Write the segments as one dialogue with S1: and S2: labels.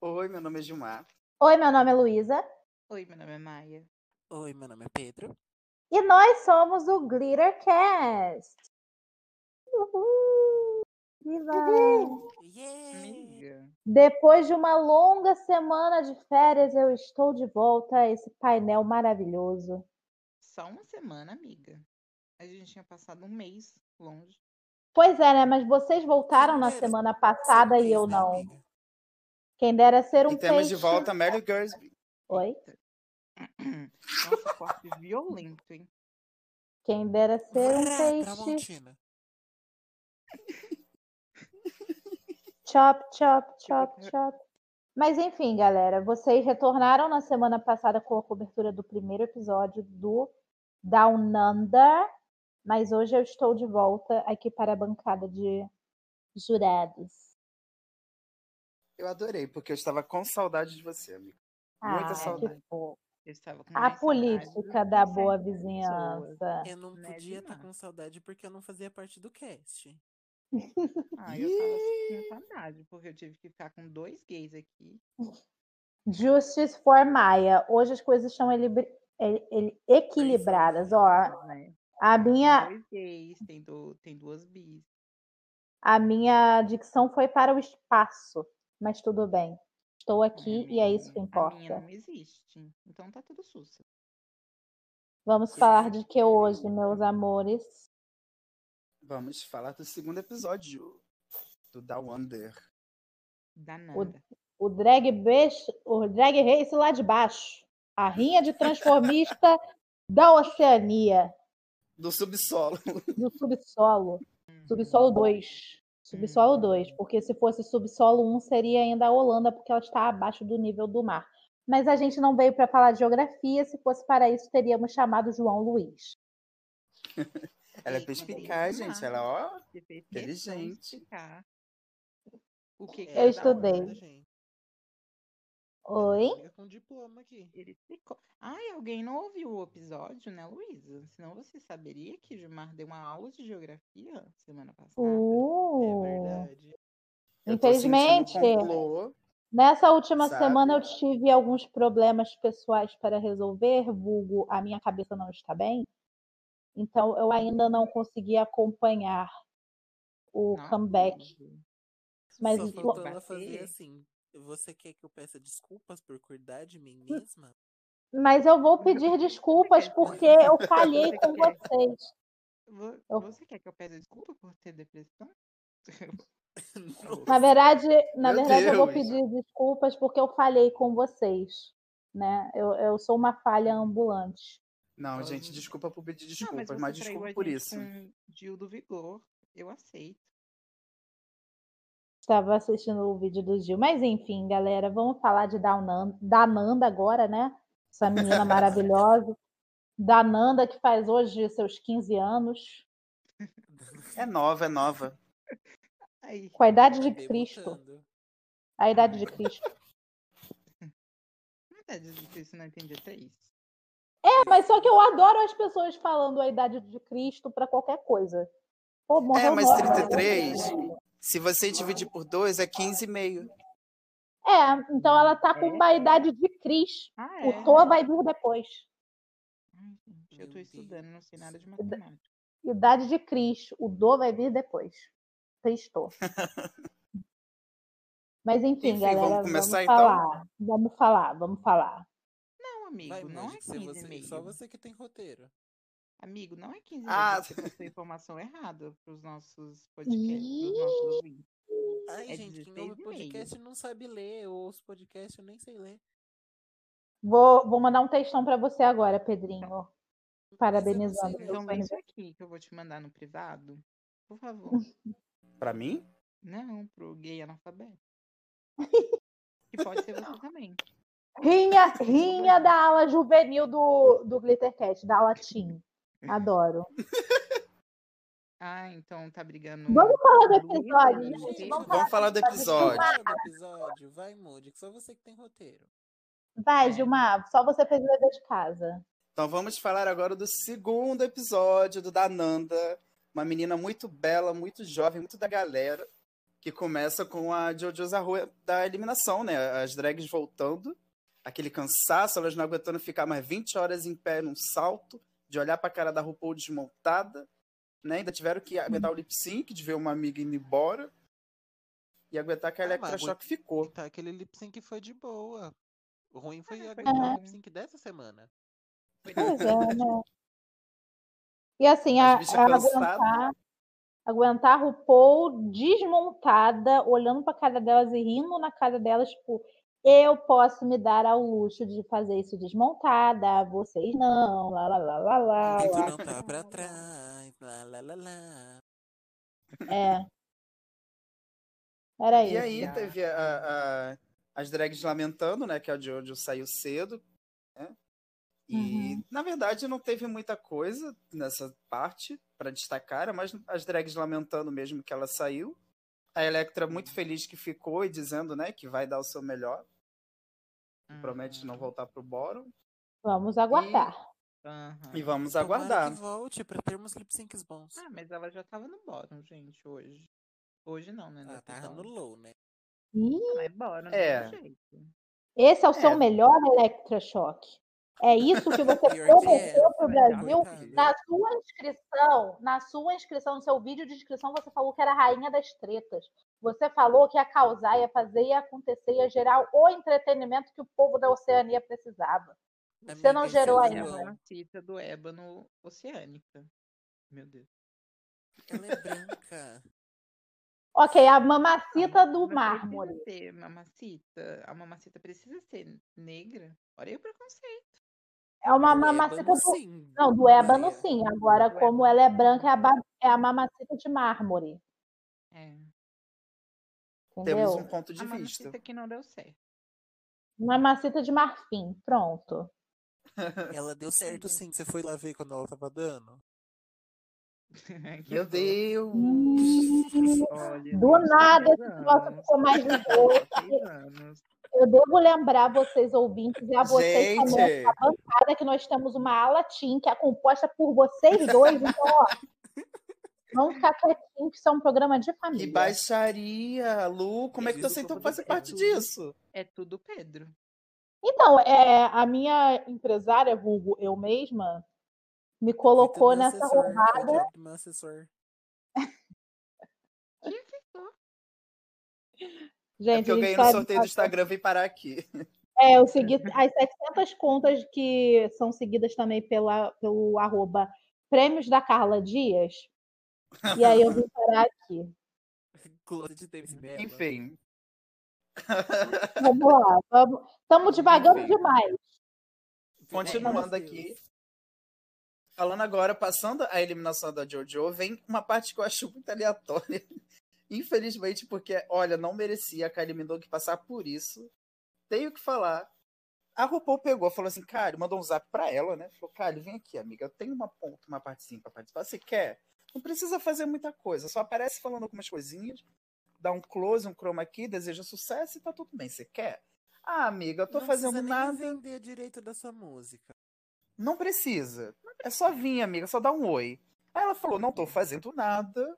S1: Oi, meu nome é Gilmar.
S2: Oi, meu nome é Luísa.
S3: Oi, meu nome é Maia.
S4: Oi, meu nome é Pedro.
S2: E nós somos o Glittercast. Uhul! Viva!
S4: Yeah!
S3: Amiga.
S2: Depois de uma longa semana de férias, eu estou de volta a esse painel maravilhoso.
S3: Só uma semana, amiga. A gente tinha passado um mês longe.
S2: Pois é, né? Mas vocês voltaram na semana passada e eu não. Quem dera ser um
S1: e temos
S2: peixe.
S1: de volta a Mary Gursby.
S2: Oi?
S3: Nossa, corte violento, hein?
S2: Quem dera ser um
S4: Vrá,
S1: tá
S2: peixe.
S4: Tramontina.
S2: Chop, chop, chop, chop. Mas enfim, galera, vocês retornaram na semana passada com a cobertura do primeiro episódio do Down Under, mas hoje eu estou de volta aqui para a bancada de jurados.
S1: Eu adorei, porque eu estava com saudade de você, amigo. Muita
S2: Ah, que
S1: saudade.
S2: fofo.
S3: Eu estava com
S2: A
S3: mais saudade
S2: política
S3: do
S2: da
S3: que
S2: boa
S3: certas pessoas.
S2: vizinhança.
S4: Eu não
S3: Né,
S4: podia estar
S3: Gilmar?
S4: com saudade porque eu não fazia parte do cast.
S3: Ah, eu tava com saudade, porque eu tive que ficar com dois gays aqui.
S2: Justice for Maia. Hoje as coisas estão elibri- el- el- equilibradas. Ó,
S3: Né?
S2: a Ah, minha,
S3: Dois gays, tem, do, tem duas bis. né,
S2: A minha dicção foi para o espaço, mas tudo bem. Estou aqui e é isso que
S3: A minha
S2: importa.
S3: não existe. Então tá tudo sussa.
S2: Vamos falar de que hoje, meus amores?
S1: Vamos falar do segundo episódio do Down Under.
S3: Danada.
S2: O drag, best, o drag race lá de baixo. A rinha de transformista da Oceania,
S1: Do subsolo.
S2: do subsolo. Subsolo 2. Subsolo 2, porque se fosse subsolo 1 seria ainda a Holanda, porque ela está abaixo do nível do mar. Mas a gente não veio para falar de geografia, se fosse para isso teríamos chamado João Luiz.
S1: Ela é
S3: Eita,
S1: perspicaz,
S3: Gilmar.
S1: gente. Ela, ó,
S3: Você fez questão de
S1: Inteligente.
S3: explicar O que que
S2: Eu
S3: cada um
S2: estudei.
S3: era.
S4: gente.
S2: Oi?
S4: Chega com diploma aqui.
S3: Ele explicou. Ai, alguém não ouviu o episódio, né, Luísa? Senão você saberia que Gilmar deu uma aula de geografia semana passada.
S4: É
S2: Uh,
S4: verdade.
S1: Ah, eu tô sentindo
S2: Infelizmente.
S1: um complô.
S2: nessa última
S1: Sabe?
S2: semana eu tive alguns problemas pessoais para resolver, vulgo a minha cabeça não está bem. Então eu ainda não consegui acompanhar o
S1: Ah,
S3: Nossa,
S2: um comeback.
S3: Luísa.
S2: Mas
S4: Só
S2: isso-
S4: faltou ela
S3: Bater.
S4: fazer assim. Você quer que eu peça desculpas por cuidar de mim mesma?
S2: Mas eu vou pedir desculpas porque eu falhei com vocês.
S3: Vo-
S2: Eu-
S3: Você quer que eu peça desculpa por ter depressão? Ah,
S2: Na verdade, na
S1: Meu
S2: verdade eu vou
S1: Deus.
S2: pedir desculpas porque eu falhei com vocês. Né? Eu, eu sou uma falha ambulante.
S1: Não,
S4: Fala,
S1: gente,
S4: gente.
S1: desculpa por pedir
S3: Não,
S1: desculpas, mas,
S3: você traiu
S1: desculpa
S3: a
S1: por
S3: gente
S1: isso.
S3: Com Gil do Vigor, eu aceito.
S2: Estava assistindo o vídeo do Gil. Mas enfim, galera, vamos falar de Downan- da Nanda agora, né? Essa menina maravilhosa. Da Nanda, que faz hoje seus 15 anos,
S1: É nova, é nova.
S3: Aí,
S2: com a idade de
S4: Debutando.
S2: Cristo. A idade de Cristo.
S3: na verdade, tá isso eu não entendi até isso.
S2: É, mas só que eu adoro as pessoas falando a idade de Cristo pra qualquer coisa. Pô,
S1: É,
S2: morreu né?
S1: mas
S2: nova.
S1: 33, se você dividir por dois, é 15,5.
S2: É, então ela tá com
S3: É?
S2: uma idade de Cris.
S3: Ah, é?
S2: O Thor vai vir depois.
S3: Ai, gente,
S4: Meu
S3: eu tô
S4: Deus.
S3: estudando, não sei nada de matemática.
S2: Idade de Cris. O Do vai vir depois. Cristo. Mas enfim,
S1: Enfim,
S2: galera,
S1: vamos
S2: vamos,
S1: começar, então?
S2: falar. Vamos falar, vamos falar.
S3: Não, amigo,
S4: Vai,
S3: não é
S4: Magic, ser
S3: 15 e
S4: você-
S3: meio.
S4: Só você que tem roteiro.
S3: Amigo, não é 15
S1: Ah,
S3: minutos. Você passou informação errada para os nossos podcasts, pros nossos ouvintes.
S4: Ai,
S3: É
S4: gente,
S3: 16
S4: quem ouve
S3: e meio.
S4: podcast não sabe ler. Eu ouço podcast, eu nem sei ler.
S2: Vou, vou mandar um textão pra você agora, Pedrinho. Parabenizando.
S4: Você
S2: pelo
S3: Então,
S4: não
S2: seu
S3: lê
S2: aniversário.
S3: isso aqui que eu vou te mandar no privado. Por favor.
S2: Hum.
S1: Pra mim?
S3: Não, pro gay analfabeto. Que pode ser você também.
S2: Rinha, rinha da ala juvenil do, do Glittercat, da ala Teen. Adoro.
S3: Ah, então tá brigando.
S2: Vamos falar do
S3: Luísa, né,
S2: episódio,
S3: Luísa,
S2: gente,
S3: Luísa.
S2: vamos
S1: Vamos falar do episódio.
S4: Fala do episódio. Vai, Magic, só você que tem roteiro.
S2: Vai, Gilmar, só você fez o dever de casa.
S1: Então vamos falar agora do segundo episódio do Dananda, uma menina muito bela, muito jovem, muito da galera,
S5: que começa com a Jojo Zaru da eliminação, né? As drags voltando, aquele cansaço, elas não aguentando ficar mais 20 horas em pé num salto, de olhar pra cara da RuPaul desmontada, né? Ainda tiveram que aguentar o lip sync, de ver uma amiga indo embora, e aguentar que a
S6: Ah, mas
S5: Electra Shock ficou.
S6: Tá, aquele lip sync foi de boa. O ruim
S2: É.
S6: foi a
S3: foi
S6: o lip sync dessa semana.
S2: Pois é, né? E assim, a,
S5: As bichas
S2: a
S5: cansadas.
S2: aguentar, aguentar a RuPaul desmontada, olhando pra cara delas e rindo na cara delas, tipo, eu posso me dar ao luxo de fazer isso desmontada, vocês não, lá, lá, lá, lá, lá.
S4: E tu
S2: lá.
S4: não tá pra trás, lá, lá, lá, lá.
S2: É. Era
S5: E
S2: isso.
S5: aí teve a- a- as drags lamentando, né? Que a Jojo saiu cedo. né? E, na verdade, não teve muita coisa nessa parte pra destacar, mas as drags lamentando mesmo que ela saiu. A Electra muito feliz que ficou e dizendo, né, que vai dar o seu melhor, que promete
S3: Uhum.
S5: não voltar pro bórum.
S2: Vamos aguardar.
S3: Aham.
S5: E vamos
S4: Tomara
S5: aguardar.
S4: que volte pra termos lip syncs bons.
S3: Ah, mas ela já tava no bórum, gente, hoje. Hoje não, né?
S4: Ela
S3: nesse
S4: tá
S3: episódio.
S4: no low, né?
S2: Ih,
S3: Não, é bórum,
S5: É.
S3: não tem jeito.
S2: Esse é o seu
S5: É.
S2: melhor Electroshock. É isso que você
S4: Pior que é,
S2: prometeu pro
S3: melhor.
S2: Brasil Na sua inscrição, na sua inscrição, no seu vídeo de inscrição, você falou que era a rainha das tretas. Você falou que ia causar, ia fazer, ia acontecer, ia gerar o entretenimento que o povo da Oceania precisava. Você não
S4: Amiga,
S2: gerou
S4: ela
S2: ainda.
S3: Ela é
S4: é-
S3: uma cita do ébano oceânica. Meu Deus.
S4: Ela é branca.
S2: Ok, a mamacita do
S3: Mas precisa
S2: mármore.
S3: Ser mamacita. A mamacita precisa ser negra. Olha aí o preconceito.
S2: É uma
S4: Do
S2: mamacita
S4: ébano,
S2: do.
S4: sim.
S2: Não, do ébano
S4: É.
S2: sim. Agora,
S3: Do
S2: como ela é branca, é a, ba- é a mamacita de mármore.
S3: É.
S2: Entendeu?
S5: Temos um ponto de
S3: a
S5: vista.
S3: mamacita que não deu certo.
S2: Mamacita de marfim. Pronto.
S4: Ela deu certo sim. Você foi lá ver quando ela tava dando?
S3: Que
S5: Meu
S3: bom.
S5: Deus!
S3: Olha,
S2: Do nada, esse
S3: seis
S5: Ah.
S2: troço
S3: anos.
S2: ficou mais ligeiro.
S3: Seis anos.
S2: Eu devo lembrar vocês, ouvintes, e a Ah, vocês também,
S5: Gente!
S2: bancada, que nós temos uma ala team que é composta por vocês dois. Então, ó, vamos ficar quietinho, que isso é um programa de
S5: Que
S2: família.
S5: baixaria, Lu! Como é que tu
S4: Diz o
S5: aceitou
S4: corpo do
S5: fazer parte
S4: Pedro.
S5: disso?
S3: É tudo Pedro.
S2: Então, é, a minha empresária, vulgo eu mesma, me colocou
S4: Foi teu
S2: nessa
S4: assessor, foi
S2: roubada.
S4: teu meu assessor.
S5: É
S2: Gente,
S5: porque eu
S2: a gente
S5: ganhei
S2: sabe
S5: no sorteio do
S2: que-
S5: Instagram, vim parar aqui.
S2: É, eu segui as 700 contas que são seguidas também pela, pelo arroba Prêmios da Carla Dias. E aí eu vim parar aqui.
S4: Closet Davis Bella.
S5: Enfim.
S2: Vamos lá, vamos. Estamos devagando
S5: Enfim.
S2: demais.
S5: Continuando
S4: Ai, meu
S5: aqui.
S4: Deus.
S5: Falando agora, passando a eliminação da JoJo, vem uma parte que eu acho muito aleatória. Infelizmente, porque, olha, não merecia a Kylie Minogue passar por isso. Tenho que falar. A RuPaul pegou, falou assim, Kylie, mandou um zap pra ela, né? Falou, Kylie, vem aqui, amiga, eu tenho uma ponta, uma partezinha pra participar. Você quer? Não precisa fazer muita coisa, só aparece falando algumas coisinhas, dá um close, um chroma aqui, deseja sucesso e tá tudo bem. Você quer? Ah, amiga, eu tô
S4: Não
S5: fazendo
S4: precisa nem
S5: nada.
S4: vender direito da sua música.
S5: Não precisa. É só vir, amiga, só dar um oi. Aí ela falou: não tô fazendo nada.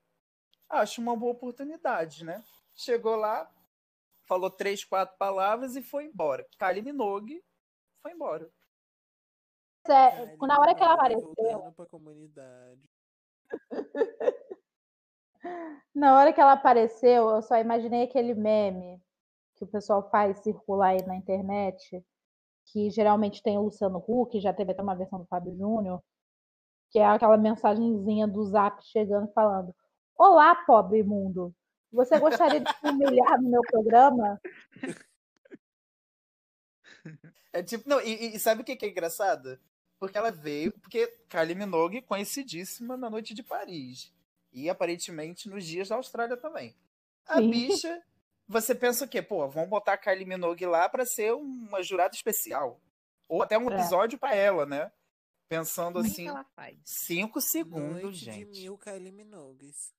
S5: Acho uma boa oportunidade, né? Chegou lá, falou três, quatro palavras e foi embora. Kylie Minogue foi embora.
S2: Sé-
S4: Kylie
S2: É, tipo, na hora que ela
S4: Minogue
S2: apareceu,
S4: voltando pra comunidade.
S2: na hora que ela apareceu, eu só imaginei aquele meme que o pessoal faz circular aí na internet, que geralmente tem o Luciano Huck, já teve até uma versão do Fábio Júnior, que é aquela mensagenzinha do Zap chegando e falando: "Olá, pobre mundo. Você gostaria de se humilhar no meu programa?"
S5: É tipo, não, e, e- e sabe o que que é engraçado? Porque ela veio, porque Kylie Minogue é conhecidíssima na noite de Paris. E aparentemente nos dias da Austrália também. A
S2: Sim.
S5: bicha, você pensa o quê? Pô, vamos botar a Kylie Minogue lá pra ser uma jurada especial. Ou até um
S2: É.
S5: episódio pra ela, né? Pensando
S3: Como é que
S5: assim,
S3: ela faz?
S5: cinco segundos,
S4: Noite de
S5: gente.
S4: mil Kylie Minogues.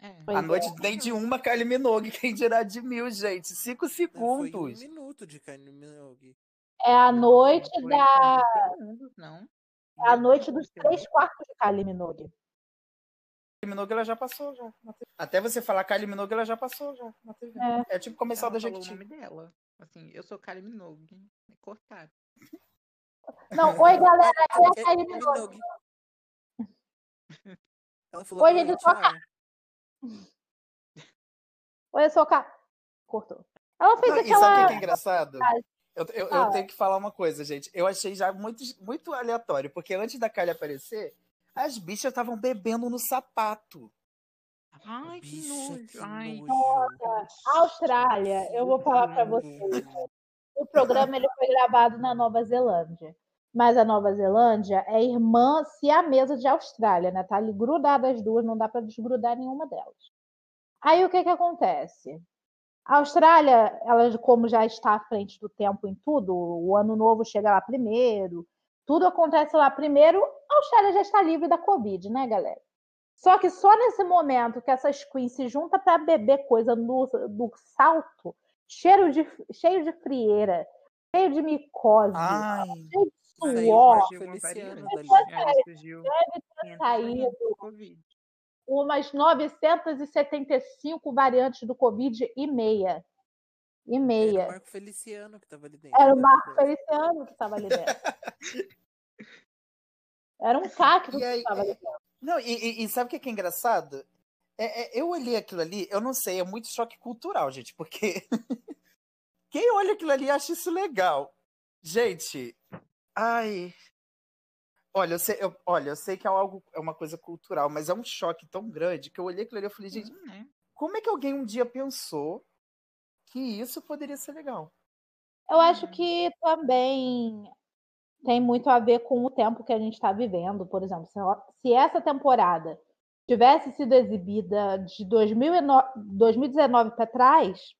S3: É.
S2: Pois
S5: A
S2: é.
S5: noite nem de uma Kylie Minogue, quem dirá de mil, gente? Cinco
S4: Não, foi um
S5: segundos.
S4: minuto de Kylie Minogue.
S2: É a noite
S3: foi
S2: da
S3: com 30 anos, Não.
S2: é a noite dos três quartos de Kylie Minogue.
S5: Minogue ela já passou já. na TV. Até você falar Kylie Minogue ela já passou já na TV. É, tipo começar
S3: Ela
S5: da
S3: falou o
S5: Jequiti.
S3: nome dela. Assim, eu sou Kylie Minogue. Me cortaram.
S2: Não, oi, galera. aqui é a
S4: É,
S2: Kylie Minogue.
S4: Minogue. Ela falou
S2: Hoje ele
S4: "Oi, tchau."
S2: Oi, eu sou o Ca... Cortou. Ela fez
S5: Não, e sabe o que
S2: aquela.
S5: que é engraçado? Eu, eu- eu
S2: Fala.
S5: tenho que falar uma coisa, gente. Eu achei já muito, muito aleatório, porque antes da Kylie aparecer, as bichas estavam bebendo no sapato.
S3: Ai, que
S4: Bicha, que
S3: nojo. Ai,
S4: nojo.
S2: É, Austrália, eu vou falar pra vocês. O programa ele foi gravado na Nova Zelândia. Mas a Nova Zelândia é irmã siamesa de Austrália, né? Tá ali grudada as duas, não dá pra desgrudar nenhuma delas. Aí o que que acontece? A Austrália, ela como já está à frente do tempo em tudo, o ano novo chega lá primeiro, tudo acontece lá primeiro, a Austrália já está livre da Covid, né, galera? Só que só nesse momento que essas queens se juntam para beber coisa no, no salto, cheiro de, cheio de frieira, cheio de micose,
S5: Ai,
S2: cheio de
S4: Saiu
S2: suor,
S4: uma Feliciana
S3: variante.
S4: dali.
S3: Ela surgiu.
S2: saído.
S3: Covid.
S2: umas 975 variantes do Covid e meia. E
S4: Era o
S2: meia.
S4: Marco Feliciano que tava ali dentro.
S2: Era o
S4: né,
S2: Marco
S4: depois.
S2: Feliciano que estava ali dentro. Era um cacto
S5: E
S2: que
S5: aí-
S2: estava ali dentro.
S5: Não, e, e- e sabe o que que é engraçado? É- é- eu olhei aquilo ali, eu não sei, é muito choque cultural, gente, porque quem olha aquilo ali acha isso legal. Gente, ai. Olha, eu sei, eu- olha, eu sei que é algo, é uma coisa cultural, mas é um choque tão grande que eu olhei aquilo ali e falei, gente,
S3: Hum, né?
S5: como é que alguém um dia pensou que isso poderia ser legal?
S2: Eu acho
S3: Uhum.
S2: que também tem muito a ver com o tempo que a gente está vivendo. Por exemplo, se, ela- se essa temporada tivesse sido exibida de 2009 2019 para trás,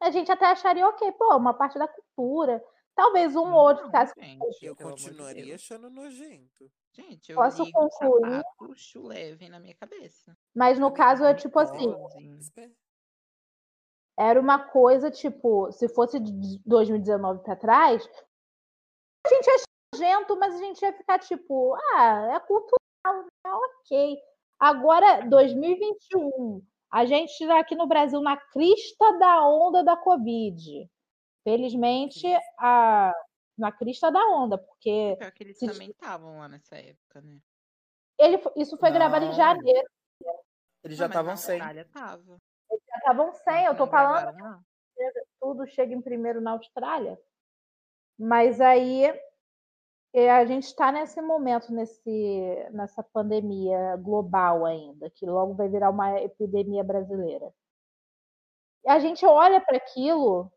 S2: a gente até acharia, ok, pô, uma parte da cultura. Talvez um ou outro
S3: Não,
S2: ficasse
S3: gente,
S4: Eu
S3: pelo amor de
S4: continuaria
S3: Deus.
S4: achando nojento.
S3: Gente, eu
S2: Posso
S3: ligo o
S2: concluir?
S3: sapato, chuleve na minha cabeça.
S2: Mas no
S3: Sabe,
S2: caso é
S3: aquele
S2: tipo assim,
S3: pozinho.
S4: Espera.
S2: era uma coisa tipo, se fosse de 2019 pra trás, a gente ia achar nojento, mas a gente ia ficar tipo, ah, é cultural, né? ok. Agora, 2021, a gente está aqui no Brasil na crista da onda da Covid. Felizmente, a... na crista da onda, porque
S3: Pior que eles
S2: Se-
S3: também estavam lá nessa época, né?
S2: ele, fo- isso foi gravado em
S5: Não.
S2: janeiro,
S5: Eles
S3: Não,
S5: já
S3: mas
S5: estavam
S3: a
S5: sem.
S3: Austrália tava.
S2: já estavam sem, eu
S3: Então,
S2: tô
S3: não
S2: falando
S3: gravaram lá.
S2: tudo chega em primeiro na Austrália. Mas aí é, a gente está nesse momento, nesse, nessa pandemia global ainda, que logo vai virar uma epidemia brasileira. E a gente olha para aquilo,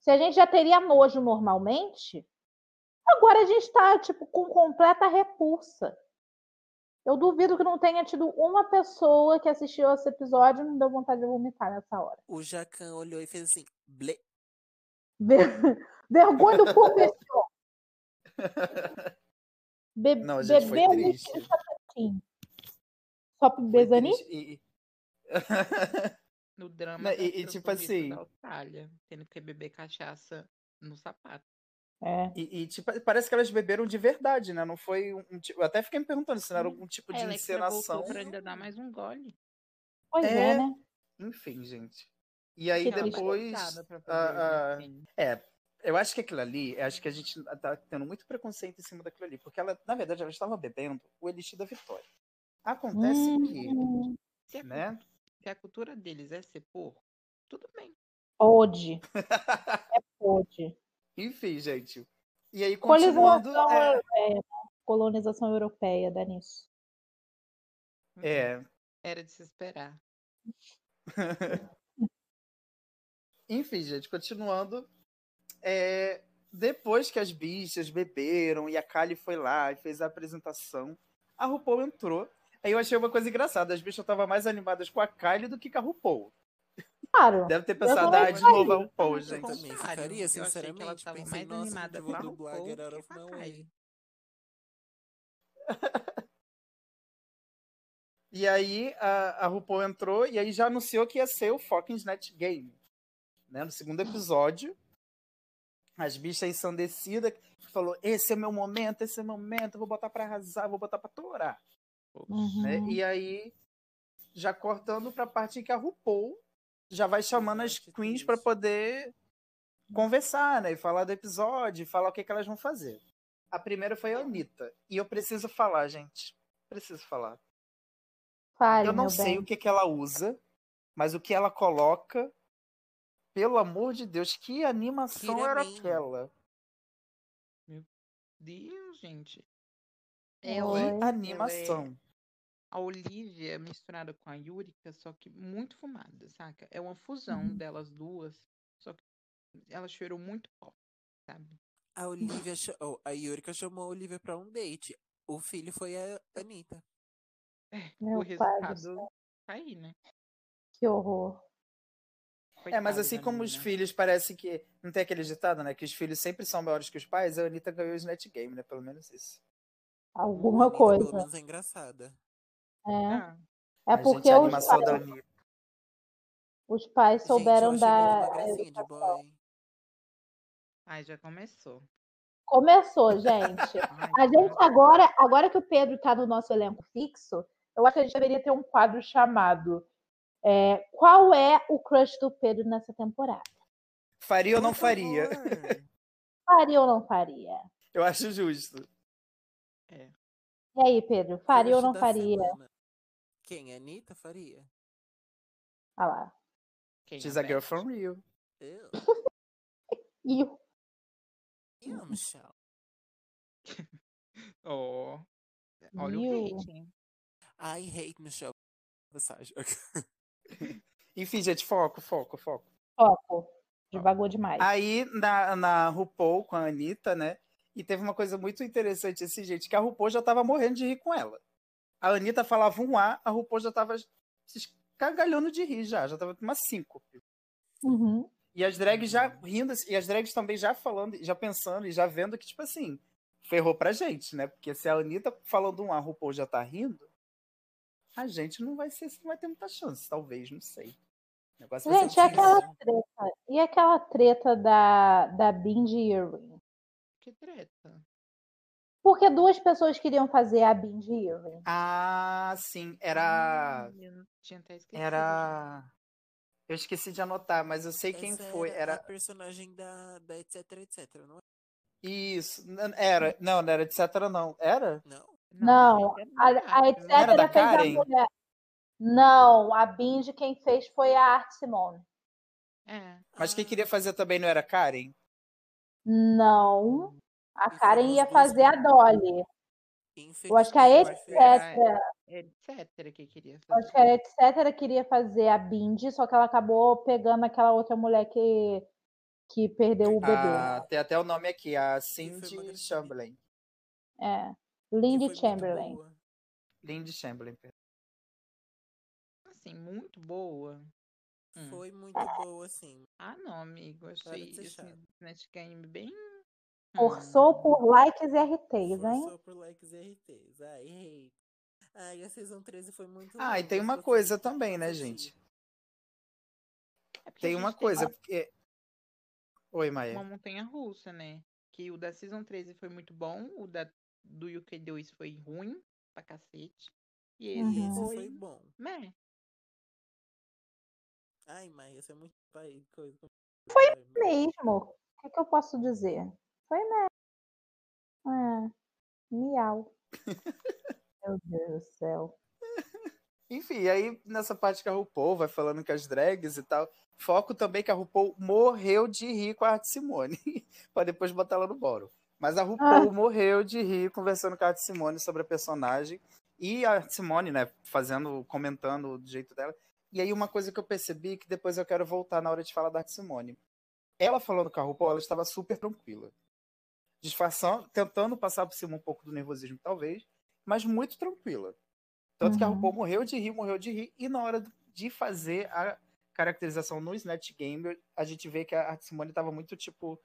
S2: se a gente já teria nojo normalmente, agora a gente está tipo, com completa repulsa. Eu duvido que não tenha tido uma pessoa que assistiu esse episódio e não deu vontade de vomitar nessa hora.
S4: O Jacan olhou e fez assim, ble.
S2: Ver- Vergonha do professor. Be
S5: Não, gente, foi
S2: bebeu
S5: triste.
S2: muito chapatim. Só pro
S5: Foi
S2: Bezani?
S5: triste. E- e-
S3: No drama.
S5: Não,
S3: da
S5: e- e tipo
S3: transfobista
S5: assim-
S3: Da Austrália, tendo que beber cachaça no sapato.
S2: É.
S5: E, e, tipo, parece que elas beberam de verdade, né? Não foi um, um tipo. Eu até fiquei me perguntando se não era
S3: Hum.
S5: algum tipo
S3: A
S5: de
S3: Electra
S5: encenação.
S3: voltou pra ainda dar mais um gole.
S2: Pois é,
S5: É.
S2: né?
S5: Enfim, gente. E aí
S2: Que
S3: é
S2: ela
S5: depois. ah,
S3: forçada pra fazer,
S5: a- a-
S3: assim.
S5: É, eu acho que aquilo ali, eu acho que a gente tá tendo muito preconceito em cima daquilo ali. Porque ela, na verdade, ela estava bebendo o Elixir da Vitória. Acontece
S2: Hum,
S3: Se a,
S5: que, né?
S3: se a cultura deles é ser porco, tudo bem.
S2: pode. É pode.
S5: Enfim, gente. E aí, continuando.
S2: Colonização
S5: é,
S2: europeia. Colonização europeia, dá nisso.
S5: é,
S3: Era de se esperar.
S5: Enfim, gente, continuando. é, depois que as bichas beberam e a Kali foi lá e fez a apresentação, a RuPaul entrou. Aí eu achei uma coisa engraçada. As bichas estavam mais animadas com a Kylie do que com a RuPaul.
S2: Claro.
S5: Deve ter pensado,
S2: também
S5: ah, de
S2: ficaria.
S5: novo a RuPaul,
S3: Eu
S5: gente.
S4: também
S3: contrário,
S4: ficaria,
S3: eu achei que elas
S4: sinceramente.
S3: estavam
S4: Pensei,
S3: mais
S4: nossa, um
S3: animadas
S4: eu vou
S3: com a
S4: dublar
S3: RuPaul
S4: Get
S3: do
S4: Out
S3: que
S4: of
S3: com a
S4: My Way.
S5: E aí a, a RuPaul entrou e aí já anunciou que ia ser o fucking Snatch Game. Né? No segundo episódio, as bichas ensandecidas falou: esse é meu momento, esse é meu momento, eu vou botar pra arrasar, eu vou botar pra torar.
S2: Uhum.
S5: né? E aí, já cortando pra parte em que a RuPaul já vai chamando as
S4: Exato,
S5: queens
S4: isso.
S5: pra poder conversar, né? E falar do episódio, e falar o que, que elas vão fazer. A primeira foi a Anitta. E eu preciso falar, gente. Preciso falar.
S2: Fale,
S5: eu não
S2: meu
S5: sei
S2: bem.
S5: o que, que ela usa, mas o que ela coloca, pelo amor de Deus, que animação
S4: Tira
S5: era
S4: bem.
S5: aquela?
S3: Deus, gente.
S2: Oi.
S3: Ela,
S5: Que animação.
S3: a Olivia misturada com a Yurika, só que muito fumada, saca? É uma fusão
S2: Uhum.
S3: delas duas, só que ela cheirou muito pó, sabe?
S4: A Olivia. cha- oh, a Yurika chamou a Olivia pra um date. O filho foi a Anitta.
S3: o
S2: Meu pai do
S3: resultado
S2: céu,
S3: tá aí, É né?
S2: que horror.
S5: É, mas
S3: Coitada
S5: assim
S3: da
S5: como os
S3: menina.
S5: filhos parece que. Não tem aquele ditado, né? Que os filhos sempre são maiores que os pais, a Anitta ganhou o Snatch Game, né? Pelo menos isso.
S2: Alguma
S4: Anitta, Pelo
S2: coisa.
S4: menos é engraçada.
S2: É,
S3: Ah,
S2: é
S5: A gente,
S2: porque
S5: a
S2: os
S5: animação
S2: pais,
S5: da Anitta.
S2: os pais souberam
S4: Gente, eu achei
S5: é
S4: muito
S2: dar.
S4: magrecinha de boy.
S3: ai, já começou.
S2: Começou, gente.
S3: Ai,
S2: A gente
S3: começou.
S2: agora, agora que o Pedro está no nosso elenco fixo, eu acho que a gente deveria ter um quadro chamado é, Qual é o crush do Pedro nessa temporada?
S5: Faria ou não
S4: Por
S5: faria?
S2: Uhum.
S4: favor.
S2: Faria ou não faria?
S5: Eu acho justo.
S2: E aí, Pedro, faria ou não
S4: Crush da
S2: faria?
S4: semana. Quem? Anitta faria?
S2: Olha lá.
S3: Quem
S5: She's
S3: é
S5: a girl
S3: Beth?
S5: from Rio.
S4: Eu?
S2: E
S4: E a Michelle?
S3: Ó, olha
S2: Viu?
S3: o hate, hein?
S4: I hate Michelle. Passagem.
S5: Enfim, gente, foco, foco, foco.
S2: foco. Devagou demais.
S5: Aí na, na RuPaul com a Anitta, né? E teve uma coisa muito interessante assim, gente, que a RuPaul já tava morrendo de rir com ela. A Anitta falava um A, a RuPaul já tava se cagalhando de rir já, já tava com uma síncope.
S2: Uhum.
S5: E as drags já rindo, e as drags também já falando, já pensando e já vendo que, tipo assim, ferrou pra gente, né? Porque se a Anitta falando um A, a RuPaul já tá rindo, a gente não vai ser, não vai ter muita chance, talvez, não sei. O negócio vai ser
S2: Gente, é
S5: difícil.
S2: aquela treta. E aquela treta da, da Bindi Irving?
S3: Que treta.
S2: Porque duas pessoas queriam fazer a Bindi Irving.
S5: Ah, sim, era.
S2: Hum,
S3: Ai, eu não- tinha até esquecido. já.
S5: Era. Eu esqueci de anotar, mas eu sei quem
S4: Essa
S5: foi.
S4: Era é a
S5: Era.
S4: personagem da, da etc, etc, não é?
S5: Isso. n- Era. Não, não era de Cetera, não. Era?
S4: Não?
S2: Não,
S3: gente, é
S2: A,
S3: verdade,
S2: a
S3: não
S2: etc.
S5: era da
S2: fez a
S5: Karen?
S2: mulher. Não, a Bindi quem fez foi a Art Simone.
S3: É,
S5: Mas quem
S4: Ah,
S5: queria fazer também não era Karen?
S2: Não, a
S4: E
S2: Karen
S4: foram as
S2: ia
S4: duas
S2: fazer a
S4: juntas.
S2: Dolly. Eu acho que a
S4: infelizmente,
S2: etc.
S4: Ah, foi-
S3: era- É, etc. que queria
S2: eu Acho
S3: fazer.
S2: que a etc. queria fazer a Bindi, só que ela acabou pegando aquela outra mulher que, que perdeu o bebê.
S5: Ah, tem até o nome aqui, a Cindy
S4: magrinha.
S5: Chamberlain.
S2: É.
S4: que
S2: Lindy
S4: foi muito
S2: Chamberlain.
S4: boa.
S5: Lindy Chamberlain. perdão.
S3: Assim, muito boa. Hum.
S4: Foi muito boa, assim.
S3: Ah, não, amigo. Achei
S4: de ser
S3: esse
S4: chato.
S3: Snatch Game bem. hum.
S2: Forçou por likes e RTs, hein?
S4: Forçou por likes e RTs. Ai, hate. Ah, Ai, a Season 13 foi muito
S5: Ah, e
S4: longa,
S5: tem
S4: se
S5: uma
S4: você
S5: coisa
S4: for
S5: também, né,
S4: assistir.
S5: gente?
S3: É porque a
S5: Tem
S3: gente
S5: uma coisa, porque. Oi,
S3: Uma
S5: Maia.
S3: montanha russa, né? Que o da Season 13 foi muito bom, o da do UK2 foi ruim pra cacete. E
S4: E
S3: esse
S2: Uhum.
S4: Esse foi
S3: foi.
S4: bom.
S3: Meh.
S4: Ai, mas esse é muito pai. Coisa. Foi
S2: Mesmo. O que, que eu posso dizer? Foi mesmo. É. Miau. Meu Deus do céu.
S5: Enfim, aí nessa parte que a RuPaul vai falando com as drags e tal. Foco também que a RuPaul morreu de rir com a Arte Simone, pra depois botar ela no boro. Mas a RuPaul
S3: Ah.
S5: morreu de rir conversando com a Arte Simone sobre a personagem. E a Arte Simone, né, fazendo, comentando do jeito dela. E aí uma coisa que eu percebi, é que depois eu quero voltar na hora de falar da Arte Simone. Ela falando com a RuPaul, ela estava super tranquila. Disfarçando, tentando passar por cima um pouco do nervosismo, talvez, mas muito tranquila. Tanto que a
S2: Uhum.
S5: RuPaul morreu de rir, morreu de rir, e na hora do- de fazer a caracterização no Snatch Game, a gente vê que a Art Simone estava muito tipo.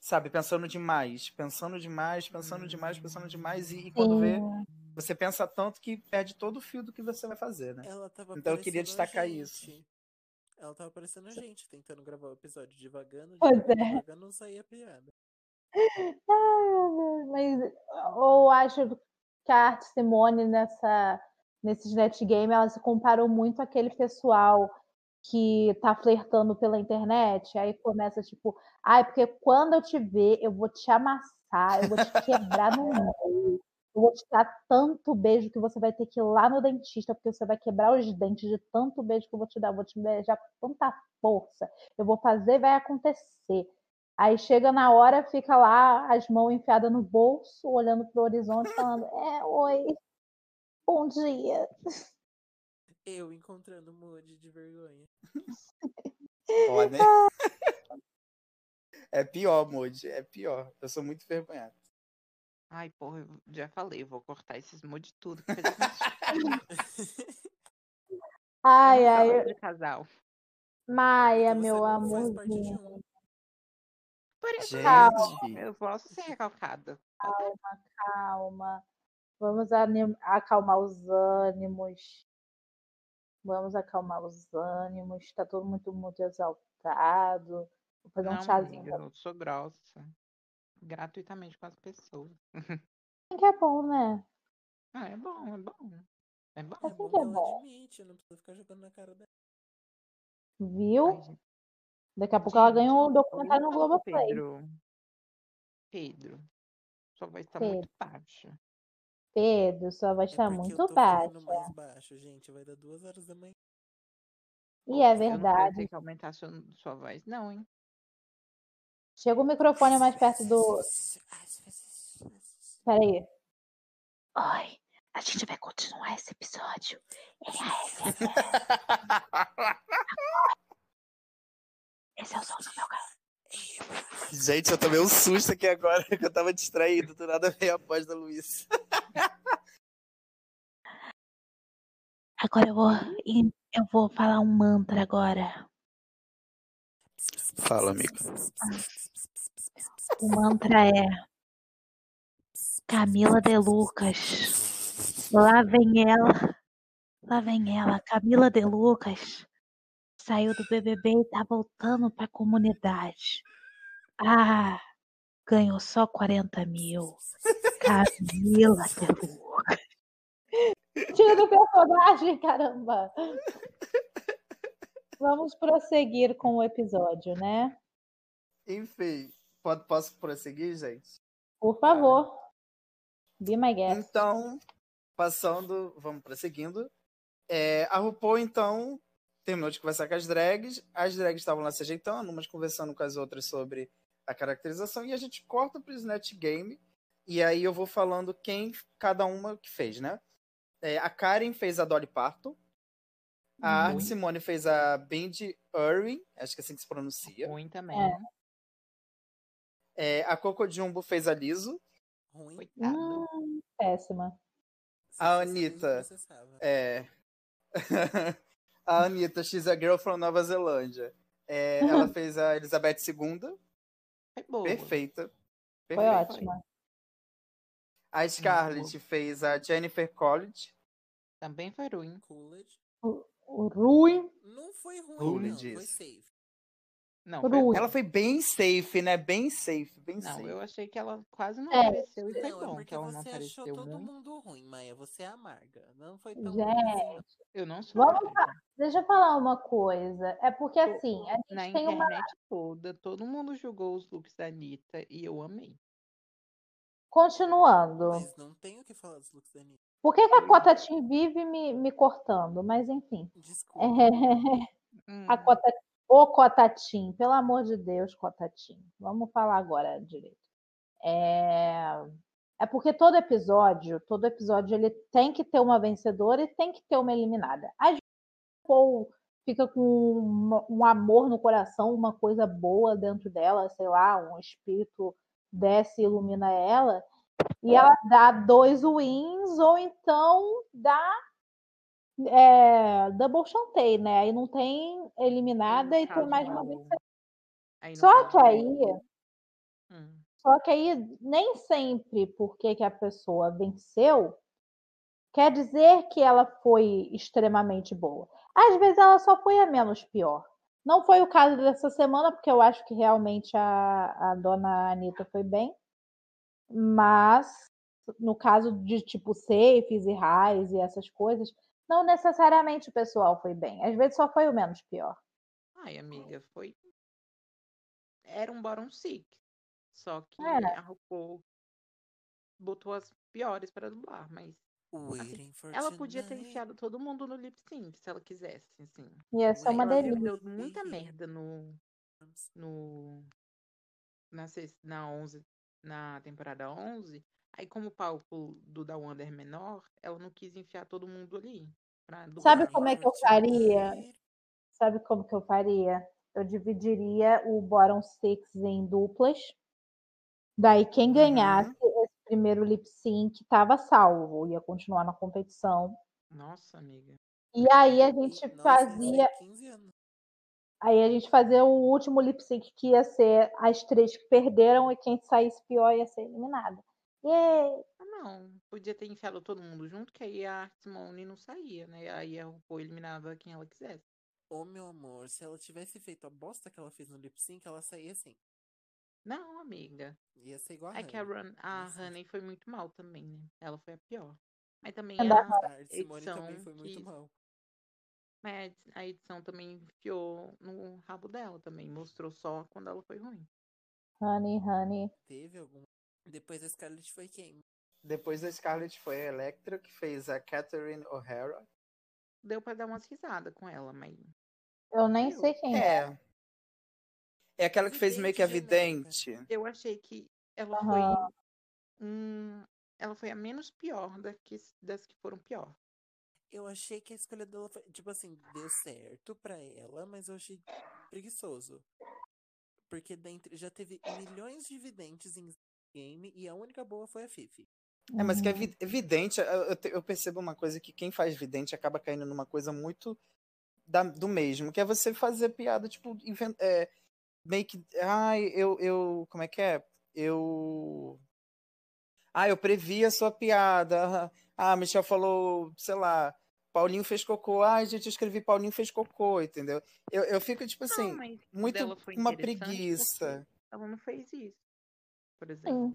S5: Sabe, pensando demais, pensando demais, pensando demais, pensando demais, e, e quando vê, você pensa tanto que perde todo o fio do que você vai fazer, né?
S4: Ela tava
S5: Então eu queria
S4: parecendo a
S5: destacar isso.
S4: gente. Ela tava parecendo a gente, tentando gravar o episódio devagando,
S2: Pois
S4: devagando,
S2: é.
S4: devagando, não saía piada.
S2: Ai, meu Deus, mas eu acho que a Arte Simone nessa, nesses netgame, ela se comparou muito àquele pessoal que tá flertando pela internet, aí começa tipo, ai, porque quando eu te ver, eu vou te amassar, eu vou te quebrar no meio, eu vou te dar tanto beijo que você vai ter que ir lá no dentista, porque você vai quebrar os dentes de tanto beijo que eu vou te dar, eu vou te beijar com tanta força, eu vou fazer, vai acontecer. Aí chega na hora, fica lá, as mãos enfiadas no bolso, olhando pro horizonte, falando, é, oi, bom dia.
S4: Eu encontrando o Moody de vergonha.
S5: Ó, né? É pior, Moody. É pior. Eu sou muito vergonhado.
S3: Ai, porra, eu já falei, eu vou cortar esses mod tudo. Que fez eu
S2: Ai,
S3: falar
S2: ai,
S3: de casal.
S2: Maia,
S4: Você
S2: é meu
S4: não faz parte de
S2: amorzinho.
S4: um.
S3: Por isso
S5: Gente,
S3: eu posso ser recalcada.
S2: Calma. Vamos anim- acalmar os ânimos. Vamos acalmar os ânimos. Tá todo mundo muito exaltado. Vou fazer um
S3: Não,
S2: chazinho.
S3: amiga, eu sou grossa. Gratuitamente com as pessoas.
S2: Assim que é bom, né?
S3: Ah, é bom, é bom. É bom.
S4: É
S2: Assim
S4: bom
S2: que
S4: que
S2: é
S4: ela
S2: bom.
S4: admite, eu não preciso ficar jogando na cara dela.
S2: Viu?
S3: Ai, gente,
S2: Daqui a pouco ela ganha um
S3: gente,
S2: documentário no
S3: então,
S2: Globoplay.
S3: Pedro. Pedro. Sua voz tá
S2: Pedro. É
S3: muito baixa.
S2: Pedro, sua voz
S4: É
S2: tá
S4: porque eu
S2: muito
S4: tô falando
S2: baixa.
S4: mais baixo, gente. Vai dar duas horas da manhã.
S2: E é
S3: Eu não
S2: verdade.
S3: pensei que aumentar sua, sua voz, não, hein?
S2: Chega o microfone é mais perto do. Peraí. Oi, a gente vai continuar esse episódio. Ele é esse. Esse é o som do meu
S5: gente, eu tomei um susto aqui agora que eu tava distraído. Do nada veio a voz da Luísa.
S2: Agora eu vou, em- eu vou falar um mantra agora.
S5: Fala, amigo.
S2: O mantra é Camila de Lucas. Lá vem ela. Lá vem ela. Camila de Lucas saiu do BBB e tá voltando pra comunidade. Ah, ganhou só 40 mil. Camila de Lucas. Tira do personagem, caramba. Vamos prosseguir com o episódio, né?
S5: Enfim, pode, posso prosseguir, gente?
S2: Por favor. Be my guest.
S5: Então, passando, vamos prosseguindo. É, a RuPaul, então, terminou de conversar com as drags. As drags estavam lá se ajeitando, umas conversando com as outras sobre a caracterização. E a gente corta pro Snatch Game. E aí eu vou falando quem cada uma que fez, né? É, a Karen fez a Dolly Parton. A Art
S3: Muito.
S5: Simone fez a Bendy Irwin, acho que é assim que se pronuncia.
S3: Ruim também.
S2: É.
S3: né?
S5: É, a Coco Jumbo fez a Liso.
S4: Ruim.
S3: Coitada.
S2: Hum, péssima.
S5: A Anitta. É. a Anitta, She's a Girl from Nova Zelândia. É, ela fez a Elizabeth II,
S3: Foi Uhum. boa.
S5: perfeita.
S2: Foi
S5: perfeita.
S2: ótima.
S5: A Scarlett
S3: boa.
S5: fez a Jennifer College.
S3: Também foi ruim.
S4: Coolidge.
S2: O Rui,
S4: Não foi ruim,
S5: Coolidge,
S4: não. Foi
S5: isso.
S4: safe.
S3: Não, foi
S2: Rui.
S5: Ela foi bem safe, né? Bem safe, bem
S3: Não,
S5: safe.
S3: eu achei que ela quase não
S2: É,
S3: apareceu e foi
S4: Não, é
S3: bom
S4: porque
S3: que ela não
S4: você
S3: apareceu né?
S4: achou todo
S3: muito.
S4: mundo ruim, Maia. Você é amarga. Não foi tão ruim assim, não.
S3: Eu não sou.
S2: Vamos
S3: amarga.
S2: Deixa eu falar uma coisa. É porque assim, a
S3: Na
S2: gente tem uma.
S3: internet toda, todo mundo julgou os looks da Anitta e eu amei.
S2: Continuando.
S4: Mas não tenho o que falar dos looks da Anitta.
S2: Por que, que a Cota Team vive me, me cortando? Mas enfim. É,
S4: Desculpa.
S2: a
S3: Hum,
S2: Cota... Ô, Cotatim, pelo amor de Deus, Cotatim. Vamos falar agora direito. É... é porque todo episódio, todo episódio, ele tem que ter uma vencedora e tem que ter uma eliminada. Às vezes o povo fica com um, um amor no coração, uma coisa boa dentro dela, sei lá, um espírito desce e ilumina ela, e ela dá dois wins, ou então dá é, double chantei, né? Aí não tem eliminada
S3: no
S2: e tem
S3: caso,
S2: mais uma
S3: o-
S2: vez. né?
S3: aí no
S2: Só
S3: caso,
S2: que
S3: o-
S2: aí,
S3: Hum,
S2: só que aí nem sempre porque que a pessoa venceu quer dizer que ela foi extremamente boa. Às vezes ela só foi a menos pior. Não foi o caso dessa semana, porque eu acho que realmente a, a dona Anitta foi bem. Mas no caso de tipo safes e rares e essas coisas, não necessariamente o pessoal foi bem. Às vezes só foi o menos pior.
S3: Ai, amiga, foi. Era um bottom six. Só que
S2: É.
S3: a RuPaul botou as piores pra dublar, mas
S4: Waiting for
S3: ela podia ter
S4: tonight.
S3: enfiado todo mundo no lip sync se ela quisesse, assim.
S2: Ia ser É uma
S4: Ela
S3: Ela
S4: viu
S2: delícia.
S3: deu
S4: delícia.
S3: muita merda no no na sex- na 11, na temporada 11. Aí como o palco do da Wonder é menor, ela não quis enfiar todo mundo ali. pra dublar.
S2: Sabe como é que eu faria? Sabe como que eu faria? Eu dividiria o bottom six em duplas. Daí quem ganhasse esse primeiro lip sync estava salvo, ia continuar na competição.
S3: Nossa, amiga.
S2: E aí a gente
S4: Nossa,
S2: fazia,
S4: tem 15 anos.
S2: aí a gente fazia o último lip sync que ia ser as três que perderam e quem saísse pior ia ser eliminada. Yay!
S3: Ah, não, podia ter enfiado todo mundo junto, que aí a Simone não saía, né? Aí a RuPaul eliminava quem ela quisesse.
S4: Ô, meu amor, se ela tivesse feito a bosta que ela fez no lip sync, ela saía assim.
S3: Não, amiga.
S4: Ia ser igual a
S3: É que a,
S4: Hannah.
S3: Run, a
S4: Nossa.
S3: Honey foi muito mal também, né? Ela foi a pior. Mas também
S2: Anda-
S3: ela,
S4: A Simone também
S3: edição
S4: foi muito
S3: que-
S4: mal.
S3: Mas É, a edição também enfiou no rabo dela também. Mostrou só quando ela foi ruim.
S2: Honey, honey.
S4: Teve algum. Depois a Scarlett foi quem?
S5: Depois da Scarlett foi a Electra, que fez a Catherine O'Hara.
S3: Deu pra dar umas risadas com ela, mas.
S2: Eu nem
S3: Eu-
S2: sei quem é.
S5: É. É aquela que fez meio que a
S4: Vidente
S5: vidente.
S3: Eu achei que ela
S2: Aham.
S3: foi. Um... Ela foi a menos pior da que- das que foram pior.
S4: Eu achei que a escolha dela foi. Tipo assim, deu certo pra ela, mas eu achei preguiçoso. Porque dentre, já teve milhões de videntes em game e a única boa foi a Fifi.
S5: É, mas que é
S2: Uhum.
S5: vi- vidente, eu- eu, te- eu percebo uma coisa que quem faz vidente acaba caindo numa coisa muito da- do mesmo, que é você fazer piada, tipo, inven- é, meio que. Ai, eu, eu. Como é que é? Eu. Ah, eu previ a sua piada. aham. Ah, Michel falou, sei lá, Paulinho fez cocô. Ai, gente, eu escrevi Paulinho fez cocô, entendeu? Eu, eu fico, tipo assim,
S3: mas o
S5: muito
S3: dela foi
S5: uma
S3: interessante é porque
S5: preguiça.
S3: Ela não fez isso. Por exemplo.
S2: Sim.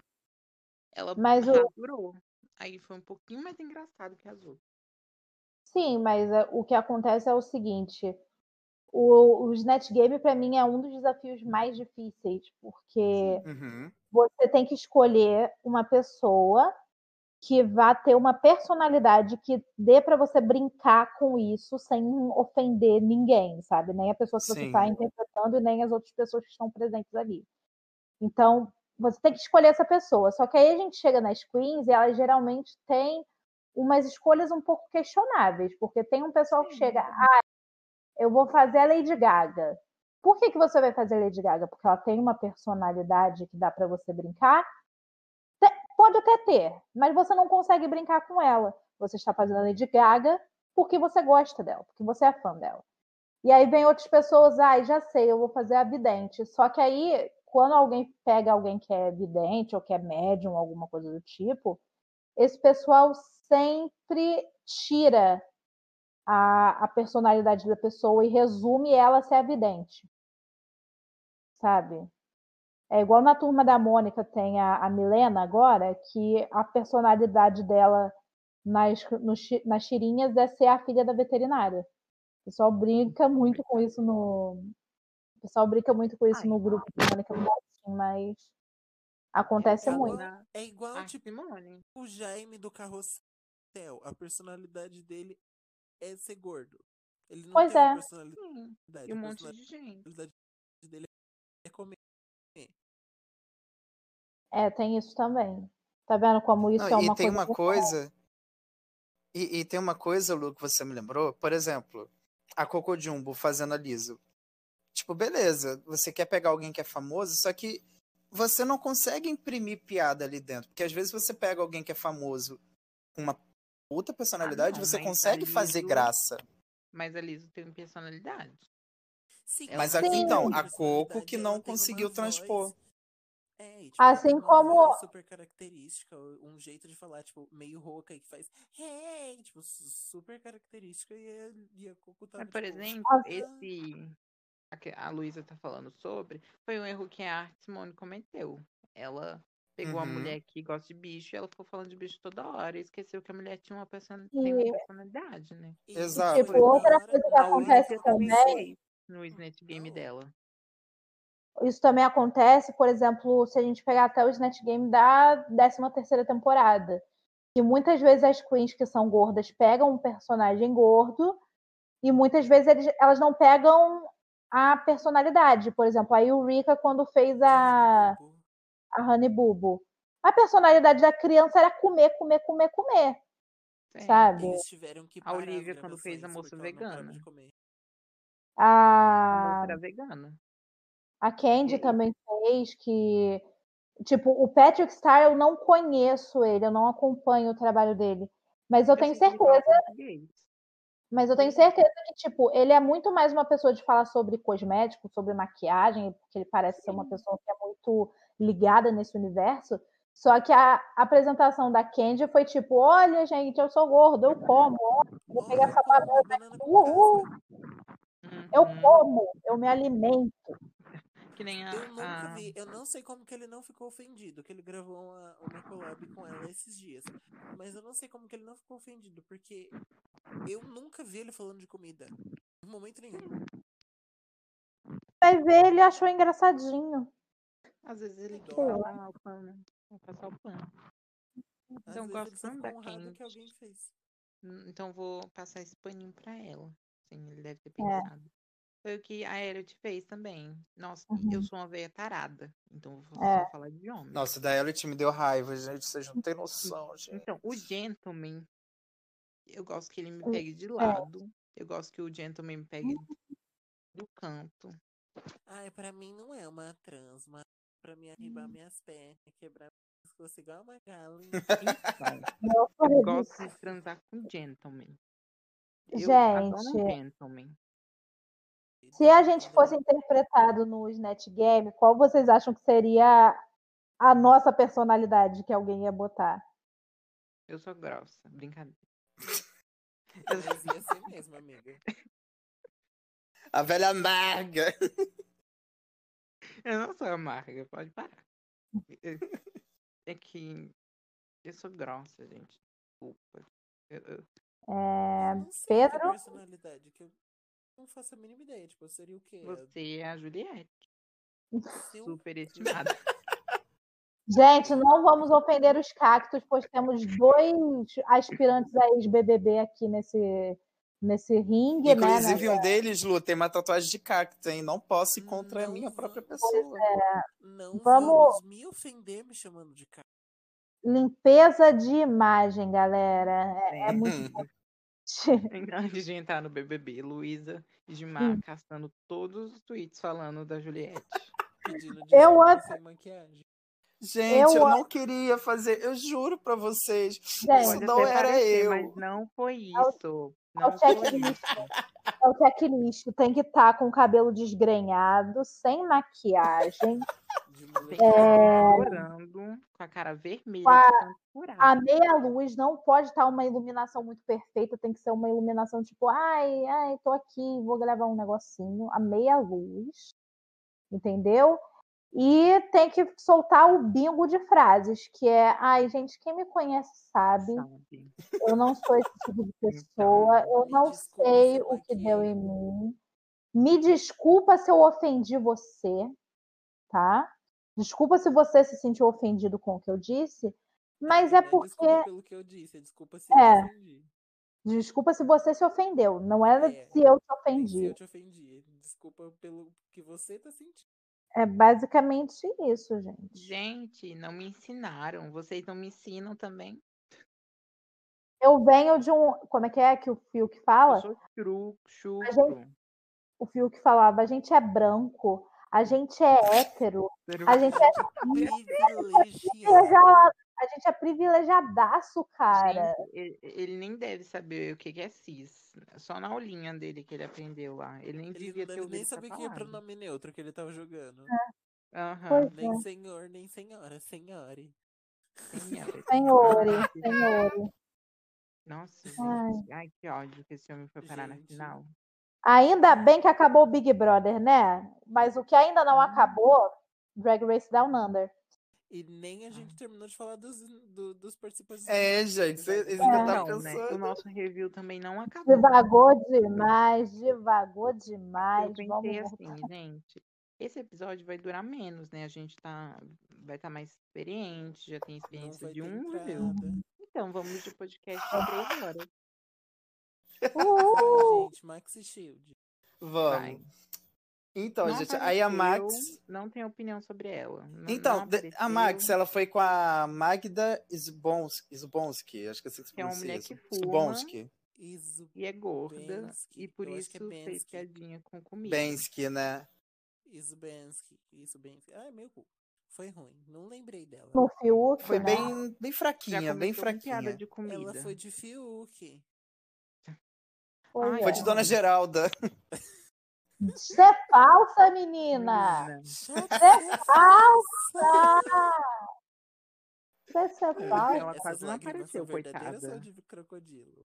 S3: Ela
S2: Mas o-
S3: rasurou. Aí foi um pouquinho mais engraçado que as outras.
S2: Sim, mas é, o que acontece é o seguinte: o, o Snatch Game, para mim, é um dos desafios mais difíceis, porque
S5: Uhum.
S2: você tem que escolher uma pessoa que vá ter uma personalidade que dê para você brincar com isso sem ofender ninguém, sabe? Nem a pessoa que você
S5: Sim.
S2: está interpretando e nem as outras pessoas que estão presentes ali. Então, você tem que escolher essa pessoa. Só que aí a gente chega nas queens e elas geralmente têm umas escolhas um pouco questionáveis, porque tem um pessoal que
S3: Sim.
S2: chega, ah, eu vou fazer a Lady Gaga. Por que, que você vai fazer a Lady Gaga? Porque ela tem uma personalidade que dá para você brincar? Te- Pode até ter, mas você não consegue brincar com ela. Você está fazendo a Lady Gaga porque você gosta dela, porque você é fã dela. E aí vem outras pessoas, ai, já sei, eu vou fazer a vidente. Só que aí, quando alguém pega alguém que é vidente ou que é médium, alguma coisa do tipo, esse pessoal sempre tira a, a personalidade da pessoa e resume ela a ser a vidente. Sabe? É igual na turma da Mônica tem a, a Milena agora, que a personalidade dela nas, no chi- nas tirinhas é ser a filha da veterinária. O pessoal brinca muito com isso no. O pessoal brinca muito com isso
S3: Ai.
S2: no grupo da Mônica Martins, mas acontece
S3: Então,
S4: Ela-
S2: muito.
S3: Da
S4: É igual,
S3: a
S4: tipo,
S3: Simone.
S4: o Jaime do Carrossel. A personalidade dele é ser gordo. Ele não
S2: Pois
S4: tem uma
S2: é.
S4: personalidade.
S3: Sim.
S4: A
S3: E um monte
S4: personalidade
S3: de gente.
S4: dele é comer.
S2: É, tem isso também. Tá vendo como isso
S5: Não,
S2: é uma
S5: e tem
S2: coisa.
S5: uma
S2: pessoal?
S5: coisa. E, e tem uma coisa, Lu, que você me lembrou. Por exemplo, a Coco Jumbo fazendo a Liso. Tipo, beleza, você quer pegar alguém que é famoso, só que você não consegue imprimir piada ali dentro. Porque às vezes você pega alguém que é famoso com uma puta personalidade,
S3: Ah, não,
S5: você
S3: mas a
S5: consegue fazer
S3: Liso-
S5: graça.
S3: Mas a Liso tem personalidade.
S4: Sim, né,
S3: Ela
S5: Mas
S3: não
S5: a-
S2: tem
S5: então,
S4: uma
S5: a Coco
S4: personalidade,
S5: que
S4: ela
S5: não
S4: tem uma
S5: conseguiu
S4: voz-
S5: transpor.
S4: É, e, tipo,
S2: Assim
S4: ela tem uma
S2: como-
S4: voz super característica, um jeito de falar, tipo, meio rouca e que faz hey! Tipo, su- super característica e a, e a Coco tava,
S3: Mas, É, por
S4: tipo,
S3: exemplo,
S2: Ah,
S3: esse a que a Luísa tá falando sobre foi um erro que a Simone cometeu. Ela Pegou a
S1: Uhum.
S3: mulher que gosta de bicho e ela ficou falando de bicho toda hora. E esqueceu que a mulher tinha uma person...
S2: E-
S3: tem uma personalidade, né?
S4: E
S1: Exato.
S4: foi
S1: Tipo,
S2: outra
S4: embora
S2: coisa que
S4: na
S2: acontece
S4: única
S2: também- é
S4: condição.
S3: No Snatch Game
S4: Não.
S3: dela.
S2: Isso também acontece, por exemplo, se a gente pegar até o Snatch Game da 13ª temporada. Que muitas vezes as queens que são gordas pegam um personagem gordo e muitas vezes eles- elas não pegam a personalidade. Por exemplo, a Yurika quando fez a, a Honey Bubu. A personalidade da criança era comer, comer, comer, comer,
S3: Sim.
S2: sabe?
S4: Eles tiveram que
S3: A
S4: parar as
S3: Olivia, quando fez
S4: gravações
S3: a moça
S4: porque ela não parava
S3: vegana.
S4: de comer.
S5: É
S3: A
S2: A,
S3: moça era vegana.
S2: a Candy
S3: Sim.
S2: também fez que. Tipo, o Patrick Star eu não conheço ele, eu não acompanho o trabalho dele. Mas eu, tenho
S3: sei que ele fala
S2: certeza,
S3: português.
S2: mas eu tenho certeza que, tipo, ele é muito mais uma pessoa de falar sobre cosmético, sobre maquiagem, porque ele parece ser uma pessoa que é muito ligada nesse universo. Só que a apresentação da Candy foi tipo, olha, gente, eu sou gorda, eu como, ó, vou pegar
S4: Olha,
S2: essa
S4: como
S2: banana,
S4: banana com
S2: uhul,
S4: casca.
S2: eu
S3: Uhum.
S2: como, eu me alimento.
S3: Que nem a.
S4: Eu nunca
S3: a-
S4: vi, eu não sei como que ele não ficou ofendido, que ele gravou uma, uma collab com ela esses dias. Mas eu não sei como que ele não ficou ofendido, porque eu nunca vi ele falando de comida. Em momento nenhum.
S3: Hum,
S2: Vai ver, ele achou engraçadinho.
S3: Às vezes ele quer
S4: Sei
S2: lá.
S3: passar o pano. Quer passar o pano.
S4: Às
S3: Então,
S4: vezes
S3: gosto
S4: ele só
S3: tanto
S4: ficou
S3: da
S4: honrado que
S3: Candy.
S4: alguém fez.
S3: Hum, Então vou passar esse paninho pra ela. Sim, ele deve ter
S2: É.
S3: pensado. Foi o que a Elliot fez também. Nossa, e eu sou uma veia tarada. Então vou
S2: Uhum. É.
S3: só falar de homem.
S1: Nossa, da Elliot me deu raiva, gente. Vocês não têm noção, gente.
S3: Então, o gentleman, eu gosto que ele me
S2: Hum,
S3: pegue de lado. Eu gosto que o gentleman me pegue do canto.
S4: Ai, pra mim não é uma trans, mas pra mim arribar
S3: Hum.
S4: minhas pernas, quebrar meu pescoço igual uma Magali.
S3: Então,
S2: Eu
S3: eu
S2: falei disso.
S3: gosto de transar com gentleman. Eu adoro um
S2: Gente.
S3: gentleman.
S2: Se a gente fosse interpretado no Snatch Game, qual vocês acham que seria a nossa personalidade que alguém ia botar?
S3: Eu sou grossa. Brincadeira.
S4: Mas ia ser assim mesmo, amiga.
S1: A velha amarga.
S3: Eu não sou amarga, pode parar. Eu- É que eu sou grossa, gente. Desculpa. Eu- eu-
S2: É,
S4: Eu não sei qual é a
S2: Pedro?
S4: personalidade, que eu não faço a mínima ideia. Tipo, eu seria o quê?
S3: Você é a Juliette,
S4: Seu
S3: superestimada.
S2: Gente, não vamos ofender os cactos, pois temos dois aspirantes a ex-BBB aqui nesse, nesse ringue,
S1: Inclusive,
S2: né?
S1: um deles, Lu, tem uma tatuagem de cacto, hein? Não posso ir contra a
S4: Não
S1: minha
S4: vamos.
S1: própria pessoa.
S4: Não
S2: Vamos-
S4: vamos me ofender me chamando de cara.
S2: Limpeza de imagem, galera. É, é muito importante.
S3: Antes de entrar no BBB, Luísa e Gilmar caçando todos os tweets falando da Juliette.
S4: Pedindo
S2: Eu
S4: desculpa
S2: ando-
S4: sem maquiagem.
S1: Gente, eu,
S2: Eu-
S1: não queria fazer, eu juro pra vocês. Isso
S2: Gente,
S1: não
S3: até
S1: era
S3: parecer,
S1: eu.
S3: Mas não foi
S2: o-
S3: isso.
S2: é o
S3: Não foi
S2: checklist.
S3: isso.
S2: É o checklist. Tem que estar com o cabelo desgrenhado, sem maquiagem. É,
S4: De
S3: Tem
S4: moletom.
S3: que estar chorando, com a cara vermelha,
S2: a-
S3: de tanto furar.
S2: A meia luz não pode estar uma iluminação muito perfeita, tem que ser uma iluminação tipo, ai, ai, tô aqui, vou gravar um negocinho. A meia luz, entendeu? E tem que soltar o bingo de frases, que é, ai, gente, quem me conhece sabe,
S3: sabe?
S2: eu não sou esse tipo de pessoa, eu
S4: me
S2: não
S4: Então, desculpa tá
S2: sei
S4: se eu
S2: o que deu
S4: maquiei.
S2: em mim. Me desculpa se eu ofendi você, tá? Desculpa se você se sentiu ofendido com o que eu disse, mas é
S4: Não
S2: porque
S4: Né, Desculpa pelo que eu disse. é Desculpa se eu
S2: É.
S4: te ofendi.
S2: Desculpa se você se ofendeu. Não é
S4: É,
S2: se eu te
S4: Nem se
S2: ofendi.
S4: eu te ofendi. Desculpa pelo que você tá sentindo.
S2: É basicamente isso, gente.
S3: Gente, não me ensinaram. Vocês não me ensinam também.
S2: Eu venho de um. Como é que é que o Fio que
S3: Eu
S2: fala?
S3: sou tru, chucro.
S2: gente- O Fio que falava: a gente é branco, a gente é hétero, a gente é,
S4: Privilegiado.
S2: privilegia- a gente é privilegiadaço, cara.
S3: Gente, ele, ele nem deve saber o que que é cis. Só na aulinha dele que ele aprendeu lá. Ele nem
S4: Ele
S3: devia ter
S4: não deve
S3: ouvido
S4: nem
S3: essa
S4: saber que é
S3: palavra.
S4: pronome neutro que ele tava jogando.
S2: Ah,
S3: Aham.
S2: Pois
S4: Nem
S2: é,
S4: senhor, nem senhora, senhore.
S3: senhora.
S2: senhores, senhores.
S3: Nossa,
S2: Ai.
S3: gente. Ai, que ódio que esse homem foi parar na
S4: Gente.
S3: final.
S2: Ainda bem que acabou o Big Brother, né? Mas o que ainda não acabou, Drag Race Down Under.
S4: E nem a
S3: Ah.
S4: gente terminou de falar dos, do- dos participantes.
S1: É,
S4: do-
S1: gente, vocês
S4: episódio.
S1: ainda tá
S3: Não, né? O
S1: pensando.
S3: nosso review também não acabou.
S2: Devagou demais, devagou demais.
S3: Eu
S2: Vamos
S3: pensei
S2: voltar.
S3: assim, gente. Esse episódio vai durar menos, né? A gente tá, vai estar mais experiente, já tem
S4: Não
S3: experiência
S4: vai
S3: de
S4: ter
S3: um review.
S4: entrada.
S3: Então, vamos de podcast de três horas.
S4: Vai,
S2: Uhul!
S4: gente, Max e Shield.
S3: Vai.
S1: Vamos. Então,
S3: Não
S1: gente, aí a Max.
S3: apareceu, Não tenho opinião sobre ela. Não-
S1: Então,
S3: não
S1: de- a Max,
S3: apareceu,
S1: ela foi com a Magda Sbons- Sbonski, acho que assim que se
S3: Que é uma
S1: pronuncia
S3: mulher
S1: isso.
S3: que fuma.
S1: Sbonski,
S4: Iso
S3: E é gorda.
S4: Bensky,
S3: e por
S4: eu acho
S3: isso
S4: que é
S3: fez
S4: Bensky.
S3: piadinha com comida.
S1: Bensky, né?
S4: Isubensky, Isubensky. Ah, meu cu. Foi ruim. Não lembrei dela.
S2: No Fiuk,
S1: Foi
S2: né?
S1: bem, bem
S3: Já
S1: fraquinha, bem
S3: começou com piada
S1: fraquinha.
S3: de comida.
S4: Ela foi de Fiuk.
S2: Pois
S3: Ai,
S2: é.
S1: Foi de Dona Geralda.
S2: Isso é falsa, menina!
S3: Menina,
S4: Chata.
S2: Isso é falsa.
S3: Ela quase não apareceu,
S4: Só
S3: coitada.
S4: de crocodilo.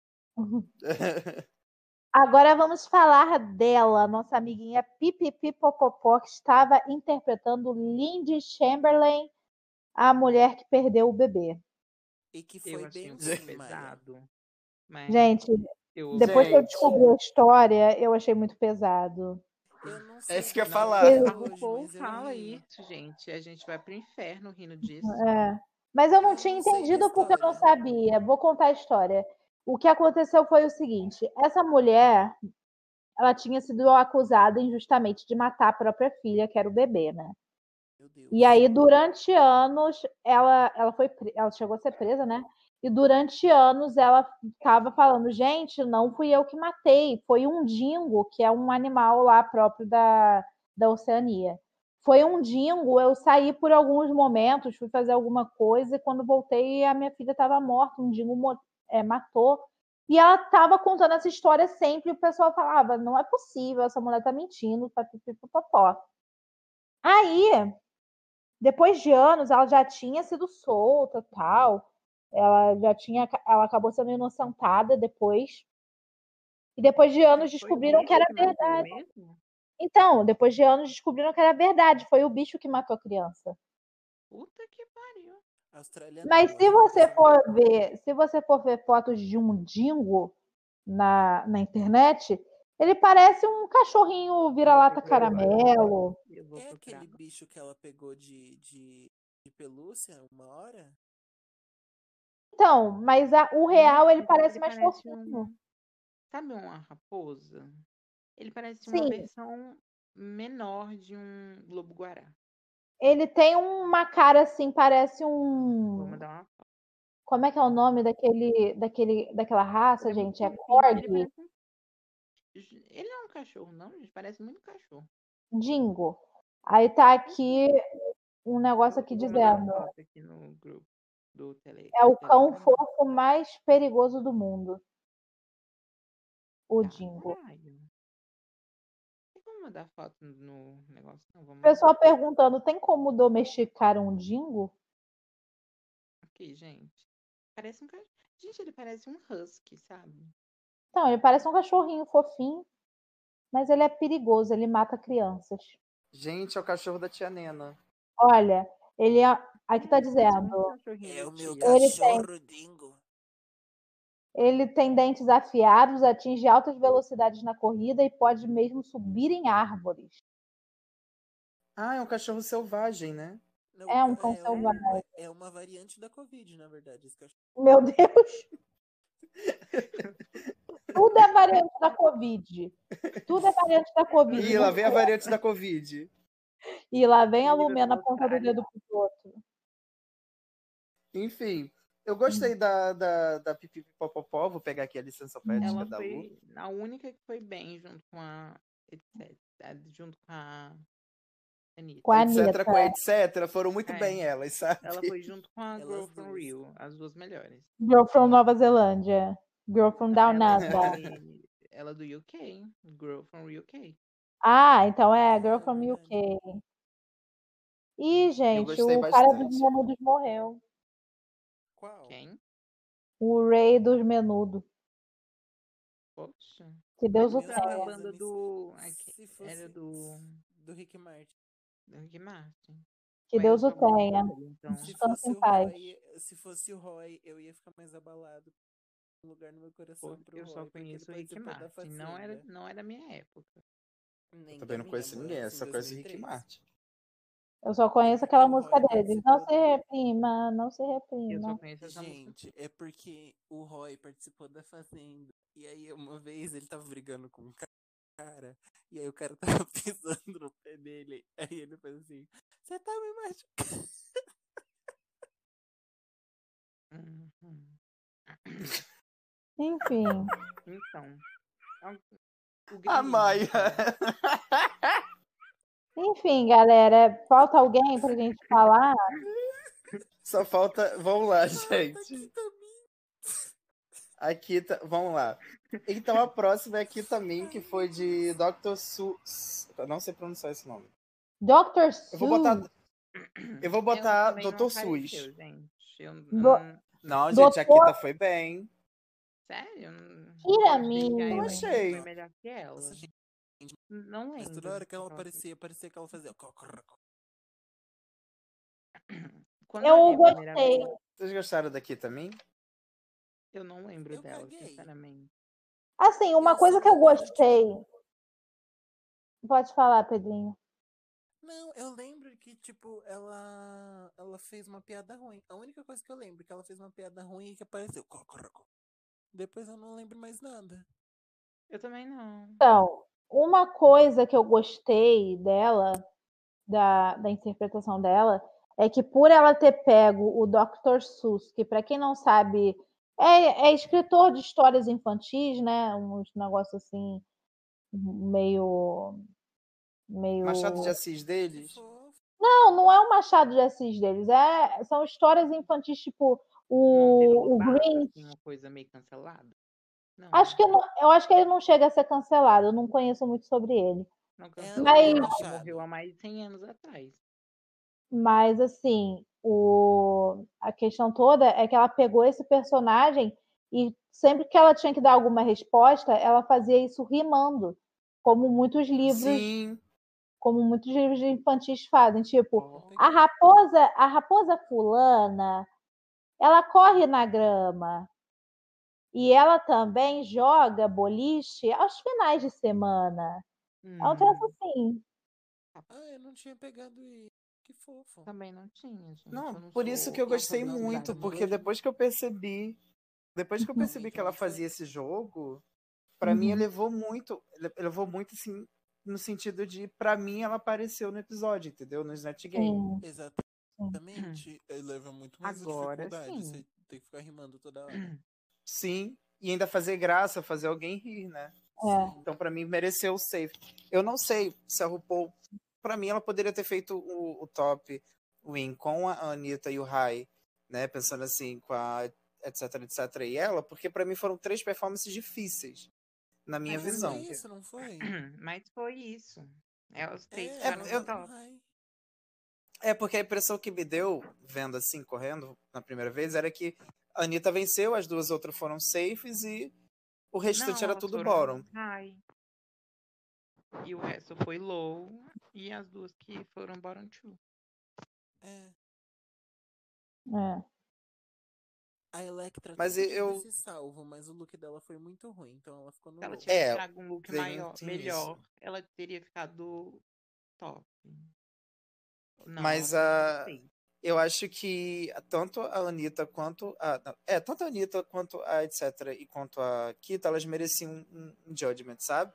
S2: Agora vamos falar dela, nossa amiguinha Pipipi Popopó, que estava interpretando Lindy Chamberlain, a mulher que perdeu o bebê.
S4: E que foi
S3: Eu achei
S4: bem assim,
S3: um pouco
S4: ruim, Maia.
S3: pesado. Mas
S2: Gente,
S3: eu
S2: depois que eu
S1: Gente.
S2: descobri a história, eu achei muito pesado.
S4: Eu não
S1: É
S4: sei
S1: isso que eu ia
S4: na
S1: falar.
S4: hora
S2: Eu-
S3: A
S4: hoje,
S3: RuPaul
S4: mas eu
S3: fala
S4: ri.
S3: isso, gente. A gente vai pro inferno rindo disso.
S2: É. Mas eu não
S4: Eu
S2: tinha
S4: não sei da
S2: entendido porque eu não
S4: história.
S2: sabia. Vou contar a história. O que aconteceu foi o seguinte: essa mulher, ela tinha sido acusada injustamente de matar a própria filha, que era o bebê, né?
S4: Meu Deus.
S2: E aí, durante anos, ela, ela foi, pre- ela chegou a ser presa, né? E durante anos ela ficava falando, gente, não fui eu que matei, foi um dingo, que é um animal lá próprio da, da Oceania. Foi um dingo, eu saí por alguns momentos, fui fazer alguma coisa, e quando voltei, a minha filha estava morta, um dingo mo- eh, matou. E ela estava contando essa história sempre, e o pessoal falava, não é possível, essa mulher tá mentindo, papipipopopó. Aí, depois de anos, ela já tinha sido solta, tal. Ela já tinha, ela acabou sendo inocentada depois. E depois de anos
S3: Foi
S2: descobriram
S3: isso
S2: que era
S3: matou
S2: verdade.
S3: mesmo?
S2: Então, depois de anos descobriram que era verdade. Foi o bicho que matou a criança.
S3: Puta que pariu.
S4: Australiana,
S2: Mas
S4: eu
S2: se
S4: acho que
S2: você
S4: ela-
S2: for ver, se você for ver fotos de um dingo na, na internet, ele parece um cachorrinho
S3: É
S2: vira-lata caramelo.
S3: Eu vou
S4: É
S3: procurar.
S4: aquele bicho que ela pegou de, de, de pelúcia uma hora?
S2: Então, mas a- o real ele
S3: Ele
S2: parece mais
S3: parece
S2: fofinho.
S3: um- Sabe uma raposa? Ele parece uma
S2: Sim.
S3: versão menor de um lobo-guará.
S2: Ele tem uma cara assim, parece
S3: Vou
S2: um.
S3: mandar uma foto.
S2: Como é que é o nome daquele, daquele, daquela raça,
S3: Ele é muito
S2: gente? É
S3: fofinho, ele
S2: Corgi?
S3: parece um- Ele não é um cachorro, não, gente. Parece muito cachorro.
S2: Dingo. Aí tá aqui um negócio aqui
S3: Vou mandar
S2: dizendo:
S3: uma foto aqui no grupo do tele.
S2: é o
S3: do
S2: cão
S3: Telegram.
S2: fofo mais perigoso do mundo. O
S3: Ah, é
S2: Dingo.
S3: Caralho. Tem como mandar foto no no negócio? Não, vou
S2: O
S3: mandar
S2: pessoal perguntando: tem como domesticar um dingo?
S3: aqui, gente. Parece um cachorro. Gente, ele parece um husky, sabe?
S2: Não, ele parece um cachorrinho fofinho, mas ele é perigoso, ele mata crianças.
S1: Gente, é o cachorro da tia Nena.
S2: Olha, ele é. Aqui tá
S3: Parece muito
S2: dizendo.
S3: cachorrinho
S4: É
S3: da
S4: o meu
S3: tia.
S2: Ele tem-
S4: cachorro dingo.
S2: Ele tem dentes afiados, atinge altas velocidades na corrida e pode mesmo subir em árvores.
S1: Ah, é um cachorro selvagem, né?
S4: Não,
S2: É um cão
S4: é,
S2: selvagem.
S4: uma- é uma variante da Covid, na verdade. Esse cachorro.
S2: Meu Deus! Tudo é variante da Covid. Tudo é variante da Covid.
S1: Ih, lá vem a variante da Covid.
S2: E lá vem a
S3: Vira
S2: Lumena apontando o
S3: otário.
S2: dedo pro outro.
S1: Enfim, eu
S3: Hum.
S1: gostei da, da, da Pipipipopopó, vou pegar aqui a
S3: É
S1: licença poética
S3: Ela
S4: um.
S1: da Lu.
S3: foi a única que foi bem junto com a. etc, Junto com a. Anitta.
S2: Com a
S1: etc,
S2: Anitta.
S1: com
S5: tá.
S1: a etc, foram muito
S3: É.
S1: bem elas, sabe?
S3: Ela foi junto com a
S4: Elas
S3: Girl from
S4: duas.
S3: Rio, as duas melhores.
S2: Girl from Nova Zelândia. Girl from Down
S3: Ela
S2: Under.
S3: foi- Ela é do UK, Girl from UK.
S2: Ah, então é Girl
S4: Ah,
S2: from
S4: verdade.
S2: UK. Ih, gente,
S1: gostei
S2: o cara dos
S1: bastante.
S2: menudos morreu.
S4: Qual?
S3: Quem?
S2: O rei dos menudos.
S3: Poxa.
S2: Que Deus o
S4: Meu
S3: Ela
S2: tenha.
S3: era a
S4: Deus,
S3: banda
S4: Anice.
S3: do. aqui-
S4: Se fosse
S3: Era do.
S4: do Rick Martin.
S3: do Rick Martin.
S2: Que Que Deus o
S3: eu sou muito
S2: tenha.
S3: velho, então,
S4: Se
S2: Descansa
S4: fosse,
S2: em
S4: o
S2: paz.
S4: Roy, se fosse o Roy, eu ia ficar mais abalado. Um lugar no meu coração pro
S3: eu
S4: Roy,
S3: só
S4: porque ele
S3: conheço o Rick
S4: participou da
S3: Martin. Não era,
S4: Fazenda.
S3: não era minha época.
S4: Nem
S5: Eu
S4: da
S5: também não
S4: minha,
S5: conheço
S4: amor,
S5: ninguém,
S4: nasci em
S5: essa coisa de Rick
S4: 2003.
S5: Martin.
S2: Eu só conheço aquela
S4: Porque o
S2: música
S4: Roy
S2: deles. Não se
S4: participou-
S2: reprima, não se
S3: Eu só
S2: reprima.
S3: conheço essa música.
S4: Gente, é porque o Roy participou da Fazenda. E aí, uma vez, ele tava brigando com um ca- cara. E aí, o cara tava pisando no pé dele. Aí ele fez assim: Você tá me machucando.
S3: Uhum.
S2: Enfim.
S3: Então. o- o
S5: A
S3: Grilinhos,
S5: Maia.
S2: Enfim, galera. Falta alguém pra gente falar?
S5: Só falta. Vamos lá, gente.
S4: Aqui também.
S5: A Kita. Vamos lá. Então a próxima é a Kita Min, que foi de Dr. Su. Eu não sei pronunciar esse nome.
S2: Dr.
S5: Eu
S2: Seuss.
S5: vou botar. Eu vou
S3: Eu
S5: botar
S3: também não
S5: Dr.
S3: apareceu,
S5: Sus.
S3: gente. Eu
S2: Do-
S3: não-
S5: Não, gente, a
S2: Doutor-
S5: Kita foi bem.
S3: Sério? Não-
S2: Tira
S3: eu
S2: a
S3: achei que
S2: minha.
S3: a
S2: Eu
S3: Ellen
S5: achei.
S3: Foi melhor que ela.
S4: Nossa, gente,
S3: Não
S4: mas
S3: lembro.
S4: toda hora que ela
S3: Nossa.
S4: aparecia, parecia que ela fazia. co- co- co-
S3: Quando eu
S2: Eu
S3: vi a primeira
S2: gostei.
S3: vez,
S5: Vocês gostaram da Kita Min?
S3: eu não lembro
S4: Eu
S3: dela,
S4: caguei.
S3: sinceramente.
S2: Assim, uma coisa que eu gostei. Pode falar, Pedrinho.
S4: Não, eu lembro que, tipo, ela. Ela fez uma piada ruim. A única coisa que eu lembro é que ela fez uma piada ruim e que apareceu. co- co- co- Depois eu não lembro mais nada.
S3: Eu também não.
S2: Então, uma coisa que eu gostei dela, da, da interpretação dela, é que por ela ter pego o Dr. Seuss, que para quem não sabe, é, é escritor de histórias infantis, né? Uns negócios assim, meio. meio...
S5: Machado de Assis
S4: Que
S5: deles?
S4: fofo.
S2: Não, não é o Machado de Assis deles. É, são histórias infantis, tipo o, o
S3: Monteiro Lobato,
S2: Green.
S3: assim, Uma coisa meio cancelada. Não,
S2: Acho que não- eu acho que ele não chega a ser cancelado. Eu não conheço muito sobre ele.
S3: não
S4: É,
S3: cancelou.
S2: Mas-
S3: porque Morreu há mais de 100 anos atrás.
S2: Mas assim, o, a questão toda é que ela pegou esse personagem e sempre que ela tinha que dar alguma resposta, ela fazia isso rimando, como muitos livros,
S5: Sim.
S2: como muitos livros infantis fazem, tipo
S3: Ó,
S4: Ah!
S2: A raposa, a raposa fulana, ela corre na grama. E ela também joga boliche aos finais de semana. É um troço
S3: hum,
S2: assim.
S4: Ah, eu não tinha pegado isso. Que fofo.
S3: Também não tinha, gente. eu
S5: Não,
S3: não
S5: por
S3: sou-
S5: isso que eu
S3: não
S5: gostei
S3: sou
S4: Nossa,
S5: muito,
S3: nada,
S4: não
S5: porque
S4: gosto.
S5: depois que eu percebi, depois que eu
S2: Uhum.
S5: percebi que ela fazia esse jogo, pra mim
S2: Uhum.
S5: elevou muito, ele- elevou muito assim, no sentido de pra mim ela apareceu no episódio, entendeu? No Snatch Game.
S2: Sim.
S4: Exatamente. Ele leva muito mais a
S3: Agora
S4: dificuldade.
S3: sim.
S4: Você tem que ficar rimando toda hora.
S5: Sim, e ainda fazer graça, fazer alguém rir, né?
S2: É.
S4: Sim.
S5: Então pra mim mereceu o safe. Eu não sei se a RuPaul, pra mim ela poderia ter feito o, o top win com a Anitta e o Rai, né? Pensando assim com a etc, etc e ela, porque pra mim foram três performances difíceis na minha
S4: Mas foi
S5: visão.
S4: isso, não foi?
S3: Mas foi isso. Elas três
S4: É,
S3: ficaram
S5: eu-
S3: no top.
S4: ai.
S5: É porque a impressão que me deu, vendo assim, correndo na primeira vez, era que a Anitta venceu, as duas outras foram safes e o restante
S3: Não,
S5: era
S3: elas
S5: tudo
S3: foram
S5: bottom.
S3: high. E o resto foi low. E as duas que foram bottom two.
S4: É.
S2: É.
S4: A Electra
S5: Mas
S4: teve
S5: eu-
S4: se salvo, mas o look dela foi muito ruim, então ela ficou no
S3: Se ela
S4: low.
S3: tivesse
S5: É,
S3: trago um look
S5: tem-
S3: maior,
S5: tem isso.
S3: melhor, ela teria ficado top. Não,
S5: Mas
S3: ela
S5: a-
S3: ficou seis.
S5: Eu acho que tanto a Anitta quanto a. não, É, tanto a Anitta quanto a etc. e quanto a Kita, elas mereciam um, um judgment, sabe?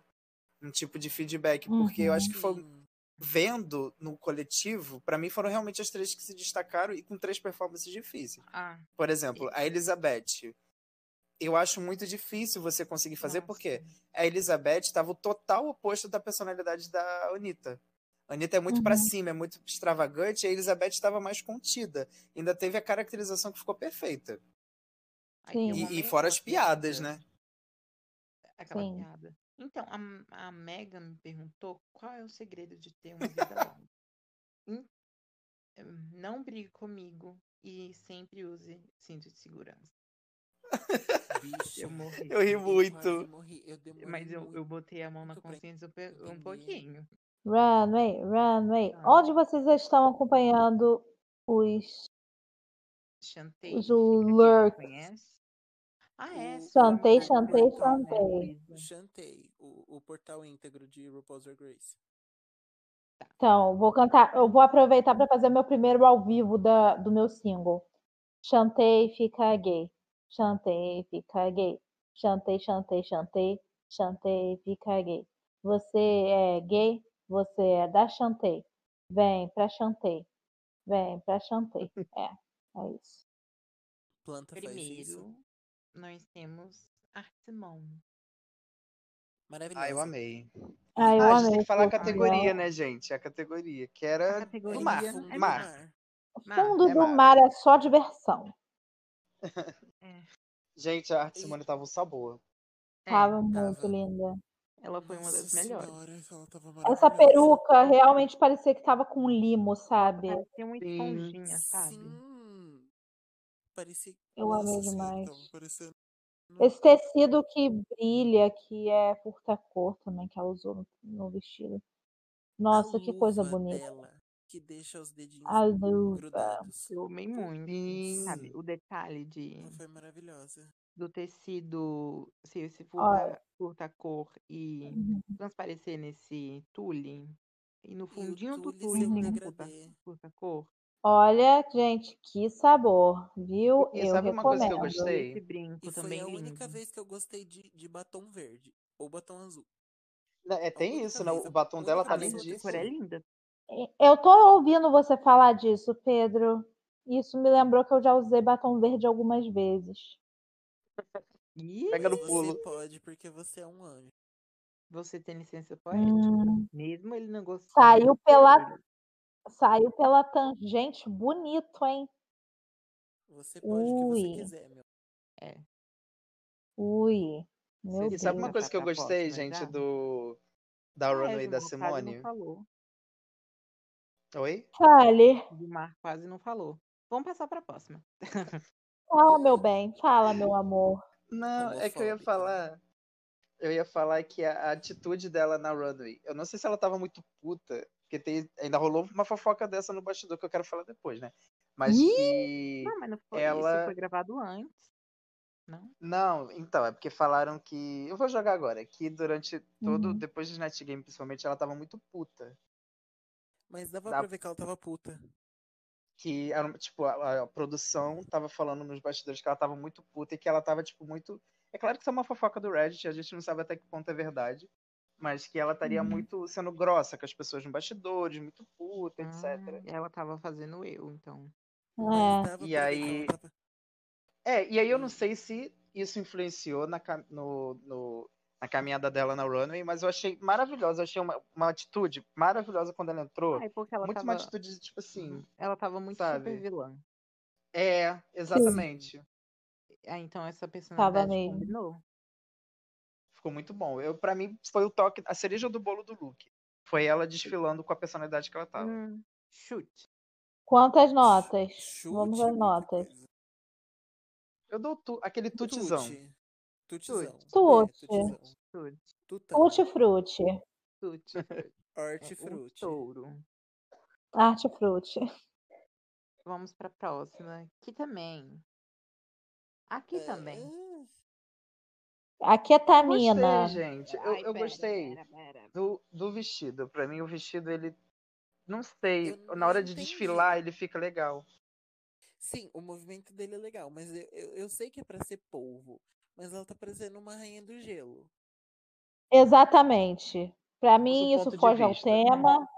S5: Um tipo de feedback. Porque eu
S2: Uhum.
S5: acho que foi
S4: Sim.
S5: vendo no coletivo, pra mim foram realmente as três que se destacaram e com três performances difíceis.
S3: Ah,
S5: Por exemplo, a Elizabeth. Eu acho muito difícil você conseguir fazer,
S3: nossa.
S5: porque a Elizabeth estava o total oposto da personalidade da Anitta. A Anitta é muito pra
S2: Uhum.
S5: cima, é muito extravagante, e a Elizabeth estava mais contida. Ainda teve a caracterização que ficou perfeita.
S3: Aí tem
S2: Sim.
S3: uma
S5: E, e
S3: me-
S5: fora
S3: uma
S5: as piadas,
S3: piada,
S5: né?
S3: Aquela
S2: Sim.
S3: piada. Então, a, M- a Megan me perguntou qual é o segredo de ter uma vida longa. Hum, hum, Não brigue comigo e sempre use cinto de segurança.
S4: Bicho,
S3: Eu morri.
S5: Eu ri
S4: eu quase
S5: muito.
S4: morri, eu demorei
S3: Mas eu,
S4: muito.
S3: eu botei a mão na
S4: muito pra
S3: consciência um pe- um
S4: entender.
S3: pouquinho.
S2: Runway, runway.
S3: Tá.
S2: Onde vocês estão acompanhando os
S3: Chantei. um
S2: Os
S3: Lurk.
S2: lurks.
S3: Conhece? Ah,
S4: O-
S5: Hum.
S3: é.
S2: Chantei,
S3: Chantei,
S2: chantei, chantei.
S4: Chantei o, o portal íntegro de RuPaul's Drag Race.
S2: Então, vou cantar, eu vou aproveitar para fazer meu primeiro ao vivo da, do meu single. Chantei, fica gay. Chantei, fica gay. Chantei, chantei, chantei. Chantei, fica gay. Você é gay? Você é da Chantei. Vem pra Chantei. Vem pra Chantei. É, é isso.
S4: Planta faz isso.
S3: Primeiro, nós temos Artimon.
S4: Maravilhosa.
S5: Ah, eu amei.
S2: Ah, eu
S5: ah, a gente
S2: amei.
S5: tem que falar a
S2: esse
S5: categoria,
S2: single.
S5: né, gente? A categoria. Que
S3: A
S5: era
S3: categoria
S5: do mar.
S4: um Fundo do
S5: mar.
S4: Ah,
S3: Mar,
S2: Fundo
S5: é
S2: do
S5: mar.
S2: mar é só diversão.
S5: Gente, a arte Simone tava um sabor.
S3: É,
S2: Tava muito
S4: tava. assim,
S2: linda.
S3: ela foi uma das
S4: Nossa
S3: melhores.
S4: senhora, ela tava
S2: Essa
S4: maravilhosa.
S2: peruca realmente parecia que tava com limo, sabe?
S3: Parecia uma esponjinha, sabe?
S4: Sim. Parecia.
S2: Eu amei
S4: Nossa, sim,
S2: demais.
S4: tava parecendo-
S5: Uhum.
S2: Esse tecido que brilha, que é furta cor também, que ela usou no, no vestido. Nossa,
S4: A
S2: que coisa
S5: é
S4: luva
S2: bonita.
S4: dela, que deixa os dedinhos
S5: assim,
S2: A luva.
S4: grudados.
S3: Eu amei muito. Sabe,
S5: Sim.
S3: o detalhe de,
S4: Ela foi maravilhosa.
S3: do tecido, se esse
S2: Olha.
S3: furta, furta cor e
S2: Uhum.
S3: transparecer nesse tule. E no
S4: E o
S3: fundinho do
S4: tule ser
S3: tule
S4: um
S3: tem um
S2: tá?
S3: furta,
S4: degradê.
S3: furta cor.
S2: Olha, gente, que sabor, viu?
S5: E
S2: eu
S5: sabe uma coisa que eu
S2: recomendo.
S5: gostei?
S3: Esse brinco
S4: E foi
S3: também
S4: a
S3: lindo.
S4: única vez que eu gostei de, de batom verde. Ou batom azul.
S5: Né, É, tem
S4: única
S5: isso, né?
S4: vez,
S5: O
S4: a
S5: batom dela
S4: única
S5: tá
S4: vez que eu
S5: lindíssimo.
S3: essa cor é linda.
S2: E- Eu tô ouvindo você falar disso, Pedro. Isso me lembrou que eu já usei batom verde algumas vezes.
S3: E
S5: Pega no
S4: Mas
S5: pulo.
S4: Você pode, porque você é um anjo.
S3: você tem licença poética.
S2: Hum,
S3: Mesmo ele não gostando.
S2: saiu pela,
S3: ele-
S2: saiu pela tangente, bonito, hein?
S4: Você pode o que
S2: Ui.
S4: você quiser, meu.
S2: Ui, meu
S5: E
S2: Deus.
S5: sabe uma
S3: Tá,
S5: coisa
S3: tá,
S5: que eu
S3: tá,
S5: gostei,
S2: né,
S3: próxima
S5: gente,
S3: já?
S5: do da
S2: É,
S3: Ah,
S5: runway
S3: Evan,
S5: da
S3: o Otávio não
S5: Simone?
S3: falou.
S5: Oi?
S2: Fale,
S3: O Gilmar quase não falou. Vamos passar para a próxima.
S2: fala, meu bem, fala, meu amor.
S5: Não, é que eu ia
S4: Homofóbica.
S5: falar. Eu ia falar que a, a atitude dela na runway. Eu não sei se ela tava muito puta, porque tem, ainda rolou uma fofoca dessa no bastidor que eu quero falar depois, né? Mas
S2: Ih!
S5: que.
S3: Não, mas não foi isso.
S5: Ela-
S3: Foi gravado antes. Não?
S5: Não, então, é porque falaram que. Eu vou jogar agora, que durante todo.
S2: Uhum.
S5: Depois do Night Game, principalmente, ela tava muito puta.
S4: Mas dava
S5: Dá-
S4: pra ver que ela tava puta.
S2: É.
S5: que era, tipo, a, a produção tava falando nos bastidores que ela tava muito puta e que ela tava, tipo, muito. É claro que isso é uma fofoca do Reddit, a gente não sabe até que ponto é verdade, mas que ela estaria
S3: Uhum.
S5: muito sendo grossa com as pessoas nos bastidores, muito puta, etc.
S3: Ah, ela tava fazendo eu, então.
S2: É,
S5: E
S4: Mas dava pra ver que
S5: aí-
S4: ela tava-
S5: É, e aí eu
S4: Hum.
S5: não
S3: Uhum.
S5: sei se isso influenciou na, ca- no- no- na caminhada dela na runway, mas eu achei maravilhosa, eu achei uma, uma atitude maravilhosa quando ela entrou.
S3: Ah, é porque ela
S5: muito uma
S3: tava. Uhum.
S5: atitude, de, tipo assim.
S3: Ela tava muito
S5: sabe?
S3: super vilã.
S5: É, exatamente.
S3: Ah, então essa personalidade combinou.
S5: Ficou muito bom. Eu, para mim, foi o toque, a cereja do bolo do Luke. Foi ela desfilando com a personalidade que ela
S4: Uhum.
S5: tava.
S3: Hum, chute.
S2: quantas notas?
S4: Chute,
S2: Vamos às
S4: muita
S2: notas.
S4: coisa.
S5: Eu dou tu- aquele tutizão.
S4: Tute. Tutizão.
S2: Tute.
S4: É, tutizão.
S3: Chute.
S4: Tutão.
S2: Tutti frutti,
S3: Chute. Um
S5: É,
S4: Hortifruti.
S3: touro.
S2: arte frutti.
S3: Vamos pra próxima. Aqui também. Aqui
S5: É,
S3: também.
S4: Ah,
S2: Aqui é Tamina.
S5: Gostei, gente. Eu,
S3: Ai,
S5: eu
S3: pera,
S5: gostei
S3: pera, pera.
S5: do, do vestido. Pra mim, o vestido, ele. Não sei.
S4: Eu não
S5: na hora de
S4: entendi.
S5: desfilar, ele fica legal.
S4: Sim, o movimento dele é legal, mas eu, eu, eu sei que é pra ser polvo. Mas ela tá parecendo uma rainha do gelo.
S2: Exatamente. Pra mim
S5: Nosso
S2: isso
S5: ponto de
S2: foge ao
S5: vista.
S2: tema.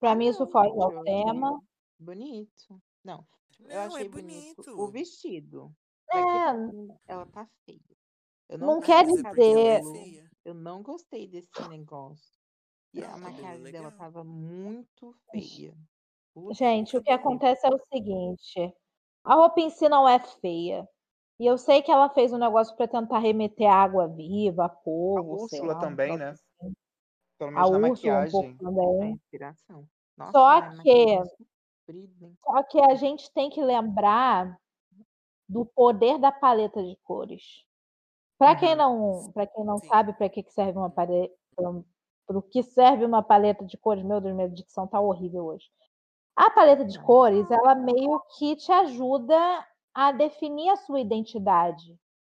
S2: Pra
S3: Ah,
S2: mim isso
S3: né? não,
S2: foge
S3: gente,
S2: ao
S3: eu achei
S2: tema.
S3: Bonito. Não,
S4: Não,
S3: eu achei
S4: é
S3: bonito.
S4: bonito.
S3: o vestido. Daqui pra
S2: É,
S3: cima, ela tá feia. Eu
S2: Não
S4: Ah,
S3: gostei
S2: quer
S3: do
S4: mas é porque ela é
S2: dizer-
S3: cabelo,
S4: feia.
S3: Eu não gostei desse negócio. E
S4: Não,
S3: a
S4: o cabelo é
S3: maquiagem dela
S4: legal.
S3: tava muito feia. Putz,
S2: gente, o que
S4: cabelo.
S2: acontece é o seguinte. A roupa em si não é feia. E eu sei que ela fez um negócio pra tentar remeter água viva,
S5: A
S2: povo, sei
S5: Úrsula
S2: lá. um
S5: também,
S2: troço
S3: é
S5: né? Pelo
S2: a
S5: menos na
S2: Úrsula um pouco
S5: maquiagem.
S3: a
S2: também.
S3: é inspiração. Nossa,
S2: Só
S3: mas a
S2: que-
S3: maquiagem sofrida, hein?
S2: Só que a gente tem que lembrar do poder da paleta de cores. Para quem
S3: Uhum.
S2: não, para quem não
S4: Sim.
S2: sabe para que que serve uma pare- pra um- pro que serve uma paleta de cores. Meu Deus, minha dicção tá horrível hoje. A paleta de cores, ela meio que te ajuda a definir a sua identidade,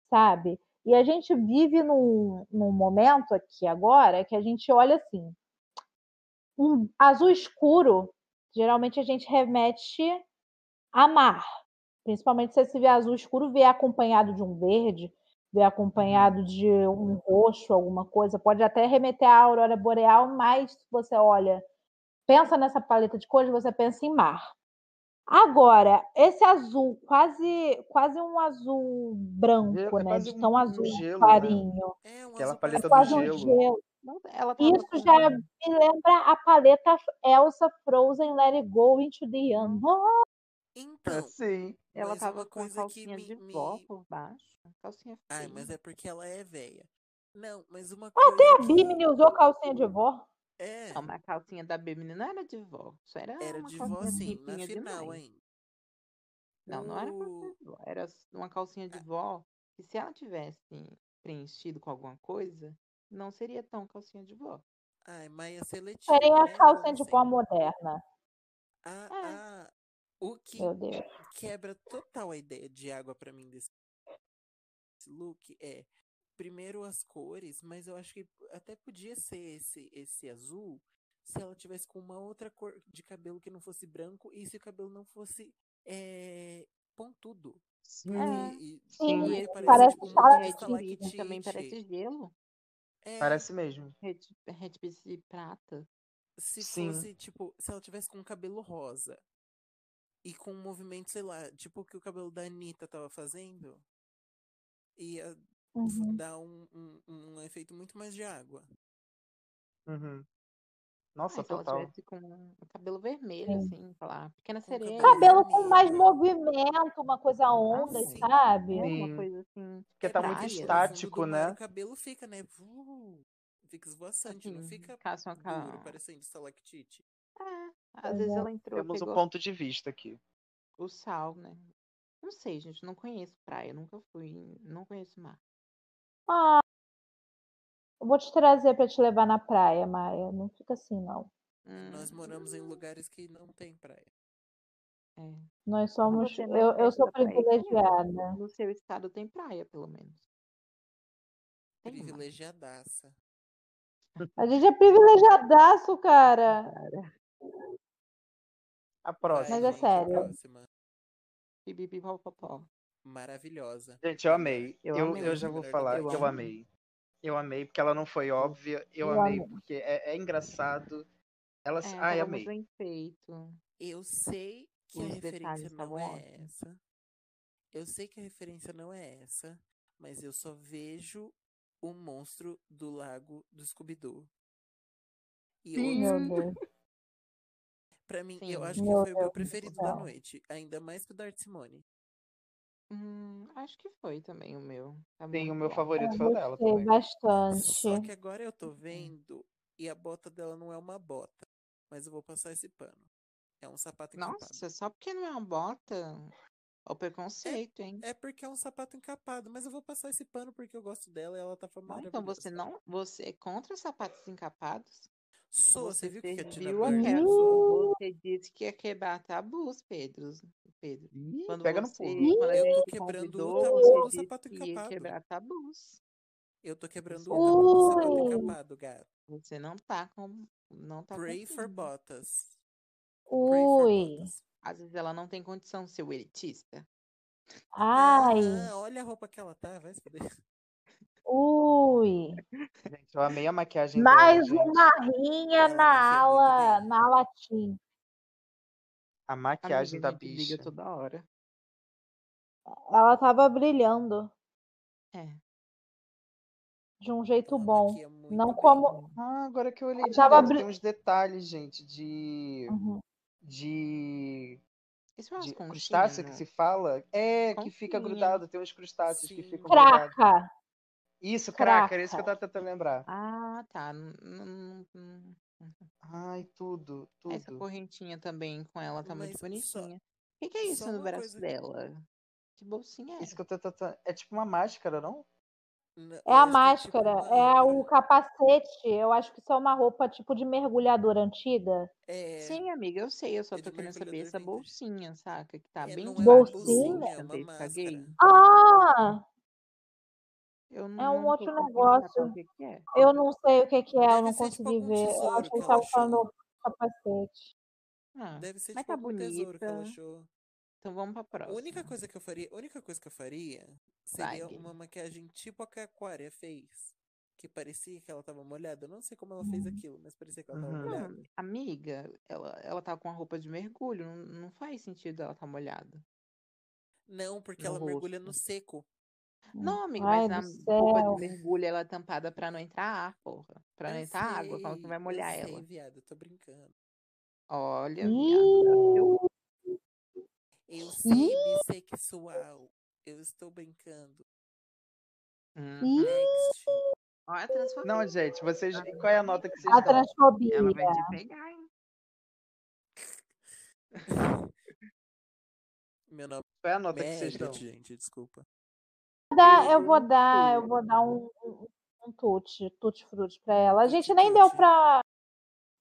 S2: sabe? E a gente vive num, num momento aqui agora que a gente olha assim. Um azul escuro, geralmente a gente remete a mar. Principalmente se esse azul escuro vier acompanhado de um verde, vier
S5: Uhum.
S2: acompanhado de um roxo, alguma coisa. Pode até remeter à aurora boreal, mas se você olha, pensa nessa paleta de cores, você pensa em mar. Agora, esse azul, quase quase um azul branco,
S5: Gelo, é
S2: né?
S5: quase
S2: De
S5: um-
S2: tão
S5: um
S2: azul
S5: gelo, né?
S2: clarinho.
S4: É um
S5: Aquela
S4: azul
S5: paleta
S2: É
S5: do
S2: quase um
S5: gelo.
S2: gelo.
S3: Não, Ela tava
S2: Isso
S3: com-
S2: já me lembra a paleta Elsa Frozen Let It Go Into the Unknown.
S5: É
S4: Então,
S5: Sim.
S3: Ela
S4: Mas
S3: tava
S4: uma
S3: com a
S4: coisa que
S3: calcinha
S4: me-
S3: de
S4: me-
S3: vó por baixo. Calcinha feia.
S4: ai, mas é porque ela é velha. Não, mas uma
S2: Até Ah, a
S4: coisa que
S2: Bimini usou calcinha de vó.
S4: é,
S3: Não, mas a calcinha da Bimini não era de vó. Isso era,
S4: era
S3: uma
S4: de
S3: calcinha
S4: vó sim, na
S3: limpinha de
S4: final,
S3: mãe.
S4: hein?
S3: Não, não era calcinha
S4: O-
S3: de vó. Era s- uma calcinha
S4: É.
S3: de vó que se ela tivesse preenchido com alguma coisa, não seria tão calcinha de vó.
S4: Ai, Maia seletiva,
S2: Seria
S4: né?
S2: a calcinha
S4: Como
S2: de vó
S4: sempre.
S2: moderna.
S4: Ah,
S3: É.
S4: ah, o que
S2: Meu Deus.
S4: quebra total a ideia de água pra mim desse desse look é primeiro as cores, mas eu acho que até podia ser esse esse azul se ela tivesse com uma outra cor de cabelo que não fosse branco e se o cabelo não fosse eh, pontudo. Porque
S3: É.
S4: e-
S2: Sim,
S3: E
S4: ele
S3: esse
S4: parecia
S2: parece
S4: tipo um
S2: sala
S4: monte
S2: de
S4: de
S3: redpiece também parece
S4: estalactite.
S3: gelo.
S4: É,
S5: Parece mesmo.
S3: Red- Redpiece prata.
S4: se
S5: Sim.
S4: fosse tipo, se ela tivesse com o cabelo rosa e com um movimento, sei lá, tipo o que o cabelo da Anitta tava fazendo, ia f-
S2: Uhum.
S4: dar um, um, um efeito muito mais de água.
S5: Uhum.
S3: Ah,
S5: Nossa,
S4: então,
S3: se ela
S5: total.
S3: tivesse com o cabelo vermelho,
S2: Sim.
S3: assim, falar, pequena
S4: Com o cabelo
S3: sereia.
S2: Cabelo com mais
S4: vermelho.
S2: movimento, uma coisa onda,
S4: Sim.
S3: É
S2: sabe?
S3: uma
S5: Sim.
S3: coisa assim,
S5: Porque
S4: É
S5: tá muito
S4: porque
S3: praia,
S4: no fundo
S5: estático,
S4: do mar
S5: né?
S4: o cabelo fica, né? Vu, fica esvoaçante, não
S3: assim,
S4: fica
S3: caça uma
S4: duro, Uhum.
S3: ca-
S4: parecendo estalactite.
S3: É, às
S2: Pois
S3: vezes
S2: é.
S3: ela entrou,
S5: Temos um
S3: pegou
S5: ponto de vista aqui.
S3: o sal, né? Não sei, gente, não conheço praia, nunca fui, não conheço mar.
S2: Ah, eu vou te trazer pra te levar na praia, Maia. Não fica assim, não.
S4: É, Nós
S3: Hum,
S4: moramos em lugares que não tem praia.
S3: é.
S2: Nós
S3: Mas
S2: somos.
S3: você mais
S2: Eu, eu
S3: perto
S2: sou
S3: da praia que eu.
S2: privilegiada.
S3: No seu estado tem praia, pelo menos. Tem mar,
S4: Privilegiadaça.
S2: A gente é privilegiadaço, cara.
S3: cara.
S5: A
S4: Vai,
S2: Mas
S5: próxima.
S2: é
S4: gente, a
S2: sério.
S4: próxima.
S3: Pipipipopopó.
S4: Maravilhosa.
S5: Gente, eu amei. Eu,
S3: Eu amei.
S5: eu
S4: Melhor,
S5: já vou
S4: melhor da
S5: falar
S3: Eu
S5: que eu
S4: noite.
S3: amei.
S5: amei. Eu amei porque ela não foi óbvia. Eu
S2: Eu
S5: amei
S2: amei.
S5: porque é, é engraçado. Ela...
S3: É,
S5: Ai,
S3: tava
S5: amei.
S3: muito bem feito.
S4: Eu sei que a
S3: Os
S4: referência
S3: detalhes tá
S4: não
S3: estavam
S4: é
S3: ótimos.
S4: essa. Eu sei que a referência não é essa, mas eu só vejo o monstro do lago do Scooby-Doo. E outros
S2: Meu Deus.
S4: Pra mim, eu
S3: Sim.
S4: acho que
S2: Meu
S4: foi o meu
S2: Deus do
S4: preferido da
S2: céu.
S4: noite. Ainda mais que o da Art Simone.
S3: Hum, acho que foi também o meu. Tá
S5: Sim, o
S3: muito
S5: meu
S3: bom.
S5: favorito
S2: Eu
S5: foi o dela
S2: gostei
S5: também.
S4: Só
S2: bastante.
S4: que agora eu tô
S3: Hum.
S4: vendo e a bota dela não é uma bota. Mas eu vou passar esse pano. É um sapato encapado.
S3: Nossa, só porque não é uma bota, é o preconceito, hein?
S4: É porque é um sapato encapado, mas eu vou passar esse pano porque eu gosto dela e ela tava
S3: Não, então você não,
S4: maravilhosa.
S3: você é contra sapatos encapados?
S4: Sou, você
S3: Você
S4: viu o que que a Tina
S3: serviu a
S4: Burner
S3: que-
S4: usou?
S2: Ih,
S3: você disse que ia quebrar tabus, Pedro. Pedro,
S5: Ih,
S3: quando
S5: pega no pulo.
S3: você, quando a
S2: ih,
S4: Eu
S3: gente
S4: tô
S3: te
S4: quebrando o
S3: convidou,
S4: tabu
S3: você
S4: do
S3: disse
S4: sapato
S3: que ia
S4: encapado.
S3: quebrar tabus.
S4: Eu tô quebrando o
S3: Você
S4: tabu
S3: não
S4: do
S3: tá
S4: sapato
S2: ui.
S3: cumprindo.
S4: encapado, gato.
S3: Você não tá com, não tá
S4: Pray for
S3: cumprindo.
S4: botas. Pray for
S2: Ui.
S4: botas.
S3: Às vezes ela não tem condição, seu elitista.
S2: Ai.
S4: Aham, Ah, olha a roupa que ela tá, vai se fuder.
S2: Ui.
S5: Gente, eu amei a maquiagem dela,
S2: Mais
S5: gente.
S2: uma rinha
S4: Ela
S2: na
S4: maquia muito
S2: ala,
S4: bem.
S2: na ala teen.
S5: A
S3: Amiga,
S4: é
S5: maquiagem
S3: a
S5: da
S3: gente briga
S5: bicha.
S3: toda hora.
S2: Ela tava brilhando
S3: É.
S2: de um jeito
S4: Ela
S2: bom.
S4: maquia muito
S2: Não
S4: bem.
S2: como.
S5: Ah, agora que eu olhei
S2: Ela tava
S5: direito, tem
S2: brilhando.
S5: uns detalhes, gente, de.
S2: Uhum.
S5: de.
S3: Isso é umas
S5: de
S3: conchinhas,
S5: crustáceo que
S3: não?
S5: se fala? É, que fica
S3: Conchinha.
S5: grudado, tem uns crustáceos que
S4: Sim.
S5: ficam grudados.
S2: Craca,
S5: Isso, craca, era isso que eu
S2: craca.
S5: tava tentando lembrar.
S3: Ah, tá. N- n- n-
S5: Ai, tudo,
S3: Essa
S5: tudo.
S3: correntinha também com ela tá muito
S4: Mas só,
S3: bonitinha. O que que é
S4: só
S3: isso no
S4: uma
S3: braço
S4: coisa.
S3: dela? Que bolsinha é
S5: Isso que
S3: essa?
S5: eu tô tentando. É tipo uma máscara, não?
S4: N-
S2: É a
S4: eu acho que
S2: máscara,
S4: tipo
S2: é
S4: uma-
S2: o capacete. Eu acho que isso é uma roupa tipo de mergulhador antiga.
S4: É,
S3: Sim, amiga, eu sei, eu só
S4: É
S3: tô
S4: de
S3: querendo saber
S4: mergulhador
S3: essa
S4: vintage.
S3: bolsinha, saca? Que tá
S4: é,
S3: bem
S4: não é uma
S2: Bolsinha?
S4: bolsinha, é
S3: Tá
S4: uma
S3: bem,
S4: máscara.
S3: caguei.
S2: Ah,
S3: Eu não,
S2: É um
S3: não
S2: outro
S3: tô conseguindo
S2: negócio.
S3: catar o que que é.
S2: eu não sei o que que é, eu
S4: Deve
S2: não
S4: ser tipo
S2: consegui
S4: algum
S2: ver. Eu
S4: tesouro
S2: acho que
S4: que
S2: ele
S4: ela
S2: tava
S4: achou.
S2: falando do capacete.
S3: Ah,
S4: Deve ser
S3: Mas
S4: tipo
S3: tá
S4: algum tesouro que ela
S3: bonita.
S4: achou.
S3: então vamos pra
S4: A
S3: próxima.
S4: única coisa que eu faria, a única coisa que eu faria seria
S3: Segue.
S4: uma maquiagem tipo a que a Aquaria fez. Que parecia que ela tava molhada. Eu não sei como ela fez aquilo, mas parecia que ela tava
S5: Uhum.
S4: molhada.
S3: Não, amiga, ela, ela tá com a roupa de mergulho, não, não faz sentido ela tá molhada.
S4: Não, porque
S3: No
S4: ela mergulha no
S3: rosto.
S4: seco.
S3: Não, amiga,
S2: Hum. Ai,
S3: mas
S2: do
S3: a
S2: céu.
S3: roupa de mergulho ela é tampada pra não entrar ar, porra. Pra não
S4: Eu
S3: entrar água, como que
S4: sei,
S3: vai
S4: eu
S3: molhar
S4: sei,
S3: ela?
S4: viado, eu tô brincando.
S3: Olha, viado, tá no teu
S2: Ih,
S4: Eu sei bissexual. Eu estou brincando.
S3: Uhum.
S4: Next.
S3: Olha a transfobia.
S5: Não, gente, vocês. Qual é a nota que vocês
S2: a
S5: dão?
S2: transfobia.
S3: Ela vai te pegar, hein?
S4: Meu nome
S5: Qual é a nota
S4: é
S5: que vocês dão?
S4: Meredith, gente, desculpa.
S2: Dá- eu vou dar, eu vou dar um, um, um tutti, tutti frutti pra ela. A gente nem deu
S4: Tutti-frutti.
S2: pra.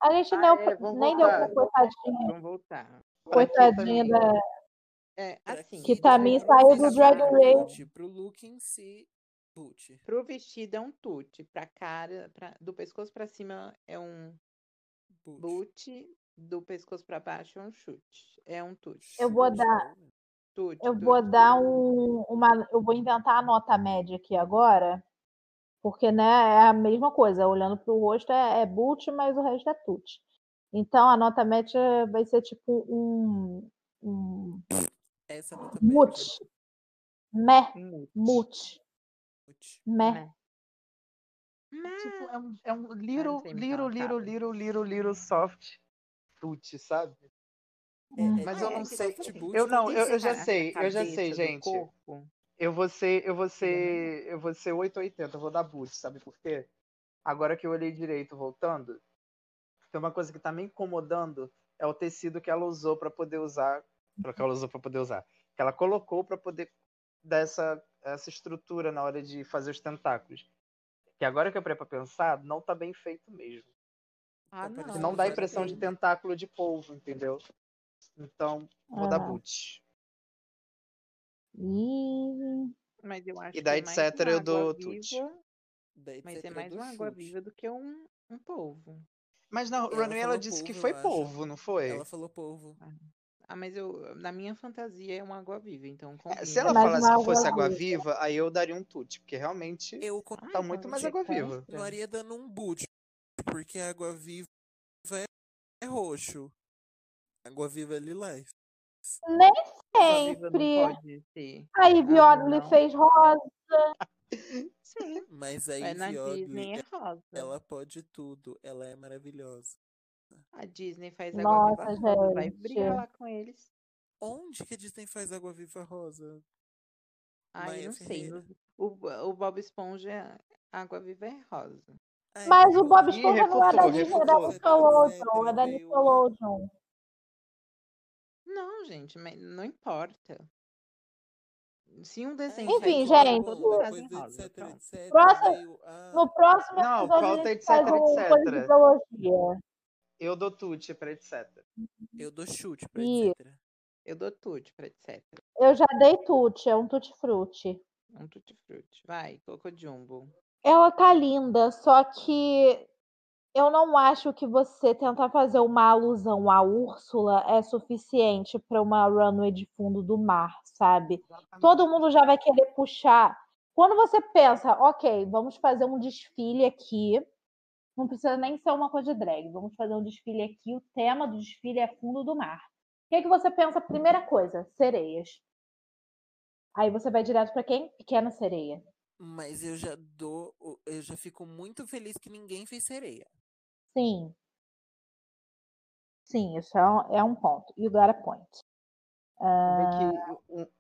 S2: A gente
S3: Ah,
S2: nem,
S3: é, vamos
S2: nem deu pra
S3: voltar.
S2: coitadinha,
S3: Vamos voltar.
S5: Pra
S2: coitadinha
S5: Kitami.
S2: da.
S3: É,
S4: Pra
S3: assim.
S2: Que
S4: Kitty,
S2: Kitami
S4: pra
S2: saiu do
S4: vestido,
S2: Drag
S4: é um
S2: Race.
S4: tutti, Pro look em si, boot.
S3: Pro vestido é um tute, pra cara, pra- do pescoço pra cima é um
S4: Boot.
S3: boot, do pescoço pra baixo é um chute. É um tute.
S2: Eu vou
S4: Chute,
S2: dar-
S4: tá vendo?
S3: Tute,
S2: Eu
S3: tute.
S2: vou dar um, uma. Eu vou inventar a nota média aqui agora. Porque, né, é a mesma coisa. Olhando pro rosto é, é boot, mas o resto é tut. Então a nota média vai ser tipo um. um
S4: Essa é a nota média.
S2: mut. Meh,
S3: Um mute,
S2: mut.
S4: Boot.
S2: Meh.
S3: né? Mas
S5: Tipo, é um, é um little,
S3: sei imitar
S5: little,
S3: um
S5: little,
S3: sapo.
S5: little, little, little soft tut, sabe?
S2: Hum.
S4: É, é
S5: Mas
S4: de
S5: eu
S3: é
S5: não
S3: que
S5: sei. tipo,
S4: soft
S3: assim,
S4: boot
S5: Eu
S4: tá
S5: não,
S3: tem
S5: eu,
S4: dentro.
S5: eu já
S3: ca-
S5: sei, eu já
S3: cabeça
S5: sei,
S3: do
S5: gente.
S3: corpo.
S5: Eu vou ser, eu vou
S3: Ele é
S5: ser, eu vou ser 880, eu vou dar boot, sabe por quê? Agora que eu olhei direito voltando, tem uma coisa que tá me incomodando, é o tecido que ela usou pra poder usar, pra que ela usou para poder usar, que ela colocou pra poder dar essa, essa estrutura na hora de fazer os tentáculos. Que agora que eu parei pra pensar, não tá bem feito mesmo.
S3: Ah,
S4: Tá
S3: não.
S5: Que
S4: parecendo
S5: não dá a
S4: zero
S5: impressão de
S4: peso.
S5: tentáculo de polvo, entendeu? Então, vou
S2: Ah,
S5: dar
S2: não.
S5: boot.
S2: Ih,
S3: Mas eu acho
S5: da
S3: que é mais
S5: etc,
S3: uma
S5: eu
S3: água
S5: dou tute.
S3: viva.
S4: Daí
S3: Mas
S4: você
S3: é mais
S4: do
S3: uma água
S4: chute.
S3: viva do que um, um polvo.
S5: Mas na
S4: Ela
S5: runway ela
S4: falou
S5: disse que
S4: polvo,
S5: foi
S4: eu acho.
S5: polvo, não foi?
S4: Ela falou polvo.
S3: Ah, mas eu, na minha fantasia é uma água viva, então
S5: É,
S3: combina.
S5: se
S2: É
S5: ela
S2: mais
S5: falasse
S2: uma
S5: que fosse
S2: água
S5: água viva, aí eu daria um tute, porque realmente
S4: Eu con-
S3: Ah,
S5: tá
S3: então
S5: muito mais
S3: você é
S5: água viva.
S3: contra.
S4: continuaria
S5: tá.
S4: dando um boot, porque a água viva é, é roxo. A água viva é lilás.
S2: nem
S3: Água viva não
S2: sempre.
S3: pode ser
S2: Aí
S3: azul,
S2: Viola
S3: não.
S2: fez rosa.
S3: Sim,
S4: Mas
S3: é
S4: aí
S3: na
S4: Violet,
S3: Disney é rosa.
S4: ela pode tudo. Ela é maravilhosa.
S3: A Disney faz água viva
S2: Nossa,
S3: rosa, vai
S2: gente.
S3: brigar lá com eles.
S4: Onde que a Disney faz água viva rosa?
S3: Ai,
S4: Maia
S3: não sei.
S4: Ferreira.
S3: no- O, Bo- o Bob Esponja, a água viva é rosa.
S4: Ai,
S2: Mas o
S4: por
S2: Bob
S4: favor.
S5: Ih,
S2: Esponja não é da
S5: refutou,
S2: Disney, é da
S5: refutou.
S2: Nickelodeon. É da
S4: Veio a-
S2: Nickelodeon.
S3: Não, gente, mas não importa. Se um desenho
S4: Ai,
S2: Enfim,
S3: faz
S4: Nickelodeon,
S3: rosa,
S2: gente,
S3: todos
S4: Depois
S3: fazem
S4: do
S5: Ah,
S4: etc,
S3: rosa. Pronto.
S4: etc,
S2: Próximo-
S4: veio a-
S2: No próximo
S5: Não,
S2: episódio a
S5: falta
S2: gente
S5: etc,
S2: faz um
S5: etc.
S2: coisa de biologia.
S5: Eu dou tute pra etc.
S4: Eu dou chute pra
S2: Ih.
S4: etc.
S3: Eu dou tudo pra etc.
S2: Eu já dei tute, é um tutti-frutti.
S3: Um tutti-frutti. Vai, Coco Jumbo.
S2: Ela tá linda, só que eu não acho que você tentar fazer uma alusão à Úrsula é suficiente para uma runway de fundo do mar, sabe? Todo mundo já vai querer puxar. Quando você pensa, ok, vamos fazer um desfile aqui, não precisa nem ser uma coisa de drag, vamos fazer um desfile aqui, o tema do desfile é fundo do mar. O que, é que você pensa? Primeira coisa, sereias. Aí você vai direto para quem? Pequena sereia.
S4: Mas eu já dou. o- Eu já fico muito feliz que ninguém fez sereia.
S2: Sim. Sim, isso é um, é um ponto. You got a point.
S5: Se bem que. o- o-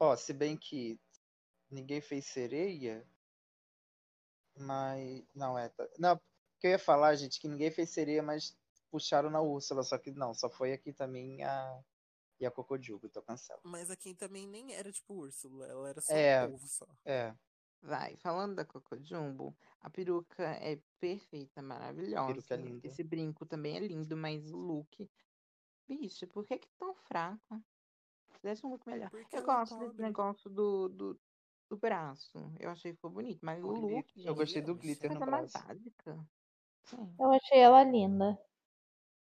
S5: Ó, se bem que ninguém fez sereia, mas. Não é. tá- Não, porque eu ia falar, gente, que ninguém fez sereia, mas puxaram na Úrsula, só que não, só foi aqui também a. E a Cocojubo, então cancela.
S4: Mas a Kim também nem era tipo Úrsula, ela era só
S5: É.
S4: povo só.
S5: É.
S3: Vai, falando da Coco Jumbo, a peruca é perfeita, maravilhosa.
S5: Peruca é linda.
S3: Esse brinco também é lindo, mas o look. Bicho, por que que tão fraco? Fizesse um look melhor.
S4: Porque
S3: Eu
S4: ela é
S3: gosto desse
S4: pobre.
S3: negócio do, do, do braço. Eu achei que ficou bonito, mas o look,
S5: Eu
S3: gente,
S5: gostei do
S4: mas
S5: glitter no
S3: coisa mais
S5: braço.
S3: básica. É. Sim.
S2: Eu achei ela linda.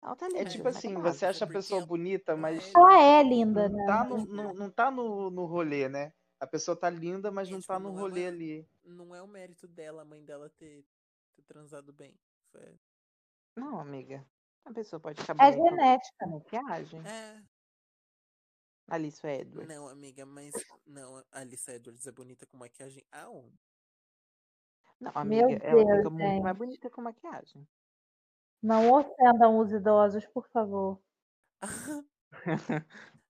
S3: Ela tá
S5: É
S3: linda,
S5: tipo
S3: mas
S5: assim,
S3: básica.
S5: você acha a
S4: porque
S5: pessoa
S4: ela-
S5: bonita,
S4: ela é
S5: mas
S2: Ela é linda, né?
S5: não tá no, não, não tá no, no rolê, né? A pessoa tá linda, mas
S4: É,
S5: não
S4: tipo,
S5: tá no
S4: não é
S5: rolê
S4: uma-
S5: ali.
S4: Não é o mérito dela, a mãe dela ter, ter transado bem. Foi-
S3: Não, amiga. A pessoa pode ficar
S2: É
S3: bonita
S2: genética.
S3: com maquiagem.
S4: É.
S3: Alice Edwards.
S4: Não, amiga, mas. Não, a Alissa Edwards é bonita com maquiagem aonde?
S3: Não,
S2: Meu
S3: amiga, ela
S2: Deus,
S3: fica muito mais
S2: gente.
S3: bonita com maquiagem.
S2: Não ofendam os idosos, por favor.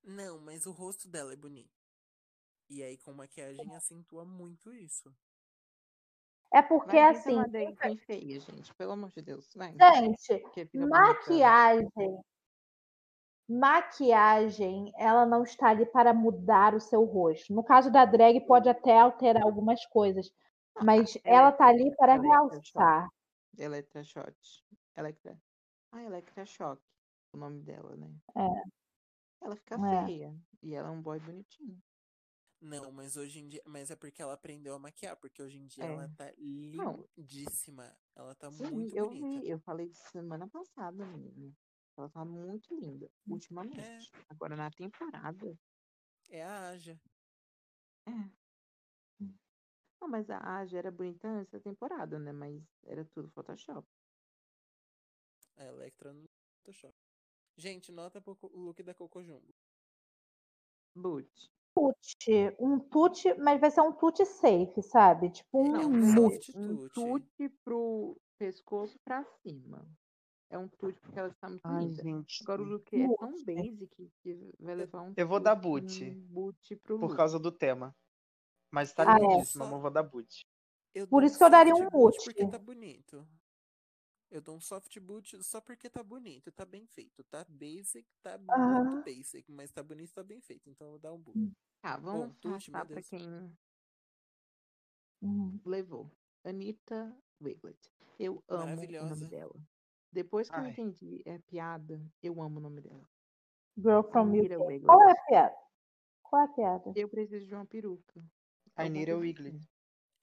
S4: Não, mas o rosto dela é bonito. E aí, com maquiagem, acentua muito isso.
S2: É porque,
S3: Mas
S2: assim,
S3: assim, quem feia, gente. Pelo amor de Deus. né? Vai.
S2: gente,
S3: Porque fica é bonita.
S2: Maquiagem. Maquiagem, ela não está ali para mudar o seu rosto. No caso da drag, pode até alterar algumas coisas, mas ela tá ali para
S3: ela é
S2: realçar.
S3: Eletra-shot. Electra... Ah, Electra-choque. O nome dela, né? Ela fica
S2: É.
S3: feia. E ela é um boy bonitinho.
S4: Não, mas hoje em dia. Mas é porque ela aprendeu a maquiar, porque hoje em dia
S3: É.
S4: ela tá
S3: Não.
S4: lindíssima. Ela tá
S3: Sim,
S4: muito
S3: eu
S4: bonita.
S3: vi. Eu falei semana passada, menina. Ela tá muito linda. Ultimamente. Agora na temporada.
S4: É a Aja.
S3: Não, Ah, mas a Aja era bonita antes da temporada, né? Mas era tudo Photoshop.
S4: A Electra no Photoshop. Gente, nota pro co- look da Coco Jumbo.
S3: Boot.
S2: Tute, um tute, mas vai ser um tute safe, sabe? Tipo um
S4: É
S3: Não,
S4: um
S3: mas
S2: mu-
S4: soft
S3: um
S4: tute.
S3: tute pro pescoço pra cima. É um tute porque ela está muito
S5: Ai,
S3: linda.
S5: gente.
S3: Agora o look é tão basic que vai levar um
S5: Eu vou dar
S3: tute,
S5: boot.
S3: um boot pro
S5: Por
S3: look.
S5: causa do tema. Mas tá
S2: Ah, é.
S5: lindíssima, mas eu vou dar boot.
S4: Eu
S2: Por
S4: dou um
S2: isso que eu daria
S4: soft
S2: um
S4: boot
S2: boot.
S4: Porque tá bonito. Eu dou um soft boot só porque tá bonito, tá bem feito. Tá basic, tá muito
S2: Aham.
S4: basic, mas tá bonito, tá bem feito. Então eu vou dar um boot.
S3: Tá, vamos
S4: tute, meu
S3: passar pra
S4: Deus.
S3: quem
S5: Hum.
S2: Uhum.
S3: levou. Anitta Wiglet. Eu amo o nome
S4: Maravilhosa.
S3: dela. Depois que eu
S5: Ai.
S3: entendi é piada, eu amo o nome dela.
S2: Girl from
S3: Anita
S2: UK. Qual é
S3: Wiglet.
S2: a piada? Qual é a piada?
S3: Eu preciso de uma peruca.
S5: I
S3: Alguma
S5: need a
S3: coisa
S5: Wiggly.
S3: assim.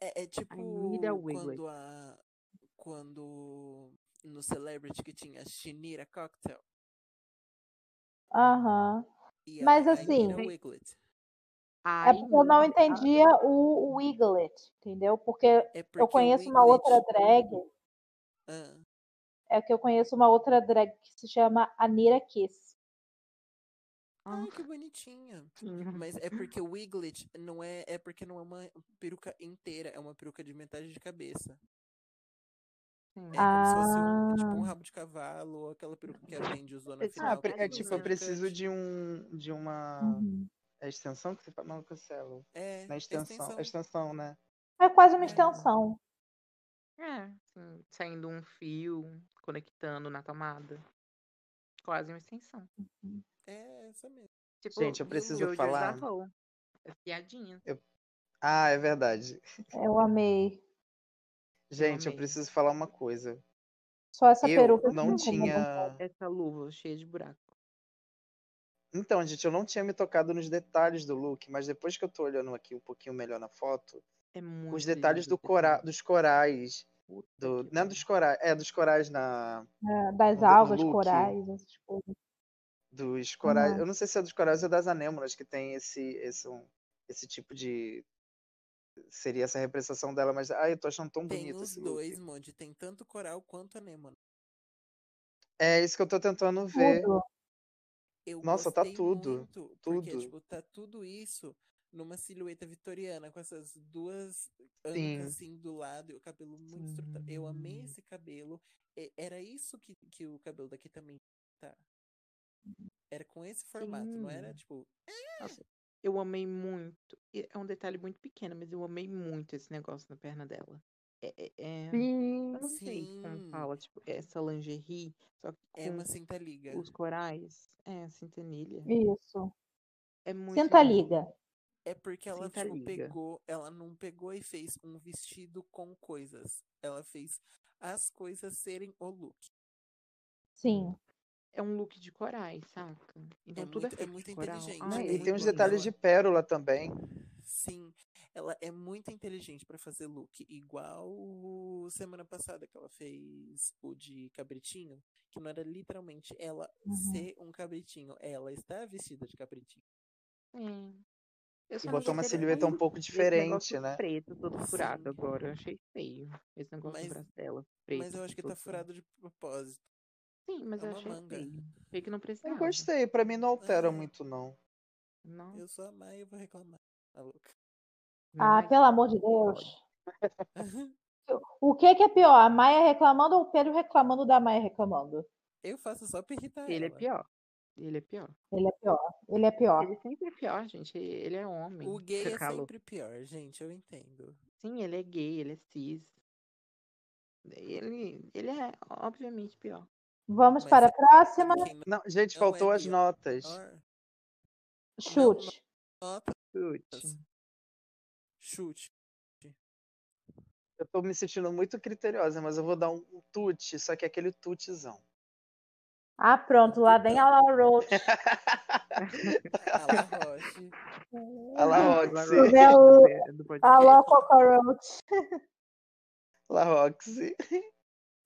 S4: É, é
S3: Anita
S4: tipo
S3: Wiglet.
S4: quando a. Quando no Celebrity que tinha Shinira Cocktail
S2: Aham.
S4: e
S2: Mas
S4: ela
S2: assim,
S4: Anira Wiglet.
S2: É
S3: I
S2: porque eu não
S3: need a-
S2: entendia o, o Wiglet, entendeu? Porque
S4: É porque
S2: eu
S4: o
S2: conheço uma
S4: Wiglet-
S2: outra drag,
S4: Ah,
S2: é que eu conheço uma outra drag que se chama Anira Kiss.
S3: Ah,
S4: ai, que bonitinha.
S3: sim.
S4: Mas é porque o Wiglet não é, é porque não é uma peruca inteira, é uma peruca de metade de cabeça.
S3: Sim.
S4: É como se fosse um,
S2: Ah.
S4: tipo um rabo de cavalo, ou aquela peruca que a Mandy usou na
S3: Ah,
S5: Ah,
S4: final.
S5: pre-
S4: que
S3: tá
S5: é
S4: tem
S5: tipo,
S4: um
S5: eu
S3: lindo.
S5: preciso
S4: haircut.
S5: de um. De uma.
S2: Uhum.
S5: É extensão que você fala? Não, eu cancelo.
S4: É,
S5: Na extensão.
S4: extensão.
S5: É extensão, né?
S2: É quase uma
S4: É.
S2: extensão.
S3: É, assim, saindo um fio, conectando na tomada. Quase uma extensão.
S4: É, essa mesmo.
S3: Tipo,
S5: Gente, eu
S4: Meu
S5: preciso
S3: Jojo
S5: falar.
S3: Savou. É piadinha.
S5: Ah, é verdade.
S2: Eu amei.
S5: Gente, eu
S3: amei.
S5: preciso falar uma coisa.
S2: Só essa
S5: Eu
S2: peruca que
S5: não
S2: me incomodou.
S5: tinha.
S3: Essa luva cheia de buraco.
S5: Então, gente, eu não tinha me tocado nos detalhes do look, mas depois que eu tô olhando aqui um pouquinho melhor na foto,
S3: É muito
S5: os detalhes
S3: lindo
S5: do
S3: esse
S5: cora...
S3: detalhe.
S5: dos corais.
S3: Puta
S5: Do...
S3: que
S5: Não
S4: né?
S5: é
S3: pariu.
S5: dos corais. É, dos corais na.
S2: né, das
S5: no
S2: algas,
S5: look.
S2: corais, tipo essas coisas.
S5: Dos corais.
S2: Aham.
S5: Eu não sei se é dos corais ou das anêmonas que tem esse, esse, um- esse tipo de. Seria essa representação dela, mas. Ai, eu tô achando tão
S4: Tem
S5: bonito
S4: os
S5: esse look.
S4: dois, Mandy. Tem tanto coral quanto anêmona.
S5: É isso que eu tô tentando ver.
S2: Tudo.
S4: Eu
S5: Nossa, tá
S4: gostei
S5: tudo,
S4: muito, porque,
S5: tudo.
S4: tipo, tá tudo isso numa silhueta vitoriana, com essas duas
S5: Sim.
S4: ancas assim do lado e o cabelo muito estruturado. Eu amei
S3: Sim.
S4: esse cabelo. E- Era isso que, que o cabelo daqui também tá. Era com esse formato, não era?
S3: Sim.
S4: Tipo,
S3: Nossa, eu amei muito. E É um detalhe muito pequeno, mas eu amei muito esse negócio na perna dela. É, é, é- Eu não sei como
S4: sim,
S3: fala, tipo, essa lingerie, só que
S4: é
S3: com
S4: uma cinta-liga.
S3: os corais. É, a centenilha.
S2: Isso.
S3: É muito
S2: Sinta a
S3: lindo.
S2: liga.
S4: É porque ela
S3: Sinta a
S4: tipo,
S3: liga.
S4: pegou, ela não pegou e fez um vestido com coisas. Ela fez as coisas serem o look.
S2: Sim.
S5: Hum.
S3: É um look de corais, saca? Então
S4: É
S3: tudo
S4: muito- é
S3: é feito de
S4: muito
S3: coral.
S4: inteligente,
S3: Ai,
S4: né?
S5: e tem uns
S4: Ela-
S5: detalhes de pérola também.
S4: Sim, ela é muito inteligente pra fazer look, igual o- semana passada que ela fez o de cabritinho, que não era literalmente ela
S2: Uhum.
S4: ser um cabritinho, ela está vestida de cabritinho. É.
S3: Sim. É. Eu
S5: E
S3: só não
S5: botou uma
S3: gostei da
S5: silhueta um
S3: luz,
S5: pouco
S3: esse
S5: diferente,
S3: negócio
S5: né?
S3: preto, todo furado
S4: Sim.
S3: agora. Eu achei feio. Esse negócio
S4: Mas-
S3: do braço dela, preto.
S4: Mas eu acho que tá
S3: todo-
S4: furado de propósito.
S3: Sim, mas
S4: é
S3: eu
S4: uma
S3: achei
S4: manga.
S3: feio. Achei que não precisava.
S5: Eu gostei, pra mim não altera
S4: É.
S5: muito, não. Ah.
S3: Não,
S4: Eu sou a Maia e vou reclamar. Tá louca.
S2: Ah,
S3: mas-
S2: pelo amor de Deus. O que que é pior? A Maia reclamando ou o Pedro reclamando da Maia reclamando?
S4: Eu faço só pra irritar
S3: Ele é
S4: ela.
S3: pior. Ele é pior.
S2: Ele é pior. Ele é pior.
S3: Ele sempre é pior, gente. Ele é homem.
S4: O gay é
S3: Cacalo.
S4: sempre pior, gente, eu entendo.
S3: Sim, ele é gay, ele é cis. Ele, ele é, obviamente, pior.
S2: Vamos
S4: Mas
S2: para a
S4: é-
S2: próxima.
S4: Quem não
S5: Não, gente,
S4: Não é
S5: faltou as
S4: pior.
S5: notas.
S4: pior,
S2: Chute.
S4: nota,
S3: Chute.
S4: chute.
S5: Eu tô me sentindo muito criteriosa, mas eu vou dar um, um tute, só que é aquele tutezão.
S2: Ah, pronto. Lá vem a Laura Roach.
S4: Ala Roche.
S5: A La Roxy.
S2: Vê o-
S3: É, do podcast.
S2: A Laura Cockroach.
S5: La Roxy.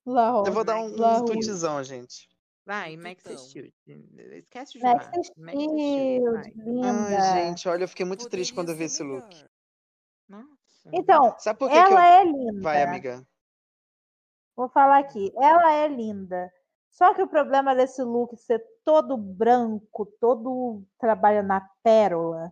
S2: La
S5: Eu vou dar um, um
S2: Roach.
S5: tutezão, gente.
S3: Vai,
S4: Muito
S3: Max
S4: então.
S3: Shield. Esquece de
S2: Max
S3: Max
S2: Shield,
S3: Shield. vai.
S2: linda.
S5: Ai, gente, olha, eu fiquei muito triste
S4: Poderia
S5: quando eu vi
S4: ser
S5: esse look.
S4: melhor.
S3: Nossa.
S2: Então,
S5: Sabe por que, que eu.
S2: ela é linda.
S5: Vai, amiga.
S2: Vou falar aqui. Ela é linda. Só que o problema desse look ser todo branco, todo trabalho na pérola,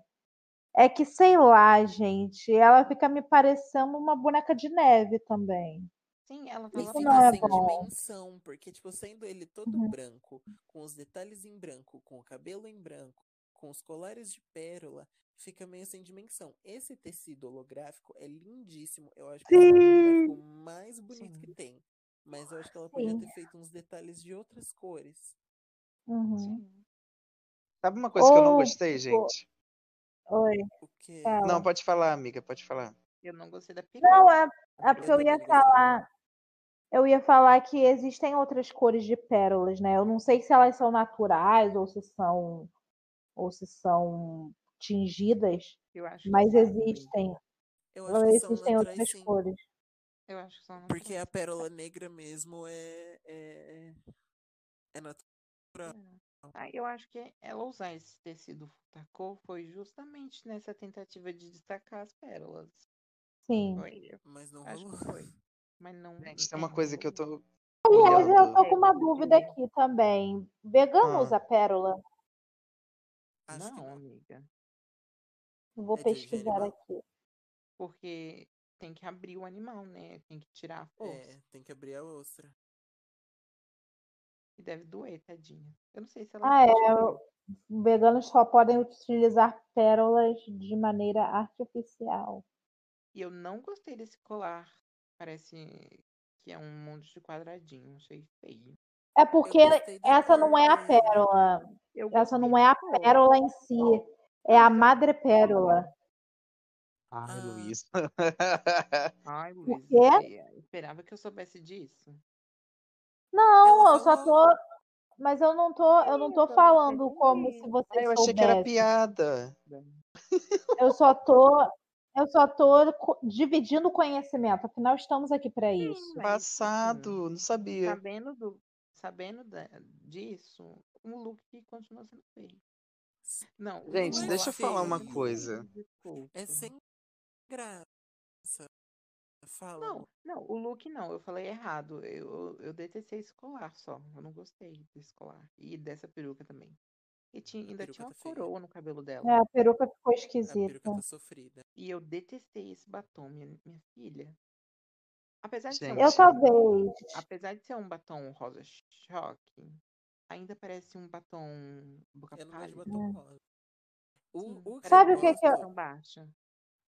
S2: é que, sei lá, gente, ela fica me parecendo uma boneca de neve também.
S3: Sim, ela
S4: E
S2: Isso
S3: tava
S4: fica
S2: não é
S4: sem
S2: bom. Uhum.
S4: dimensão, porque, tipo, sendo ele todo branco, com os detalhes em branco, com o cabelo em branco, com os colares de pérola, fica meio sem dimensão. Esse tecido holográfico é lindíssimo. Eu acho que esse é o holográfico mais bonito que tem. Mas eu acho que ela podia
S2: Sim.
S4: ter feito uns detalhes de outras cores.
S2: Uhum.
S3: Sim.
S5: Sabe uma coisa que eu não
S2: Ou,
S5: gostei,
S2: tipo,
S5: gente?
S2: Oi.
S4: O que
S2: Fala.
S5: Não, pode falar, amiga, pode falar.
S3: Eu não gostei da peruca.
S2: Não, é, é
S4: Eu
S2: porque eu
S4: também
S2: ia
S4: não gostei.
S2: falar. Eu ia falar que existem outras cores de pérolas, né? Eu não sei se elas são naturais ou se são ou se são tingidas,
S3: Eu acho que
S2: mas
S3: são,
S2: existem,
S4: Eu acho que são
S2: existem
S4: naturais
S2: outras
S4: sim.
S2: cores.
S3: é, Eu acho que são
S4: Porque a
S3: naturais.
S4: pérola negra mesmo é. É, é natural.
S3: Ah, eu acho que ela usar esse tecido tacô foi justamente nessa tentativa de destacar as pérolas.
S2: Sim.
S3: Foi, eu
S4: Mas não
S3: acho
S4: rolou.
S3: que foi. Mas não.
S5: Gente, tem uma coisa que eu tô.
S2: Aliás, eu tô
S5: olhando.
S2: com uma
S4: Uhum.
S2: dúvida aqui também. Vegano
S5: Ah.
S2: usa pérola?
S4: Acho que
S3: Não,
S4: não.
S3: amiga.
S2: Vou
S4: É de origem
S2: pesquisar
S4: animal.
S2: aqui.
S3: Porque tem que abrir o animal, né? Tem que tirar a força.
S4: É, tem que abrir a ostra.
S3: E deve doer, tadinha. Eu não sei se ela.
S2: Ah, é.
S3: sentiu dor.
S2: Veganos só podem utilizar pérolas de maneira artificial.
S3: E eu não gostei desse colar. Parece que é um monte de quadradinho. Achei feio.
S2: É porque
S4: gostei da
S2: essa não é a
S4: cor dele.
S2: pérola.
S3: Eu
S2: Essa
S3: gostei
S2: não é a
S3: do colar.
S2: pérola em si, é a madrepérola.
S5: Ai,
S4: Ah.
S5: Luiz.
S3: Ai, Luiz.
S2: quê?
S3: eu Esperava que eu soubesse disso.
S2: Não,
S4: Ela
S2: eu só
S4: falou.
S2: tô. Mas eu não tô, eu não tô
S3: Sim, eu
S2: falando
S3: entendi.
S2: como se você
S5: Ah, eu achei que era
S2: soubesse.
S5: piada.
S2: Eu só tô, eu só tô co- dividindo o conhecimento. Afinal, estamos aqui para É isso.
S3: mas, assim,
S5: Passado, não
S2: Tá.
S5: sabia.
S3: Sabendo, do, sabendo da- disso, um look que continua sendo feio. Não, o
S5: Gente,
S3: colar
S5: deixa eu falar uma
S3: feio,
S5: coisa.
S3: desculpa.
S4: É sem graça. Fala.
S3: Não, não, o look não, eu falei errado. Eu, eu detestei esse colar só. Eu não gostei desse colar. E dessa peruca também. E tinha, ainda
S4: peruca
S3: tinha uma
S4: tá feia.
S3: coroa no cabelo dela.
S2: É, a peruca ficou
S4: A peruca
S2: esquisita.
S4: tá sofrida.
S3: E eu detestei esse batom, minha, minha filha. Apesar de ser um
S5: Gente.
S2: Eu
S3: batom,
S2: talvez.
S3: apesar de ser um batom rosa choque, ainda parece um batom boca
S4: Eu não gosto de
S3: pálida.
S4: batom rosa. O,
S3: Sim,
S4: o que
S2: né? Sabe
S4: eu
S2: o que que eu-
S4: gosto,
S3: Tão baixa.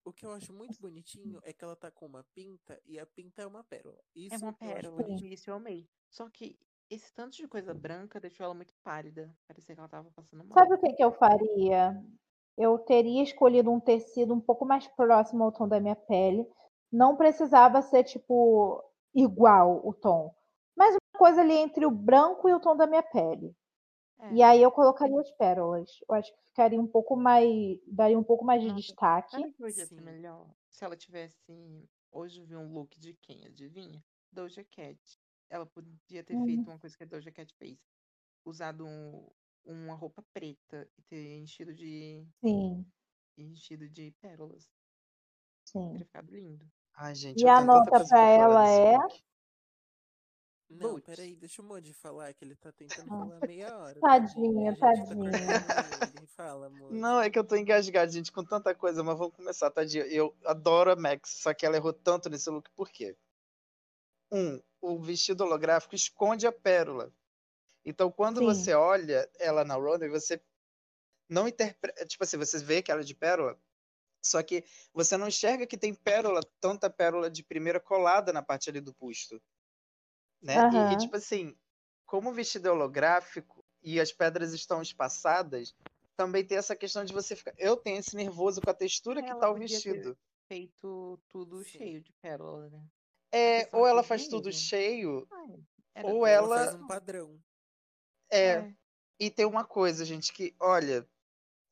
S4: o que eu acho muito bonitinho é que ela tá com uma pinta e a pinta é uma pérola. Isso
S3: É uma
S4: eu acho
S3: pérola.
S4: bonito.
S3: Isso eu amei. Só que esse tanto de coisa branca deixou ela muito pálida. Parecia que ela tava passando mal.
S2: Sabe o que que eu faria? eu teria escolhido um tecido um pouco mais próximo ao tom da minha pele. Não precisava ser, tipo, igual o tom. Mas uma coisa ali entre o branco e o tom da minha pele.
S3: É.
S2: E aí eu colocaria as pérolas. Eu acho que ficaria um pouco mais. daria um pouco mais de
S3: Nossa,
S2: destaque.
S3: Sabe o que eu ia ser
S4: Sim.
S3: melhor? Se ela tivesse. Hoje eu vi um look de quem? Adivinha? Doja Cat. Ela podia ter
S2: Hum.
S3: feito uma coisa que a Doja Cat fez. Usado um- uma roupa preta e ter enchido de,
S2: Sim,
S3: enchido de pérolas.
S2: sim.
S3: Teria ficado lindo.
S7: Ai, gente,
S2: E
S7: eu
S2: a
S7: tenho tanta
S2: nota
S7: coisa
S2: pra
S7: falar
S2: ela
S7: desse
S2: é?
S7: look.
S4: Não,
S3: Putz.
S4: peraí, deixa o Modi falar, que ele tá tentando
S2: Ah.
S4: falar meia hora.
S2: Tadinha,
S4: a gente tá
S2: tadinha.
S4: cortando ele. Fala, Modi.
S5: Não, é que eu tô engasgado, gente, com tanta coisa, mas vamos começar, tadinha. Eu adoro a Max, só que ela errou tanto nesse look, por quê? Um, o vestido holográfico esconde a pérola. Então, quando
S2: Sim.
S5: você olha ela na runway, você não interpreta. Tipo assim, você vê que ela é de pérola, só que você não enxerga que tem pérola, tanta pérola de primeira colada na parte ali do busto. Né? E- E,
S2: Aham.
S5: tipo assim, como o vestido é holográfico e as pedras estão espaçadas, também tem essa questão de você ficar. Eu tenho esse nervoso com a textura que
S3: Ela
S5: tá o
S3: podia ter-
S5: vestido.
S3: Feito tudo
S4: Sim.
S3: cheio de pérolas, né?
S5: É,
S3: pessoa
S5: ou ela
S3: fez
S5: faz
S3: mesmo.
S5: tudo cheio,
S3: Ai,
S5: Ou
S3: tão
S5: ela-
S4: faz
S3: bom.
S4: um padrão.
S5: é,
S3: É.
S5: E tem uma coisa, gente, que, olha,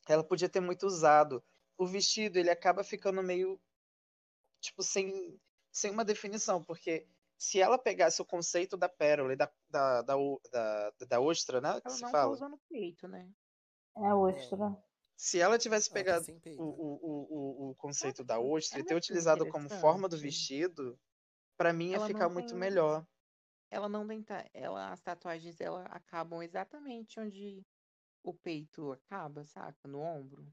S5: ela podia ter muito usado. O vestido, ele acaba ficando meio, tipo, sem, sem uma definição, porque se ela pegasse o conceito da pérola e da, da, da, o- da, da ostra, né, que
S3: Ela
S5: se
S3: não tá
S5: fala,
S3: usando peito, né?
S2: É ostra.
S5: se ela tivesse
S4: Ela tá
S5: pegado
S4: sem
S5: o,
S4: peito.
S5: o, o, o, o conceito
S3: Olha
S5: da
S3: que
S5: ostra e ter
S3: olha que
S5: utilizado como forma do
S3: é interessante.
S5: vestido, pra mim ia
S3: Ela não
S5: ficar muito
S3: tem-
S5: melhor.
S3: Ela não tenta. Ela, as tatuagens dela acabam exatamente onde o peito acaba, saca? No ombro.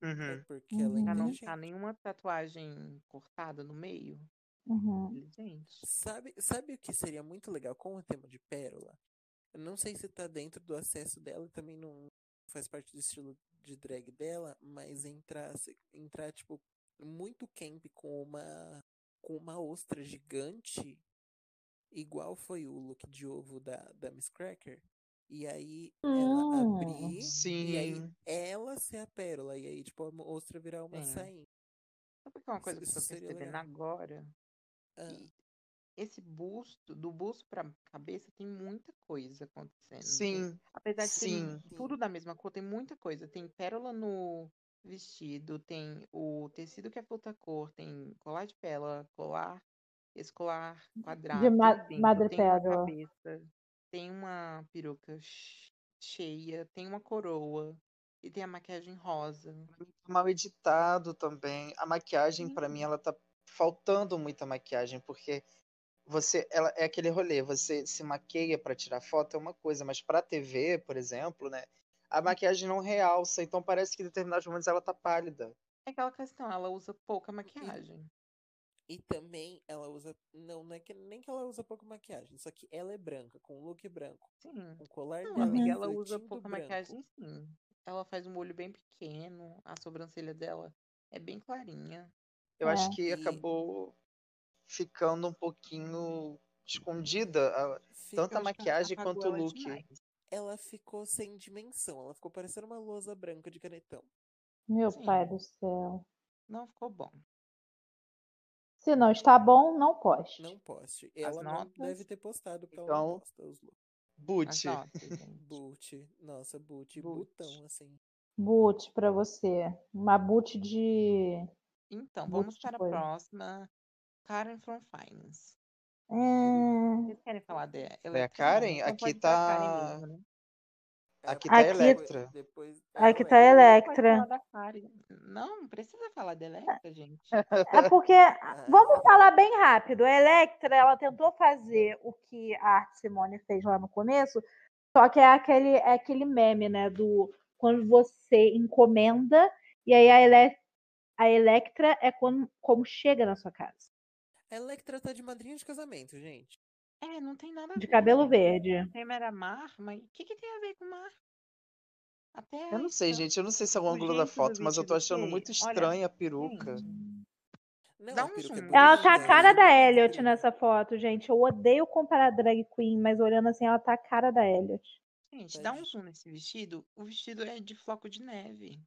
S4: É
S5: Uhum.
S4: porque ela é
S2: Uhum.
S3: Pra não
S4: inteligente.
S3: ficar nenhuma tatuagem cortada no meio.
S2: Uhum.
S3: Inteligente.
S4: Sabe, sabe o que seria muito legal com o tema de pérola? Eu não sei se tá dentro do acesso dela, também não faz parte do estilo de drag dela, mas entrar, se- entrar tipo, muito camp com uma, com uma ostra gigante, igual foi o look de ovo da, da Miss Cracker. E aí ela
S2: Hum.
S4: abrir, e aí
S5: Sim.
S4: ela ser a pérola, e aí, tipo, a ostra virar uma
S3: Sim.
S4: sainha.
S3: Sabe que é uma coisa que eu
S4: Isso
S3: tô
S4: seria
S3: percebendo
S4: legal.
S3: agora?
S4: Ah,
S3: Que esse busto, do busto pra cabeça, tem muita coisa acontecendo. tem-
S5: Sim.
S3: Apesar de serem
S4: Sim.
S3: tudo da mesma cor, tem muita coisa. Tem pérola no vestido, tem o tecido que é puta cor, tem colar de pérola, colar, esse colar quadrado,
S2: ma-
S3: tem, dentro, tem uma
S2: madrepérola.
S3: cabeça, tem uma peruca ch- cheia, tem uma coroa e tem a maquiagem rosa.
S5: mal editado também. A maquiagem, pra
S3: Sim.
S5: mim, ela tá faltando muita maquiagem, porque você, ela é aquele rolê, você se maqueia pra tirar foto é uma coisa, mas pra TV, por exemplo, né? A maquiagem não realça, então parece que em determinados momentos ela tá pálida.
S3: É aquela questão, ela usa pouca maquiagem.
S4: E também ela usa. Não, não é que nem que ela usa pouco maquiagem, só que ela é branca, com o look branco,
S3: Sim.
S4: com o colar
S3: Não,
S4: dela.
S2: Uhum.
S3: amiga, ela usa
S4: refletindo
S3: pouca
S4: branco.
S3: maquiagem, sim. Ela faz um olho bem pequeno, a sobrancelha dela é bem clarinha.
S5: Eu acho
S2: É.
S5: que
S4: E-
S5: acabou ficando um pouquinho escondida a-
S4: Fi-
S5: tanto a Então
S3: acho que a-
S5: tá maquiagem
S3: apagou
S5: quanto o
S3: ela
S5: look.
S3: demais.
S4: Ela ficou sem dimensão, ela ficou parecendo uma lousa branca de canetão.
S2: Meu
S3: Sim.
S2: pai do céu.
S3: Não ficou bom.
S2: Se não está bom, não poste.
S4: Não poste. Ela não
S3: notas?
S4: deve ter postado, porque ela não
S5: Então-
S4: posta os looks.
S3: As
S5: Boot,
S3: notas, gente.
S4: Boot, nossa, boot,
S3: Boot.
S4: botão, assim.
S2: Boot pra você. Uma boot de.
S3: Então,
S2: Boot
S3: vamos
S2: de
S3: para a
S2: coisa.
S3: próxima. Karen from Finance.
S2: Hum,
S3: Vocês querem falar dela? Ela
S5: É a
S3: Karen?
S5: Karen?
S3: Então
S5: Aqui
S3: pode ser a Karen
S5: tá-
S3: mesmo, né?
S5: aqui
S4: tá
S5: tá
S2: Aqui-
S5: Electra.
S4: Depois,
S2: Aqui
S4: ela
S2: tá
S4: é-
S3: Pode
S2: Electra.
S3: falar da Karen. Não, não precisa falar da Electra, gente.
S2: É porque,
S4: Ai,
S2: vamos
S4: ai.
S2: falar bem rápido, a Electra, ela tentou fazer o que a Arte Simone fez lá no começo, só que é aquele, é aquele meme, né, do quando você encomenda e aí a, Ele, a Electra é como, como chega na sua casa,
S4: A Electra tá de madrinha de casamento, gente.
S3: É, não tem nada a
S2: de
S3: ver,
S2: cabelo
S3: gente.
S2: verde.
S3: tema era mar, mas o que, que tem a ver com mar? Até então,
S5: Eu não sei, gente. Eu não sei se é o
S3: O
S5: ângulo da
S3: jeito do
S5: foto, mas eu tô
S3: vestido
S5: achando
S3: feio.
S5: muito
S3: Olha,
S5: estranha a peruca.
S4: Não,
S3: Dá
S4: a
S3: um
S4: peruca
S3: zoom.
S4: é
S2: Ela tá a
S4: bonita,
S2: cara
S4: mas
S2: da
S4: não é
S2: Elliot
S4: incrível.
S2: nessa foto, gente, eu odeio comparar drag queen, mas olhando assim, ela tá a cara da Elliot.
S3: Gente,
S4: Tá
S3: dá
S4: de-
S3: um zoom nesse vestido. O vestido é de floco de neve.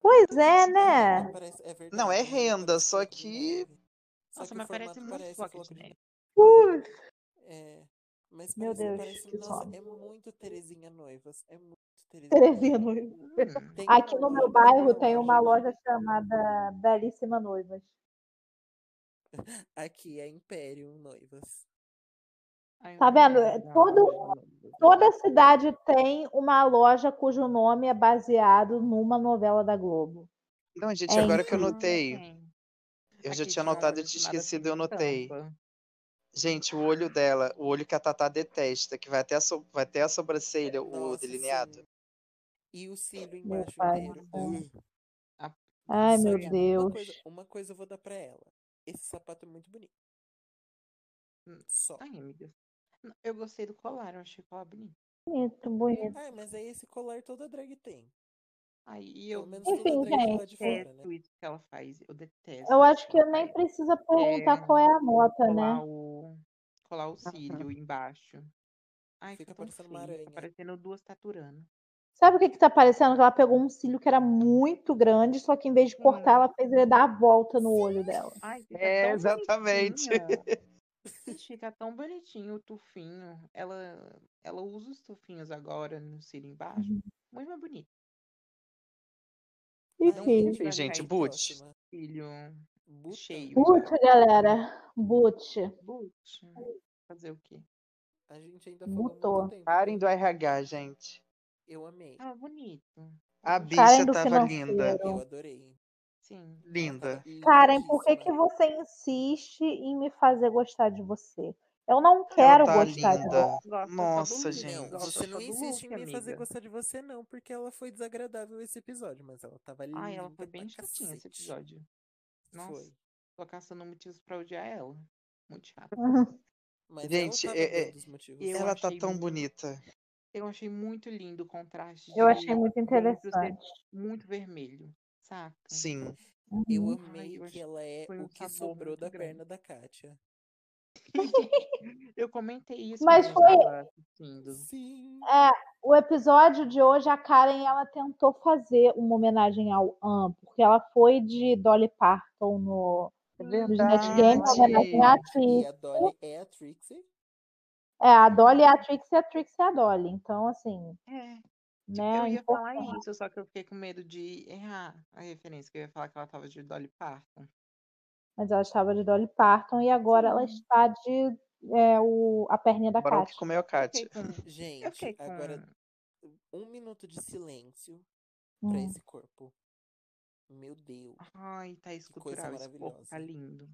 S2: Pois é, né?
S4: Parece- verdade,
S5: Não, é
S4: o nome
S5: renda,
S4: parece
S5: só
S4: Floco de
S5: que-
S4: Neve. Só
S3: Nossa,
S4: que o
S3: mas parece
S4: formato
S3: muito Floco de
S4: Floco de
S3: Neve.
S2: Ui,
S4: É. Mas
S2: Meu
S4: parece,
S2: Deus,
S4: parece-
S2: que
S4: nossa,
S2: sono.
S4: é muito Terezinha Noivas. É muito Terezinha.
S2: Terezinha Noiva.
S3: Hum,
S4: Tem
S2: Aqui
S4: uma
S2: no meu
S4: loja-
S2: bairro tem uma
S4: loja.
S2: loja chamada Belíssima Noivas.
S4: Aqui é Império Noivas.
S3: ai, eu
S2: Tá
S3: não
S2: vendo?
S3: lembro da
S2: Todo-
S3: loja.
S2: Toda cidade tem uma loja cujo nome é baseado numa novela da Globo.
S5: Não, Então, gente,
S2: É
S5: agora que eu
S2: incrível.
S5: notei,
S2: assim.
S5: eu já
S3: Aqui
S5: tinha
S3: uma
S5: anotado e
S3: loja
S5: tinha
S3: chamada
S5: esquecido, eu notei.
S3: Tampa.
S5: Gente, o olho dela, o olho que a Tatá detesta, que vai até a, so- vai até a sobrancelha, É o
S4: Nossa,
S5: delineado.
S4: sim. E o cílio
S2: Meu
S4: embaixo
S2: pai do
S4: inteiro.
S2: céu.
S4: Ugh.
S2: Ai,
S4: Só
S2: meu
S4: que Uma
S2: Deus.
S4: é coisa, uma coisa eu vou dar pra ela. Esse sapato é muito bonito.
S3: Hum,
S4: Só.
S3: Ai, amiga. Não, Eu gostei do colar, eu achei o colar bonito.
S2: Bonito, bonito.
S4: Ah, mas aí esse colar toda drag tem.
S3: Ai, e eu
S4: Pelo menos
S2: Enfim,
S4: toda drag
S2: gente,
S4: lá de fora, né?
S3: detesto isso que ela faz. Eu detesto.
S2: Eu acho
S3: isso
S2: que
S3: ela
S2: nem
S3: faz.
S2: precisa perguntar qual é a nota,
S3: Colar
S2: né?
S3: o, colar o cílio embaixio. Ai,
S4: Fica
S3: fica tão
S4: parecendo
S3: feio.
S4: uma aranha.
S3: Tá parecendo duas taturanas.
S2: Sabe o que que tá parecendo? Que ela pegou um cílio que era muito grande, só que em vez de
S5: Hum.
S2: cortar, ela fez ele dar a volta no olho dela.
S3: Ai, fica
S5: É,
S3: tão
S5: exatamente.
S3: bonitinha. Gente, Fica tão bonitinho o tufinho. Ela, ela usa os tufinhos agora no cílio embaixo.
S2: Uhum.
S3: Muito mais bonito.
S4: Aí,
S2: Enfim.
S5: Enfim, gente,
S3: Vai,
S5: boot.
S4: próxima.
S3: Cílio
S4: Buta.
S3: cheio. né?
S2: Boot, galera. Boot.
S3: Boot. Fazer o quê?
S4: A gente ainda falou
S2: Butou.
S4: muito tempo.
S5: Parem do
S4: né?
S5: RH, gente.
S4: Eu amei.
S3: Tava Ah, bonito.
S5: A
S3: Tava
S2: Karen
S5: bicha
S2: do
S5: tava
S2: financeiro.
S5: linda.
S4: Eu adorei.
S3: Sim.
S4: Ela
S5: Linda.
S4: tava
S2: Karen, por que, que
S4: lindíssima.
S2: você insiste em me fazer gostar de você? Eu não
S5: Ela
S2: quero
S5: tá
S2: gostar de você.
S5: linda.
S3: Gosta
S5: Nossa,
S3: só do look,
S5: gente.
S4: Não,
S3: gosta
S4: você não
S3: só do
S4: insiste em
S3: look,
S4: me fazer
S3: amiga.
S4: gostar de você, não, porque ela foi desagradável esse episódio, mas ela tava linda
S3: Ai, ela foi
S4: pra
S3: bem chatinha esse
S4: cacete.
S3: episódio. Nossa,
S4: Foi.
S3: tô caçando motivos pra odiar ela. Muito chato.
S4: Mas
S5: Gente,
S4: ela tava
S5: é- é-
S4: dando os motivos.
S3: eu
S5: Ela tá
S3: achei
S5: tão
S3: muito-
S5: bonita.
S3: Eu achei muito lindo o contraste
S2: Eu
S3: de
S2: achei muito
S3: dentro ser
S2: interessante.
S3: muito vermelho, saca?
S5: Sim.
S4: Eu
S2: Uhum.
S4: amei
S3: Ai, eu
S4: que
S3: achei
S4: ela é
S3: foi um
S4: o que
S3: sabor
S4: sobrou
S3: muito
S4: da
S3: grande.
S4: perna da Kátia.
S3: Eu comentei isso
S2: Mas
S3: quando
S2: foi-
S3: eu tava assistindo.
S4: Sim.
S2: É, o episódio de hoje, a Karen ela tentou fazer uma homenagem ao An, porque ela foi de Dolly Parton no
S5: É
S2: do Snatch Game, uma homenagem à
S5: verdade.
S4: E
S2: Trixie.
S4: a Dolly é a Trixie.
S2: É, a Dolly é a Trixie, a Trixie é a Dolly. Então, assim,
S3: É,
S2: né?
S3: eu ia
S2: impor-
S3: falar isso, só que eu fiquei com medo de errar a referência, que eu ia falar que ela tava de Dolly Parton.
S2: Mas ela estava de Dolly Parton e agora ela
S3: Sim.
S2: está de é, o, a perninha da
S5: Barão que
S2: Kátia.
S5: comeu a
S3: Eu fiquei
S5: Kátia.
S3: com, eu
S4: Gente,
S3: fiquei com
S4: agora um minuto de silêncio pra
S2: Hum.
S4: esse corpo. Meu Deus.
S5: Ah,
S3: Ai, tá
S4: Que coisa
S3: escultural esse corpo, tá
S4: maravilhosa.
S3: lindo.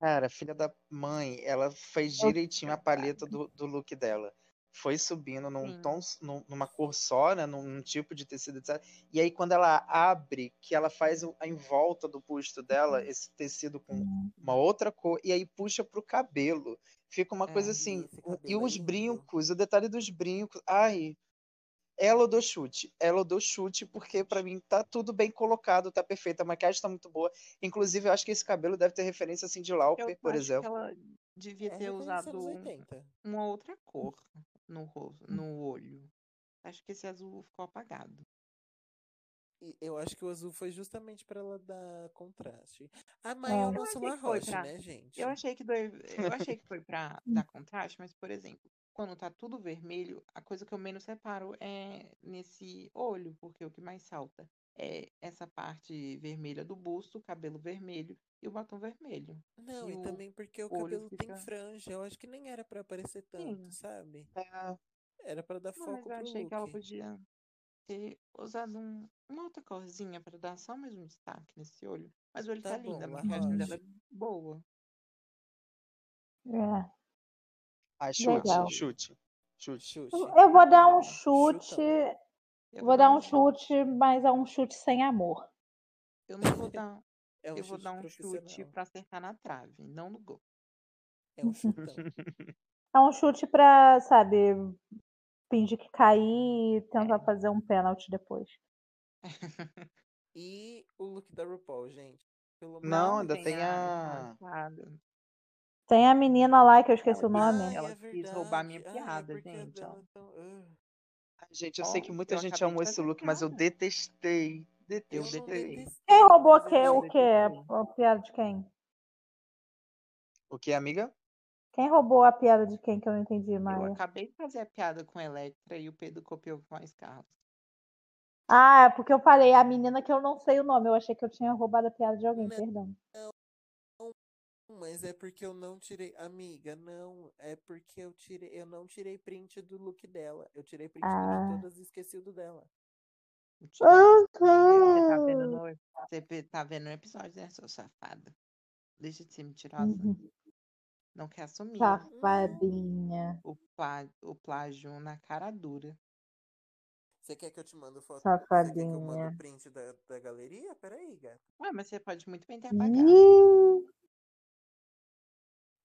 S5: Cara, filha da mãe, ela fez
S2: Eu-
S5: direitinho a paleta do, do look dela. Foi subindo num
S3: Sim.
S5: tom, s- num- numa cor só, né? Num, num tipo de tecido, etc. E aí, quando ela abre, que ela faz o- a envolta do busto
S3: Hum.
S5: dela, esse tecido com uma outra cor, e aí puxa pro cabelo. Fica uma
S3: É,
S5: coisa
S3: e
S5: assim.
S4: esse
S5: o- E
S4: cabelo é
S5: os
S4: lindo.
S5: brincos, o detalhe dos brincos. Ai, é ela do chute, ela do chute, porque pra mim tá tudo bem colocado, tá perfeito, a maquiagem tá muito boa. Inclusive, eu acho que esse cabelo deve ter referência assim de
S3: Eu
S5: Lauper, por
S3: acho que
S5: exemplo.
S3: ela devia
S4: É
S3: ter
S4: referência
S3: usado
S4: anos
S3: um-
S4: 80.
S3: uma outra cor no rosto,
S4: Hum.
S3: no olho. Acho que esse azul ficou apagado.
S4: E eu acho que o azul foi justamente pra ela dar contraste. A
S2: É.
S4: Maia é o
S2: Eu
S4: nosso
S3: achei que foi
S4: Laroche,
S3: pra-
S4: né, gente?
S3: Eu achei que doi- eu achei que foi pra dar contraste, mas por exemplo, quando tá tudo vermelho, a coisa que eu menos reparo é nesse olho, porque o que mais salta é essa parte vermelha do busto, o cabelo vermelho e o batom vermelho.
S4: Não,
S3: E
S4: e
S3: o
S4: também porque o
S3: olho
S4: cabelo tem
S3: fica.
S4: franja. Eu acho que nem era pra aparecer tanto,
S3: Sim.
S4: sabe?
S5: É,
S4: Era pra dar
S3: Não, Ah, mas
S4: foco
S3: eu
S4: pro
S3: achei que ela
S4: look.
S3: podia ter usado um, uma outra corzinha pra dar só mais um destaque nesse olho. Mas o olho
S4: Tá
S3: tá lindo,
S4: bom,
S3: a maquiagem dela é
S4: Laroche.
S3: boa.
S2: É.
S3: é
S5: Ah, chute,
S2: Legal.
S5: chute, chute.
S4: Xuxi.
S2: Eu vou dar um chute.
S4: então Chutão.
S3: Eu
S2: Vou dar um
S3: chute.
S2: chute, mas é um chute sem amor.
S3: Eu não vou dar.
S4: É um
S3: eu vou
S4: chute
S3: dar um chute
S4: profissional.
S3: pra acertar na trave, não no gol.
S4: É um chutão.
S2: É um chute pra, sabe, fingir que cair e tentar
S3: É.
S2: fazer um pênalti depois.
S4: E o look da RuPaul, gente. Pelo amor
S5: Não,
S4: de
S5: ainda
S4: Deus.
S5: tem a-
S3: piada.
S2: Tem a menina lá que eu esqueci
S3: Ela
S2: o nome.
S3: disse-
S4: Ai,
S3: né? Ela
S4: é
S3: quis roubar minha
S4: verdade. Ai, é
S3: piada,
S4: porque a
S3: gente, ó.
S4: dela é tão. Ah.
S5: Ai, Gente, eu sei que
S3: Ó,
S5: muita
S3: eu
S5: gente
S3: acabei de
S5: amou esse
S3: fazer
S5: look, mas eu
S3: piada.
S5: detestei. Detestei.
S3: Eu detestei.
S2: Quem roubou que, o
S3: Gente,
S2: que? A piada de quem?
S5: O que, amiga?
S2: Quem roubou a piada de quem que eu não entendi,
S3: Eu
S2: Maia?
S3: acabei de fazer a piada com Electra e o Pedro copiou com mais Carlos.
S2: Ah, é porque eu falei, a menina que eu não sei o nome. Eu achei que eu tinha roubado a piada de alguém,
S4: Não.
S2: perdão.
S4: Mas é porque eu não tirei. Amiga, não. É porque eu tirei. Eu não tirei print do look dela. Eu tirei print
S2: Ah.
S4: de todas e esqueci o do dela. Ah!
S3: Você tá vendo no, você pe- tá vendo no episódio, né, seu safado? Deixa de ser mentirosa.
S2: Uhum.
S3: Não quer assumir
S4: Tá.
S2: Safadinha.
S3: o, plá, o plágio na cara dura.
S4: Você quer que eu te mando foto? Você quer que eu mando
S2: Safadinha.
S4: print da, da galeria? Peraí, gata.
S3: Ué, mas você pode muito bem ter apagado.
S2: Ih,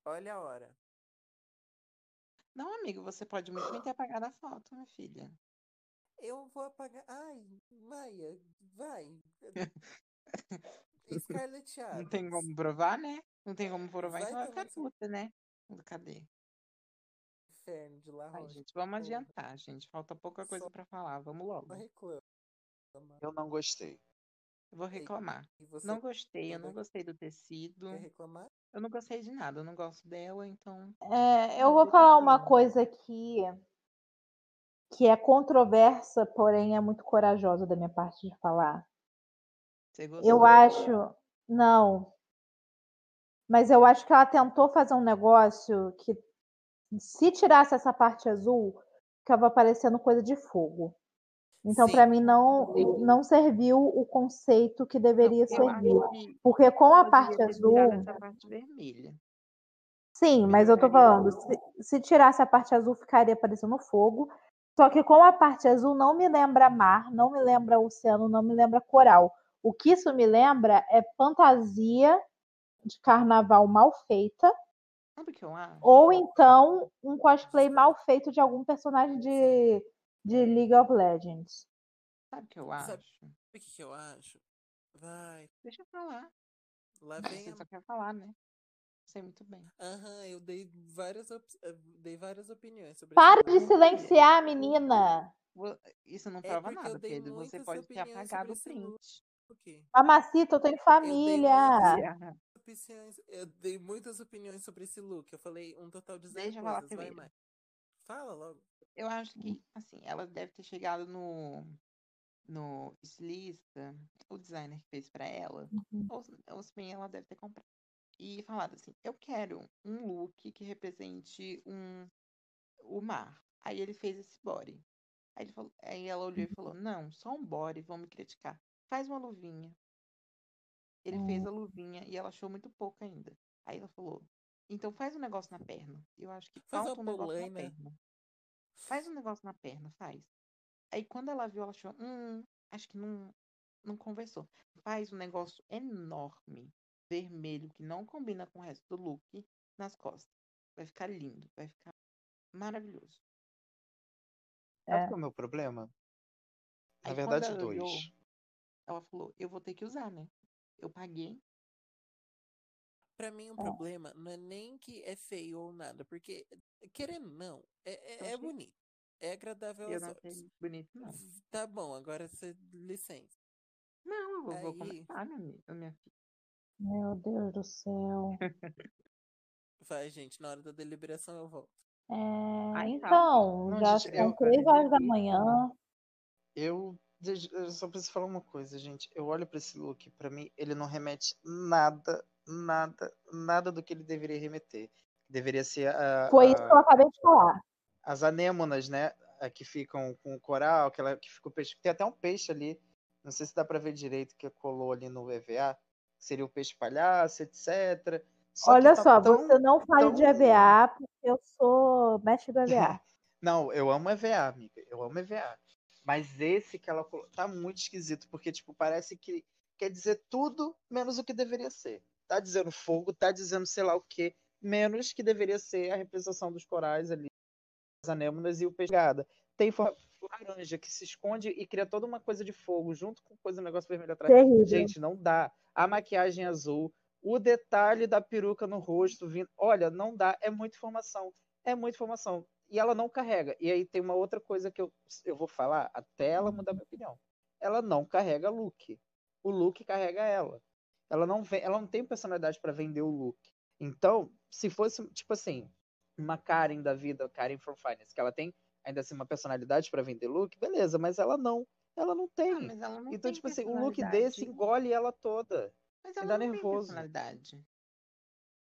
S4: Olha a hora.
S3: Não, amigo, você pode muito bem ter apagado a foto, minha filha.
S4: Eu vou apagar. Ai, Maia, vai. Scarlett
S3: Não
S4: Adams.
S3: tem como provar, né? Não tem como provar,
S4: Ah, Vai
S3: então é
S4: tomar no seu-
S3: caduta, né? Cadê?
S4: Inferno de La
S3: Ai,
S4: Roche.
S3: gente, vamos
S4: porra.
S3: adiantar, gente. Falta pouca coisa
S4: Só-
S3: pra falar. Vamos
S4: Não
S3: logo.
S4: reclama.
S5: Eu não gostei.
S3: Eu vou
S4: Ei,
S3: reclamar.
S4: E você
S3: Não gostei, eu
S4: toda-
S3: não gostei do tecido.
S4: quer reclamar?
S3: Eu não gostei de nada, eu não gosto dela, então.
S2: é,
S3: Não
S2: eu vou
S3: tem
S2: falar uma
S3: problema.
S2: coisa aqui que é controversa, porém é muito corajosa da minha parte de falar.
S3: Você gostou?
S2: Eu acho. Não. Mas eu acho que ela tentou fazer um negócio que, se tirasse essa parte azul, ficava parecendo coisa de fogo. Então,
S4: Sim.
S2: pra mim, não, não serviu o conceito que deveria
S3: eu acho
S2: servir.
S3: que
S2: Porque com a
S3: poderia
S2: parte
S3: ter tirado
S2: azul.
S3: Essa parte vermelha.
S2: Sim, mas eu tô falando,
S3: melhoraria.
S2: se, se tirasse a parte azul, ficaria parecendo fogo. Só que com a parte azul não me lembra mar, não me lembra oceano, não me lembra coral. O que isso me lembra é fantasia de carnaval mal feita,
S3: Sabe o que eu acho?
S2: ou então um cosplay mal feito de algum personagem de, de League of Legends.
S3: Sabe o que eu
S4: Sabe-
S3: acho?
S4: Sabe o que, que eu acho? Vai,
S3: Deixa eu falar.
S4: lá
S3: Ah,
S4: vem
S3: Você
S4: a.
S3: só quer falar, né? Sei muito bem.
S4: Aham, eu dei várias, op... eh, dei várias opiniões sobre
S2: Para
S4: esse
S2: de
S4: look.
S2: silenciar, menina!
S3: Vo- Isso não
S4: É
S3: prova
S4: porque eu
S3: nada,
S4: dei
S3: Pedro. Você
S4: muitas
S3: pode ter
S4: opiniões sobre
S3: apagado o
S4: esse look.
S3: print.
S4: Ok.
S2: Mamacita, eu tenho família!
S4: muitas-
S3: Ah,
S4: opiniões- Eu dei muitas opiniões sobre esse look. Eu falei um total de zero
S3: Deixa eu falar
S4: coisas. Vai,
S3: primeiro.
S4: Mai. Fala logo.
S3: Eu acho que, assim, ela deve ter chegado no, no estilista, o designer que fez pra ela, ou, se- ou se bem ela deve ter comprado. E falado assim, eu quero um look que represente um, o mar. Aí ele fez esse body. Aí, ele falou, aí ela olhou e falou, não, só um body, vão me criticar. Faz uma luvinha. Ele fez a luvinha e ela achou muito pouco ainda. Aí ela falou, então faz um negócio na perna. Eu acho que
S4: Faz uma
S3: falta um negócio na
S4: polaina.
S3: perna. Faz um negócio na perna, faz. Aí quando ela viu, ela achou, hum, acho que não, não conversou. Faz um negócio enorme, vermelho, que não combina com o resto do look, nas costas. Vai ficar lindo, vai ficar maravilhoso.
S5: Sabe
S2: É.
S5: qual é o meu problema? Na
S3: É. Aí
S5: verdade,
S3: quando ela olhou,
S5: dois.
S3: ela falou, eu vou ter que usar, né? Eu paguei.
S4: Pra mim, o problema não é nem que é feio ou nada, porque, querendo ou não, é, é, é
S3: achei-
S4: bonito. É agradável
S3: Eu
S4: aos
S3: não
S4: olhos.
S3: achei bonito, não.
S4: V- Tá bom, agora você licença.
S3: Não, eu vou, vou
S4: Aí-
S3: comentar, minha, ami- minha filha.
S2: Meu Deus do céu.
S4: Vai, gente, na hora da deliberação eu volto.
S2: É,
S3: Aí tá.
S2: então,
S5: Não,
S2: já
S5: gente,
S2: são
S5: eu-
S2: três horas da
S3: eu-
S2: manhã.
S5: Eu, des- eu só preciso falar uma coisa, gente. Eu olho pra esse look, pra mim, ele não remete nada, nada, nada do que ele deveria remeter. Deveria ser a-
S2: Foi
S5: a-
S2: isso que eu acabei de falar.
S5: as anêmonas, né? A que ficam com o coral, aquela que fica o peixe. Tem até um peixe ali, não sei se dá pra ver direito, que colou ali no EVA. Seria o peixe palhaço, etc. Só que
S2: Olha
S5: tá
S2: só,
S5: tão-
S2: você não fale de
S5: tão-
S2: EVA, porque eu sou mestre do EVA.
S5: Não, eu amo EVA, amiga. Eu amo EVA. Mas esse que ela colocou tá muito esquisito, porque, tipo, parece que quer dizer tudo menos o que deveria ser. Tá dizendo fogo, tá dizendo sei lá o quê, menos que deveria ser a representação dos corais ali, as anêmonas e o pescada. Tem forma laranja que se esconde e cria toda uma coisa de fogo junto com coisa, um negócio vermelho atrás.
S2: Terrível.
S5: Gente, não dá. A maquiagem azul, o detalhe da peruca no rosto vindo. Olha, não dá. É muita informação. É muita informação. E ela não carrega. E aí tem uma outra coisa que eu, eu vou falar até ela mudar minha opinião. ela não carrega Luke. O Luke carrega ela. Ela não, vem, ela não tem personalidade para vender o Luke. Então, se fosse, tipo assim, uma Karen da vida, Karen from Finance, que ela tem ainda assim uma personalidade para vender Luke, beleza, mas ela não. Ela não tem.
S3: Ah, mas ela não
S5: então,
S3: tem
S5: tipo assim, o Luke
S3: personalidade.
S5: desse engole ela toda.
S3: Mas
S5: me
S3: ela
S5: dá
S3: não
S5: nervoso.
S3: tem personalidade.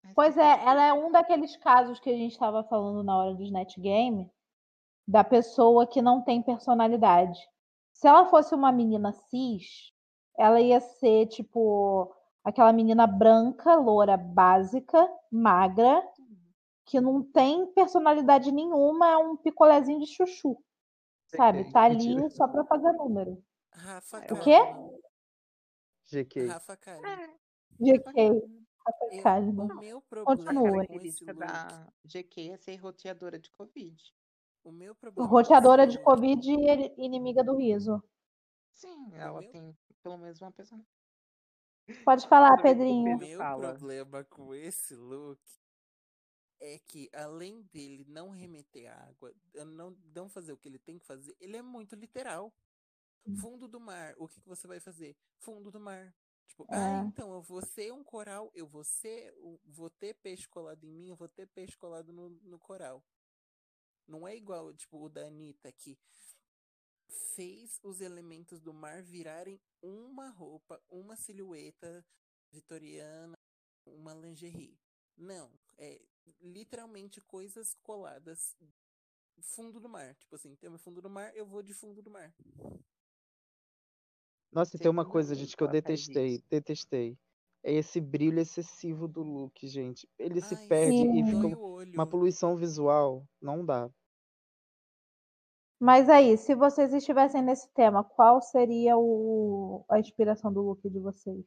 S3: Mas
S2: Pois
S3: tem
S2: é,
S3: que-
S2: ela é um daqueles casos que a gente estava falando na hora do Snatch Game, da pessoa que não tem personalidade. Se ela fosse uma menina cis, ela ia ser, tipo, aquela menina branca, loura, básica, magra, que não tem personalidade nenhuma, é um picolézinho de chuchu, sabe? Tá ali só pra fazer número.
S4: Rafa
S3: O
S4: Kalimann.
S2: quê?
S5: GK.
S4: Rafa Kalimann.
S3: É,
S2: GK, tá
S4: Eu-
S2: Kalimann.
S4: O meu problema
S2: Continua.
S4: com esse
S3: característica
S4: look,
S3: da GQ é ser roteadora de Covid.
S4: o meu problema com esse
S2: Roteadora de
S4: look-
S2: Covid e ele- inimiga do riso.
S3: Sim, ela
S4: meu-
S3: tem pelo menos uma pessoa.
S2: Pode falar,
S5: Sabe o que o
S2: Pedrinho.
S4: O
S5: Pedro
S4: meu
S5: fala.
S4: problema com esse look é que, além dele não remeter à água, eh, não, não fazer o que ele tem que fazer, ele é muito literal. Fundo do mar, o que, que você vai fazer? Fundo do mar. Tipo,
S2: É.
S4: ah, então eu vou ser um coral, eu vou ser, o- vou ter peixe colado em mim, eu vou ter peixe colado no, no coral. Não é igual, tipo, o da Anitta, que fez os elementos do mar virarem uma roupa, uma silhueta vitoriana, uma lingerie. Não, é literalmente coisas coladas fundo do mar. Tipo assim, tema fundo do mar, eu vou de fundo do mar.
S5: Nossa, e
S3: Sei
S5: tem uma
S3: como
S5: coisa,
S3: assim
S5: gente,
S3: que
S5: que eu
S3: ela faz isso.
S5: detestei, detestei. É esse brilho excessivo do look, gente. Ele se
S4: Ai,
S5: perde
S4: sim,
S5: e
S2: Sim.
S5: fica
S4: dói
S5: um-
S4: o olho.
S5: uma poluição visual. Não dá.
S2: Mas aí, se vocês estivessem nesse tema, qual seria o, a inspiração do look de vocês?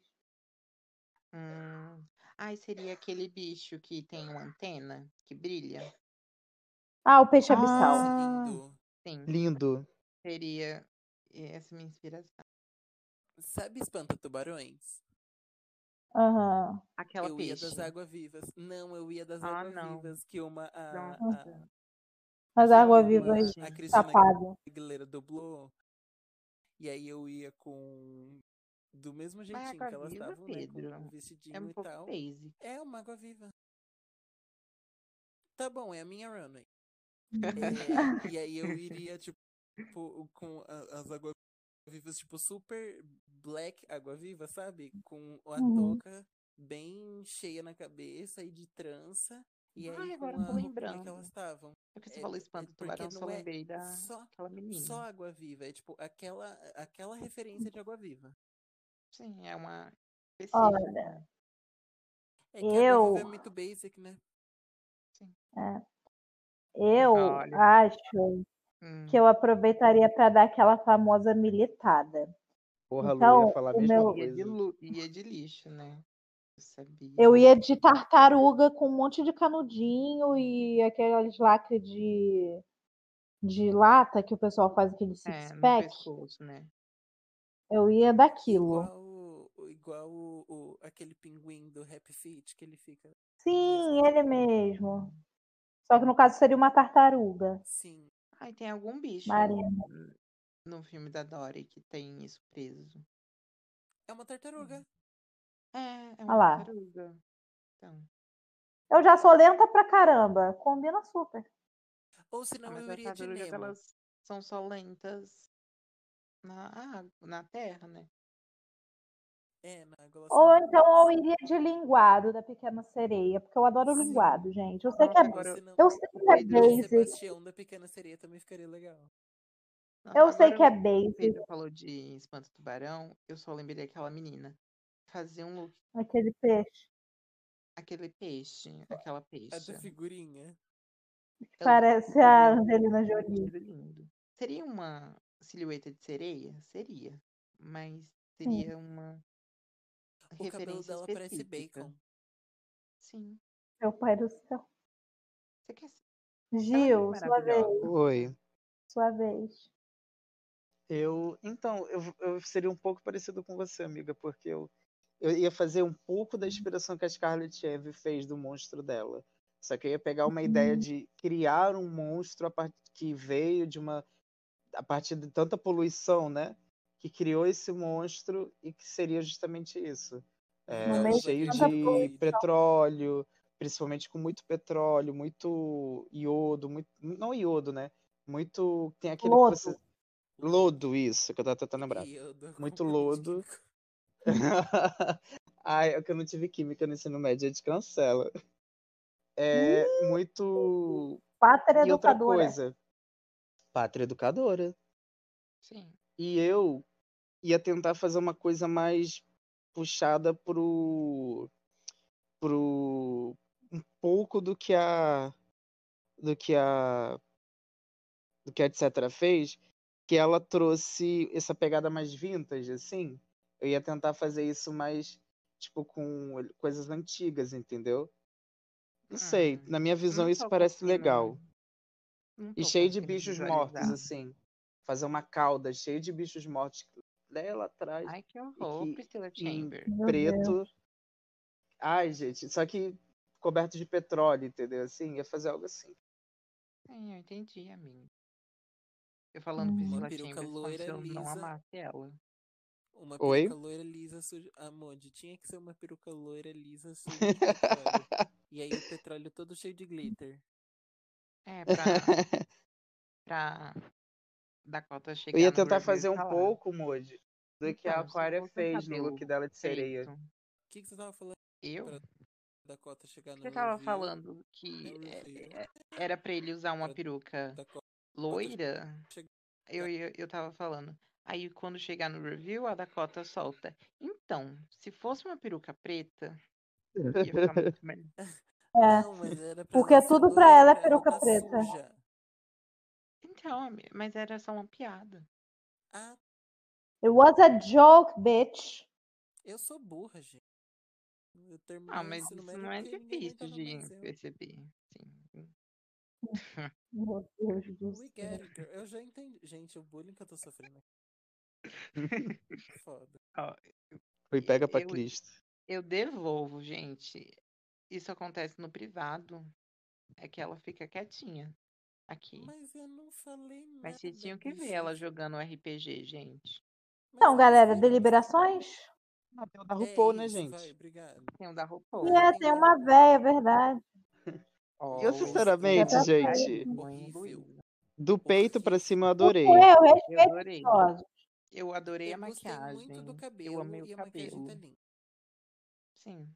S3: Hum. Ai, seria aquele bicho que tem uma antena que brilha?
S2: Ah, o peixe
S5: Ah.
S2: abissal.
S4: Nossa, lindo.
S3: Sim,
S5: Lindo.
S3: seria essa minha inspiração.
S4: Sabe espanta tubarões?
S3: Ah.
S2: Aham.
S3: Aquela
S4: eu ia
S3: peixe.
S4: das águas vivas. Não, eu ia das
S3: Ah,
S4: águas
S3: não.
S4: vivas que uma a,
S3: Nossa.
S2: Uhum.
S4: a-
S2: As
S4: que
S3: Hum,
S2: águas-vivas
S4: uma- a
S3: é
S4: Cristina
S2: tapadas.
S4: Aguilera dublou. E aí eu ia com do mesmo jeitinho que elas
S3: água-viva,
S4: estavam, né, com
S3: é Pedro,
S4: um
S3: É
S4: vestidinho
S3: um
S4: e
S3: pouco
S4: tal.
S3: basic.
S4: É uma água viva. Tá bom, é a minha runway. É, e aí eu iria, tipo, com a- as águas vivas, tipo, super black água viva, sabe? Com a
S2: Uhum.
S4: touca bem cheia na cabeça e de trança. E
S3: Ai,
S4: aí
S3: agora
S4: com
S3: eu
S4: a
S3: tô
S4: roupinha que
S3: lembrando. Tá,
S4: elas estavam.
S3: Porque você
S4: É,
S3: falou
S4: é
S3: espanto do
S4: porque
S3: tubarão, só
S4: não é
S3: lembrei
S4: só,
S3: daquela menina.
S4: só água viva, é tipo aquela, aquela
S3: Hum.
S4: referência de água viva.
S3: Sim, é uma
S2: Olha,
S3: específica. né?
S4: É que a água viva é
S2: Eu-
S4: muito basic, né?
S2: Eu
S3: Olha.
S2: acho
S3: Hum.
S2: que eu aproveitaria para dar aquela famosa militada.
S5: Porra, Lu,
S2: Então,
S5: ia falar a
S2: o
S5: mesma
S2: meu-
S3: Ia é de,
S5: coisa.
S3: lu... Ia de lixo, né? Eu sabia.
S2: Eu ia de tartaruga com um monte de canudinho e aqueles lacres de, de lata que o pessoal faz aquele
S3: É, no
S2: six-pack.
S3: pescoço, né?
S2: Eu ia daquilo.
S4: Igual, o- o- igual o, o- aquele pinguim do Happy Feet que ele fica.
S2: Sim, ele mesmo. Só que no caso seria uma tartaruga.
S4: Sim.
S3: Ai, tem algum bicho
S2: Maria.
S3: n- no filme da Dory que tem isso preso.
S4: É uma
S3: Uhum.
S4: tartaruga.
S3: É, é
S2: Olha
S3: uma
S2: lá.
S3: tartaruga. Então,
S2: Eu já sou lenta pra caramba. Combina super.
S4: Ou
S3: ah,
S4: senão
S3: mas
S4: eu
S3: as
S4: iria de
S3: tartarugas,
S4: Nemo.
S3: elas são só lentas na água, na terra, né?
S4: É, na Golosão
S2: Ou
S4: de
S2: então
S4: Luz.
S2: eu iria de linguado da Pequena Sereia, porque eu adoro
S4: Sim.
S2: linguado, gente. Eu sei que
S3: Nossa,
S2: é,
S3: agora eu-
S4: senão
S2: eu sei que é
S3: Pedro,
S4: de
S2: basic,
S4: Sebastião da Pequena Sereia também ficaria legal.
S3: Nossa,
S2: eu sei
S3: agora
S2: que é
S3: o
S2: basic,
S3: Pedro falou de espanto tubarão, eu só lembrei daquela menina. Fazia um look,
S2: aquele peixe
S3: aquele peixe, aquela
S4: A
S3: peixe.
S4: da figurinha.
S2: que
S3: Ela
S2: parece a
S3: fazia
S2: Angelina
S3: um
S2: Jolie.
S3: vestido lindo. Seria uma silhueta de sereia? Seria. Mas
S2: Sim.
S3: seria uma
S4: Hum. O cabelo
S3: referência
S4: dela parece
S3: específica.
S4: bacon.
S3: Sim.
S2: Meu pai do céu.
S3: Você quer ser? Ela é muito
S2: Gil, sua vez,
S3: maravilhosa.
S5: Oi.
S2: sua vez.
S5: Eu, então, eu, eu seria um pouco parecido com você, amiga, porque eu, eu ia fazer um pouco
S2: Uhum.
S5: da inspiração que a Scarlett Eve fez do monstro dela. Só que eu ia pegar uma ideia
S2: Uhum.
S5: de criar um monstro a par- que veio de uma a partir de tanta poluição, né? que criou esse monstro e que seria justamente isso. É,
S2: No meio
S5: cheio
S2: Um tanta
S5: de
S2: coisa.
S5: petróleo, principalmente com muito petróleo, muito iodo, muito, não iodo, né? Muito. Tem aquele
S2: Lodo.
S5: processo- Lodo, isso, que eu tava tentando lembrar.
S4: Iodo,
S5: Muito
S4: componente
S5: lodo.
S4: químico.
S5: Ai, é que eu não tive química no ensino médio, a gente cancela. É muito.
S2: Pátria
S5: E outra
S2: educadora.
S5: coisa. Pátria educadora.
S3: Sim.
S5: E eu ia tentar fazer uma coisa mais puxada pro. pro. um pouco do que a. do que a. do que a etc. fez, que ela trouxe essa pegada mais vintage, assim. Eu ia tentar fazer isso mais, tipo, com coisas antigas, entendeu? Não sei,
S3: Hum.
S5: na minha visão
S3: Não
S5: isso
S3: tô
S5: parece
S3: conseguindo-
S5: legal.
S3: não
S5: E
S3: tô
S5: cheio de
S3: conseguindo
S5: bichos
S3: visualizar.
S5: mortos, assim. Fazer uma cauda cheia de bichos mortos lá lá atrás,
S3: Ai, que horror,
S5: que-
S3: Priscila
S5: em
S3: Chamber.
S2: Meu
S5: preto. Ai, gente, só que coberto de petróleo, entendeu? Assim, ia fazer algo assim.
S3: Sim, eu entendi, amigo. Eu falando
S2: Hum.
S3: Priscila
S4: Uma peruca
S3: Chambers como
S4: loira,
S3: se eu não
S4: lisa.
S3: amasse ela.
S4: Uma
S5: Oi?
S4: peruca loira lisa suja. Amode, tinha que ser uma peruca loira lisa suja de petróleo. e aí o petróleo todo cheio de glitter.
S3: É, pra, pra Dakota chegar
S5: Eu ia
S3: no
S5: tentar
S3: Brasil e
S5: fazer um
S3: falar,
S5: pouco, Moody, do que a
S3: Então, se
S5: Aquaria
S3: fosse um
S5: fez no
S3: cabelo
S5: look dela de sereia.
S3: preto,
S4: O que, que você tava falando
S3: Eu?
S4: Pra- ah, da cota chegar no
S3: Você tava
S4: review?
S3: falando que
S4: no
S3: é-
S4: review.
S3: é- era pra ele usar uma
S4: Pra-
S3: peruca
S4: Da cota
S3: loira?
S4: chega-
S3: Eu, eu, eu tava falando. Aí quando chegar no review, a Dakota solta. Então, se fosse uma peruca preta, ia ficar muito melhor.
S2: É.
S4: Não, mas era pra
S2: Porque
S4: ela ser
S2: tudo pra ela é
S4: loira,
S2: peruca
S4: toda
S2: preta.
S4: suja.
S3: Então, ami- mas era só uma piada.
S4: Ah,
S2: It was a joke, bitch.
S4: eu sou burra, gente. Eu terminei
S3: Ah,
S4: o
S3: mas
S4: ensino
S3: isso
S4: médio
S3: não é
S4: porque ninguém
S3: difícil
S4: tá aguentava mais
S3: de
S4: eu.
S3: perceber. Sim.
S2: Meu Deus do
S4: We get
S2: céu.
S4: it, girl. é, Eu já entendi. Gente, o bullying que eu tô sofrendo aqui. Foda.
S5: Foi pega pra
S3: Eu-
S5: Cristo.
S3: Eu devolvo, gente. Isso acontece no privado. É que ela fica quietinha aqui.
S4: Mas eu não falei nada.
S3: Mas vocês tinham que ver
S4: bichos.
S3: ela jogando um RPG, gente.
S4: Mas
S2: Então,
S4: vocês
S2: galera,
S4: viram?
S2: deliberações?
S5: Ah, tem o da
S4: É
S5: RuPaul, né,
S4: isso,
S5: gente?
S4: Vai, obrigado.
S3: Tem o da RuPaul.
S2: É, tem uma véia, é verdade.
S5: Eu,
S3: Oh,
S5: sinceramente,
S2: Já tá
S5: gente,
S3: mãe
S4: Horrível.
S3: Luísa,
S5: do peito pra cima eu
S2: Não
S5: adorei.
S2: sou
S3: é
S2: eu,
S3: Eu adorei.
S2: respeitosa.
S3: Eu adorei a
S4: Eu gostei muito
S3: maquiagem.
S4: do
S3: Eu amei
S4: cabelo
S3: o
S4: e a maquiagem tá
S3: cabelo.
S4: linda.
S3: Sim.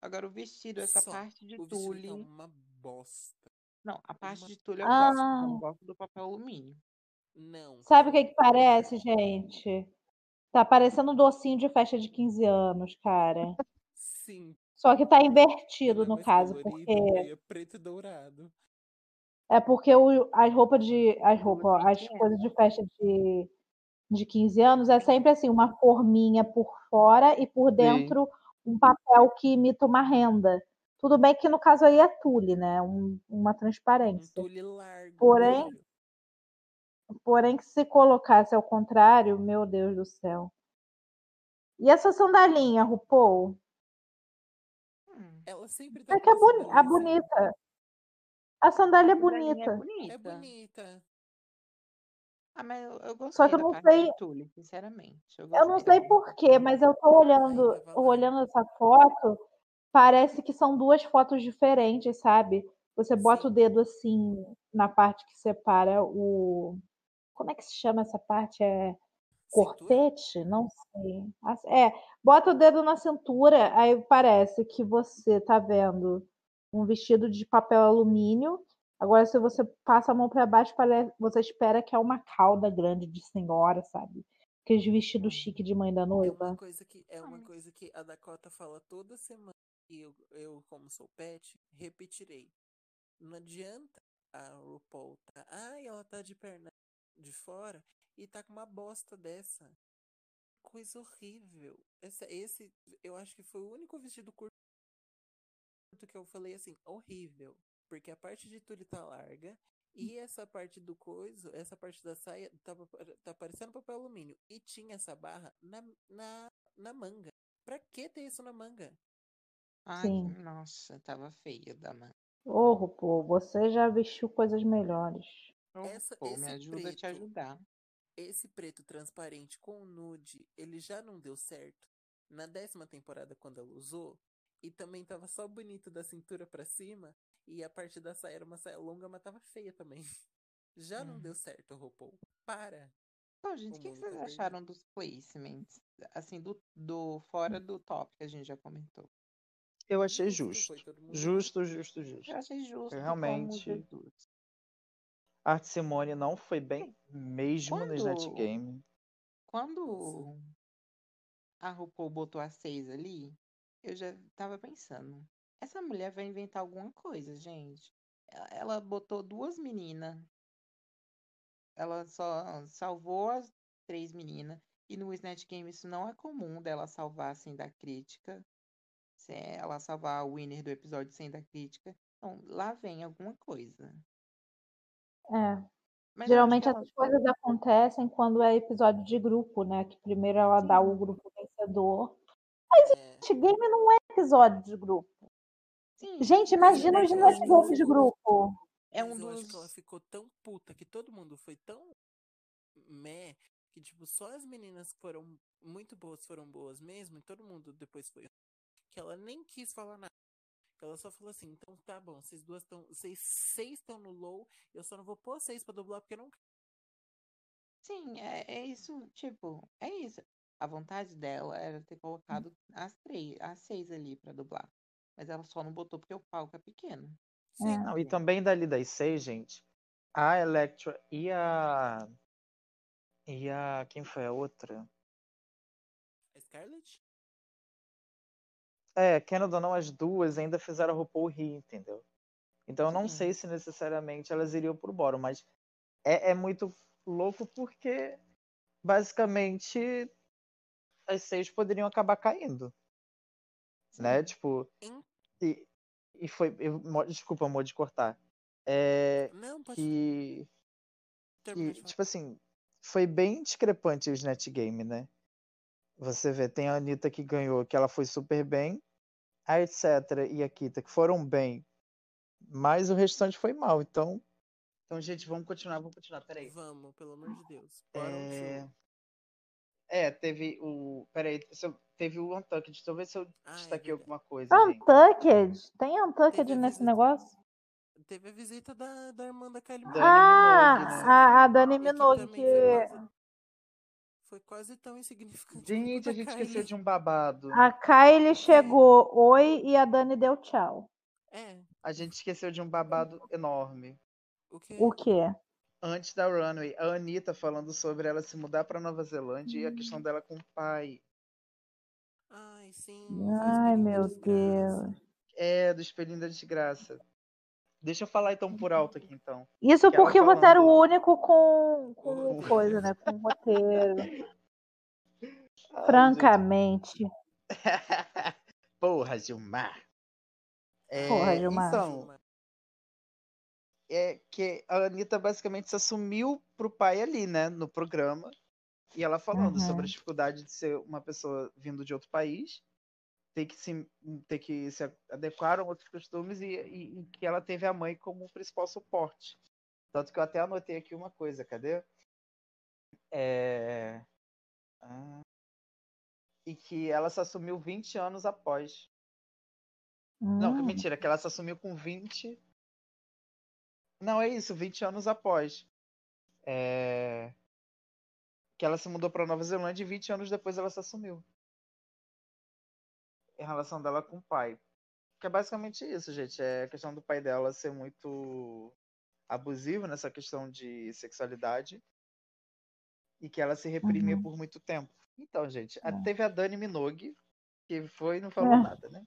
S3: Agora o vestido, essa
S4: Só
S3: parte de
S4: O vestido tá
S3: tule.
S4: uma bosta.
S3: Não, a parte
S4: uma-
S3: de tule eu gosto. Não
S2: Ah.
S3: gosto do papel alumínio.
S4: Não.
S2: Sabe o que é que parece, gente? Tá parecendo um docinho de festa de 15 anos, cara.
S4: Sim.
S2: Só que tá invertido
S4: ela é
S2: no
S4: mais
S2: caso,
S4: colorida,
S2: porque
S4: e é preto e dourado.
S2: é porque o- as roupas de as roupas, ó, as
S3: sei que é.
S2: coisas de festa de de 15 anos é sempre assim, uma forminha por fora e por dentro um papel que imita uma renda. Tudo bem que no caso aí é tule, né? Um- uma
S4: Um
S2: transparência.
S4: tule largo.
S2: Porém-
S4: horrível.
S2: Porém, que se colocasse ao contrário, meu Deus do céu. E essa sandalinha, RuPaul?
S3: Hum.
S4: Ela sempre tá
S2: É
S4: com
S2: que é
S4: uma
S2: boni- a
S4: sandalinha assim.
S2: bonita. A sandália é
S3: Sandalinha
S2: bonita.
S3: É
S4: É
S3: bonita.
S4: bonita.
S3: Ah, mas eu, eu
S2: Só
S3: gostei
S2: que eu
S3: da
S2: não
S3: parte
S2: sei-
S3: de tule, sinceramente. Eu,
S2: Eu não
S3: gostei da
S2: sei porquê, mas eu tô olhando,
S4: tava lá.
S2: olhando essa foto, parece que são duas fotos diferentes, sabe? Você bota o
S4: Sim.
S2: dedo assim na parte que separa o. Como é que se chama essa parte? É
S4: Cintura?
S2: cortete? Não sei. As- É, bota o dedo na cintura, aí parece que você tá vendo um vestido de papel alumínio. Agora, se você passa a mão para baixo, pare- você espera que é uma cauda grande de senhora, sabe? Aqueles vestidos
S3: Hum.
S2: chique de mãe da
S4: É uma
S2: noiva.
S4: coisa que é uma coisa que a Dakota fala toda semana e eu, eu como sou pet, repetirei. Não adianta a RuPaul tá, ai, ela tá de perna de fora e tá com uma bosta dessa. Coisa horrível. Essa, esse, eu acho que foi o único vestido curto que eu falei assim, horrível, porque a parte de tule tá larga e essa parte do coiso, essa parte da saia tava pare- tá parecendo papel alumínio e tinha essa barra na, na, na manga. Pra que ter isso na manga?
S3: Ai,
S2: Sim.
S3: nossa, tava feia da mãe.
S2: Ô, RuPaul, você já vestiu coisas melhores.
S3: Ô,
S4: Essa-
S3: Pô, me
S4: esse
S3: ajuda a te
S4: preto.
S3: ajudar.
S4: esse preto transparente com nude, ele já não deu certo. Na décima temporada, quando ela usou, e também tava só bonito da cintura pra cima, e a parte da saia era uma saia longa, mas tava feia também. Já não
S3: Uhum.
S4: deu certo, RuPaul. Para!
S3: Então, gente, o que, que
S4: mundo
S3: vocês
S4: tá perdido.
S3: acharam dos placements? Assim, do, do fora do top que a gente já comentou.
S5: Eu achei
S4: Justo,
S5: justo.
S4: foi todo mundo
S5: Justo, justo,
S3: Eu
S5: justo.
S3: achei justo.
S5: realmente-
S3: Como Jesus.
S5: A Arte Simone não foi bem mesmo no
S3: Quando-
S5: Snatch Game.
S3: Quando a RuPaul botou a seis ali, eu já tava pensando. Essa mulher vai inventar alguma coisa, gente. Ela, ela botou duas meninas. Ela só salvou as três meninas. E no Snatch Game isso não é comum dela salvar assim da crítica. Se é, ela salvar a winner do episódio sem da crítica. Então, lá vem alguma coisa.
S2: É.
S3: Mas eu acho
S2: Geralmente
S3: que é ela-
S2: essas coisas acontecem quando é episódio de grupo, né? Que primeiro ela dá o grupo vencedor.
S4: É.
S2: Gente, game não é episódio de grupo.
S3: Sim,
S2: Gente, imagina
S4: mas
S2: os
S4: eu
S2: ginásio
S4: acho que
S2: golpes
S4: foi-
S2: de grupo.
S3: é
S4: Mas
S3: um
S4: eu acho que ela
S3: dos.
S4: ficou tão puta que todo mundo foi tão meh que, tipo, só as meninas que foram muito boas foram boas mesmo, e todo mundo depois foi. Que ela nem quis falar nada. Ela só falou assim, então tá bom, vocês duas estão. Vocês seis estão no low, eu só não vou pôr seis pra dublar porque eu não quero.
S3: Sim, é, é isso, tipo, é isso. A vontade dela era ter colocado as três, as seis ali pra dublar. Mas ela só não botou porque o palco é pequeno.
S4: Sim.
S5: Não, e também dali das seis, gente, a Electra e a. E a. Quem foi a outra?
S4: A Scarlett?
S5: É, querendo ou não, as duas ainda fizeram a RuPaul rir, entendeu? Então eu não
S3: Sim.
S5: sei se necessariamente elas iriam pro boro, mas é, é muito louco porque basicamente as seis poderiam acabar caindo, né? Tipo.
S4: Em-
S5: E, e foi. eu- mo- desculpa, amor, de cortar. É,
S4: Não, pode
S5: que,
S4: terminar
S5: que,
S4: de falar.
S5: tipo assim, foi bem discrepante o Snatch Game, né? Você vê, tem a Anitta que ganhou, que ela foi super bem, a etc. e a Kita que foram bem, mas o restante foi mal, então. Então, gente, vamos continuar, vamos continuar, peraí.
S4: Vamos, pelo amor de Deus. Bora um
S5: assim, É,
S4: show.
S5: é teve o. Peraí, se eu- teve o Untucked, deixa eu ver se eu
S4: Ah, é
S5: destaquei
S4: verdade.
S5: alguma coisa, gente.
S2: Untucked? Tem Untucked
S4: Teve
S2: nesse
S4: visita.
S2: negócio?
S4: Teve a visita da, da irmã da Kylie
S5: Dani
S4: Minogue. né?
S2: Ah,
S5: Minogue, né?
S2: a, a Dani
S4: E que
S2: Minogue,
S4: também
S2: que
S4: Foi quase, foi quase tão insignificante
S5: Gente,
S4: quanto
S5: a gente
S4: Kylie.
S5: esqueceu de um babado.
S2: a Kylie chegou, oi, e a Dani deu tchau.
S4: É,
S5: A gente esqueceu de um babado enorme.
S4: o que?
S2: O quê?
S5: Antes da Runway, a Anitta falando sobre ela se mudar pra Nova Zelândia e a questão dela com o pai.
S4: Ai, sim.
S2: Ai, meu Deus.
S5: É, do espelhinho da desgraça. Deixa eu falar então por alto aqui então.
S2: Isso
S5: Que ela
S2: porque você era o
S5: falando.
S2: único com, com
S4: Com-
S2: coisa, né? Com roteiro.
S5: Ai,
S2: Francamente.
S5: gente. Porra, Gilmar. É,
S2: Porra, Gilmar.
S5: Então, é que a Anitta basicamente se assumiu pro pai ali, né, no programa. E ela falando
S2: Uhum.
S5: sobre a dificuldade de ser uma pessoa vindo de outro país, ter que se, ter que se adequar a outros costumes e, e- e que ela teve a mãe como principal suporte. Tanto que eu até anotei aqui uma coisa, cadê? É... ah, E que ela se assumiu 20 anos após. Não,
S2: Hum.
S5: mentira, que ela se assumiu com 20. Não, é isso, 20 anos após. É, Que ela se mudou para Nova Zelândia e 20 anos depois ela se assumiu. Em relação dela com o pai. Que é basicamente isso, gente. É a questão do pai dela ser muito abusivo nessa questão de sexualidade. E que ela se reprimia por muito tempo. Então, gente, a-
S2: Uhum. É.
S5: teve a Dani Minogue, que foi e não falou
S2: É.
S5: nada, né?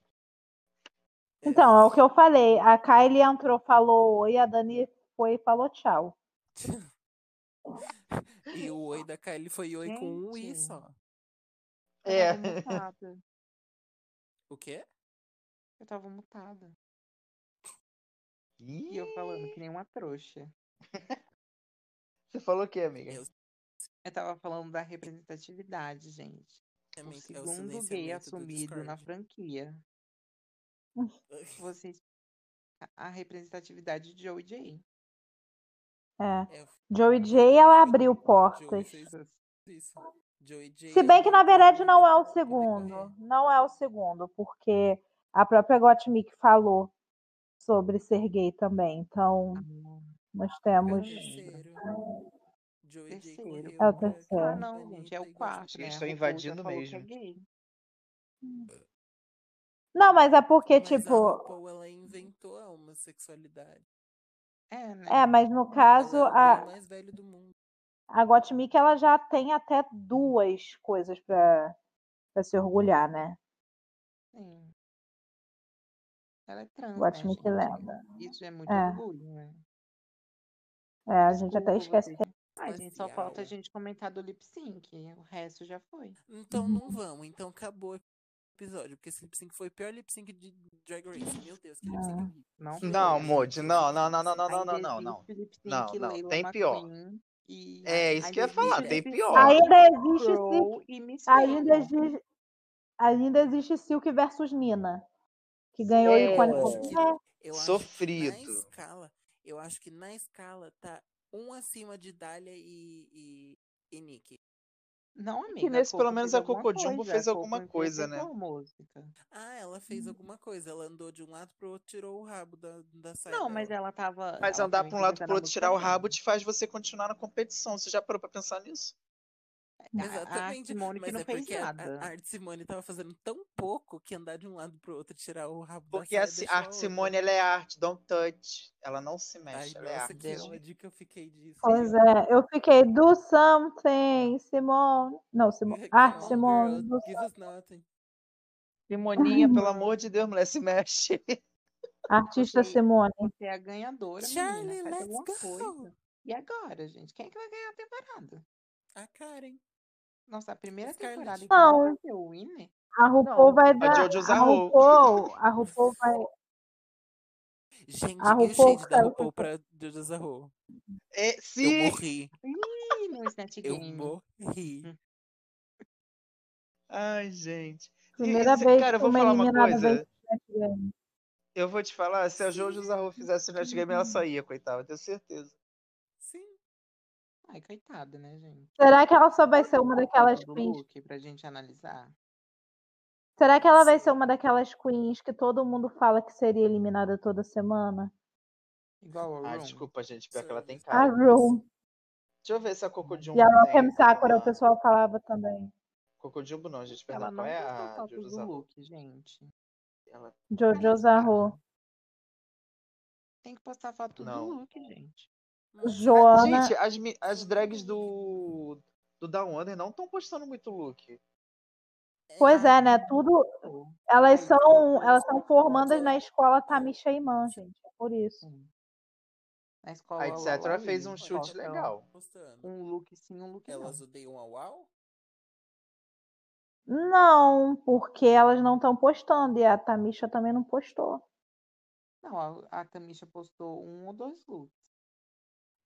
S2: Então, é o que eu falei. A Kylie entrou, falou oi, a Dani foi e falou tchau.
S4: E o oi da Kylie foi oi com um i
S3: Gente.
S4: só.
S5: É.
S3: Eu tava mutada.
S4: O quê?
S3: Eu tava mutada. E
S5: Ih,
S3: eu falando que nem uma trouxa.
S5: Você falou o quê, amiga?
S4: Eu-
S3: Eu tava falando da representatividade, gente. O
S4: Realmente, é o
S3: segundo gay
S4: silenciamento do
S3: assumido na
S4: Discord.
S3: franquia. Vocês. a- A representatividade de Joey J.
S2: É.
S4: É,
S2: Joey J, ela abriu
S4: Joey
S2: portas.
S4: fez isso. Joey J.
S2: Se bem que, na verdade, não é o
S4: Ele
S2: segundo.
S4: ganha.
S2: Não é o segundo, porque a própria Gottmik falou sobre ser gay também. Então, nós
S4: É o
S2: temos.
S4: terceiro. Joey J.
S3: Terceiro.
S4: correu um
S2: É o
S4: pra
S2: terceiro.
S4: ganhar
S3: Ah, não,
S4: Anitta
S3: gente, é
S4: e
S3: o
S4: Gottmik.
S3: quarto.
S5: Eles
S3: né?
S5: tão
S3: A RuPaul já
S5: invadindo
S3: falou que
S5: mesmo.
S3: é gay.
S2: Não, mas é porque,
S4: Mas a
S2: tipo.
S4: RuPaul, ela inventou é a homossexualidade.
S3: É, né?
S2: É, mas no
S4: Ela
S2: caso,
S4: era o
S2: a,
S4: gay mais velho do mundo.
S2: a Gottmik, ela já tem até duas coisas pra, pra se orgulhar, né?
S3: Sim. Ela é trans, né,
S2: Gottmik
S3: gente?
S2: lembra.
S3: Isso é muito
S2: É.
S3: orgulho, né?
S2: É, a gente até
S3: Desculpa
S2: esquece
S5: é
S3: vocês.
S2: que
S3: Ah, gente, só falta a
S4: Parcial.
S3: gente comentar do lip sync. O resto já foi.
S4: Então
S2: Uhum.
S4: não vamos, então acabou o episódio, porque esse lip sync foi o pior lip sync de Drag Race. Meu Deus, que lip sync
S2: Ah.
S4: horrível.
S3: Não foi.
S5: Não, Moody, não, não, não, não, não,
S3: Aí
S5: não, não, não,
S3: existe
S5: não.
S3: lip sync
S5: Não, não,
S3: Leila
S5: tem pior.
S3: McQueen E...
S5: É, isso
S3: aí
S5: que eu ia falar,
S3: existe
S5: tem
S3: lip
S5: pior.
S3: sync
S2: ainda existe Silk,
S3: Crow e Miss
S2: ainda
S3: Fame.
S2: existe, ainda existe Silk versus Nina, que ganhou o
S5: É.
S2: icônico.
S4: Eu acho que-
S2: É,
S4: Eu acho que
S5: Sofrido.
S4: na escala, eu acho que na escala tá um acima de Dália e, e, e Nick.
S3: Não, amiga.
S5: que nesse,
S3: a Coco
S5: pelo menos,
S3: fez
S5: a Coco
S3: alguma
S5: Jumbo
S3: coisa,
S5: fez
S3: a
S5: alguma
S3: Coco
S5: coisa, né?
S3: interpretou a música.
S4: Ah, ela
S2: Hum.
S4: fez alguma coisa, ela andou de um lado pro outro, tirou o rabo da, da saia
S3: Não, mas
S4: dela.
S3: ela tava.
S5: Mas
S3: ela
S5: andar
S3: tava
S5: pra um lado pro
S3: interpretando a
S5: outro,
S3: música
S5: tirar o
S3: dela.
S5: rabo, te faz você continuar na competição. Você já parou pra pensar nisso?
S3: A- A
S4: Exatamente,
S3: Simone que
S4: mas
S3: não
S4: é
S3: fez
S4: porque a,
S3: nada.
S4: a Art Simone tava fazendo tão pouco que andar de um lado pro outro, tirar o rabo
S5: Porque
S4: da
S5: a
S4: saia,
S5: Si-
S4: deixou
S5: a
S4: a
S5: Art
S4: outra.
S5: Simone, ela é arte, don't touch. Ela não se
S4: Ai,
S5: mexe, ela é
S4: nossa,
S5: arte.
S4: que
S3: Deus me-
S4: ódio que eu fiquei disso.
S2: Pois é, eu fiquei do something, Simone. Não, Simone. Art
S4: Come on,
S2: ah, Simone.
S4: Oh, girl,
S2: do-
S4: give us nothing.
S5: Simoninha, pelo amor de Deus, mulher, se mexe.
S2: Artista
S3: Você-
S2: Simone.
S3: Você é a ganhadora, menina.
S4: Charlie,
S3: Faz
S4: let's
S3: alguma
S4: go!
S3: coisa. E agora, gente? Quem é que vai ganhar a temporada?
S4: A Karen.
S3: Nossa, a primeira
S4: Scarlett.
S3: temporada, então,
S2: Não.
S3: vai ser o Winner?
S2: A RuPaul
S3: Não,
S2: vai
S5: A
S2: dar.
S5: Jojo
S2: A
S5: Zarrou.
S2: RuPaul, a RuPaul vai.
S4: Gente,
S2: A
S4: e o
S2: RuPaul
S4: shade
S2: que
S4: da
S2: saiu.
S4: RuPaul pra Jojo Zarro?
S5: É,
S4: Eu
S5: sim!
S4: morri.
S3: Ih, no Snatch
S4: Eu
S3: Game.
S4: morri.
S5: Ai, gente. E-
S2: Primeira
S5: e se-
S2: vez
S5: cara, eu
S2: que
S5: vou
S2: uma
S5: falar uma
S2: eliminada
S5: coisa.
S2: vem Game.
S5: Eu vou te falar, se a Jojo
S4: Sim.
S5: Zarro fizesse o Snatch Game, ela saía, coitada, eu tenho certeza.
S4: Sim.
S3: Ai, coitada, né, gente?
S2: Será que ela só vai ser uma
S3: Vamos
S2: daquelas
S3: do
S2: queens?
S3: look pra gente analisar?
S2: Será que ela vai
S4: Sim.
S2: ser uma daquelas queens que todo mundo fala que seria eliminada toda semana?
S3: Igual a
S5: Ai,
S3: Room.
S5: Ah, desculpa, gente, pior que ela tem
S2: A
S5: cara.
S2: Room.
S5: Deixa eu ver se a Coco Jumbo
S2: E a
S5: tem.
S2: Rokem Sakura, o
S5: Uma...
S2: pessoal falava também.
S5: Coco Jumbo não, gente,
S3: Ela
S5: perdão. Qual
S3: não
S5: é
S3: postou
S5: a
S3: foto
S5: Jojo
S3: do
S5: Zarro?
S3: look, gente.
S5: Ela...
S2: Jojo Zarro.
S3: Tem que postar foto do
S5: Não.
S3: look, gente.
S2: Jo-
S5: Ah,
S2: Ana-
S5: gente,
S3: é-
S5: as, mi- as drags do, do Down Under não estão postando muito look.
S2: Pois
S3: Ah,
S2: é, né? Tudo.
S3: Pô,
S2: Elas
S3: Aí,
S2: são, elas são formandas na escola Tamisha Iman, gente. É por isso.
S3: sim. Na
S5: A
S3: escola,
S5: etc.
S3: lá, lá,
S5: fez um
S3: eles
S5: chute
S3: postam
S5: legal.
S4: Postando.
S3: um look sim, um look não.
S4: Elas odeiam a UAU?
S2: Não, porque elas não estão postando e a Tamisha também não postou.
S3: Não, a, a Tamisha postou um ou dois looks.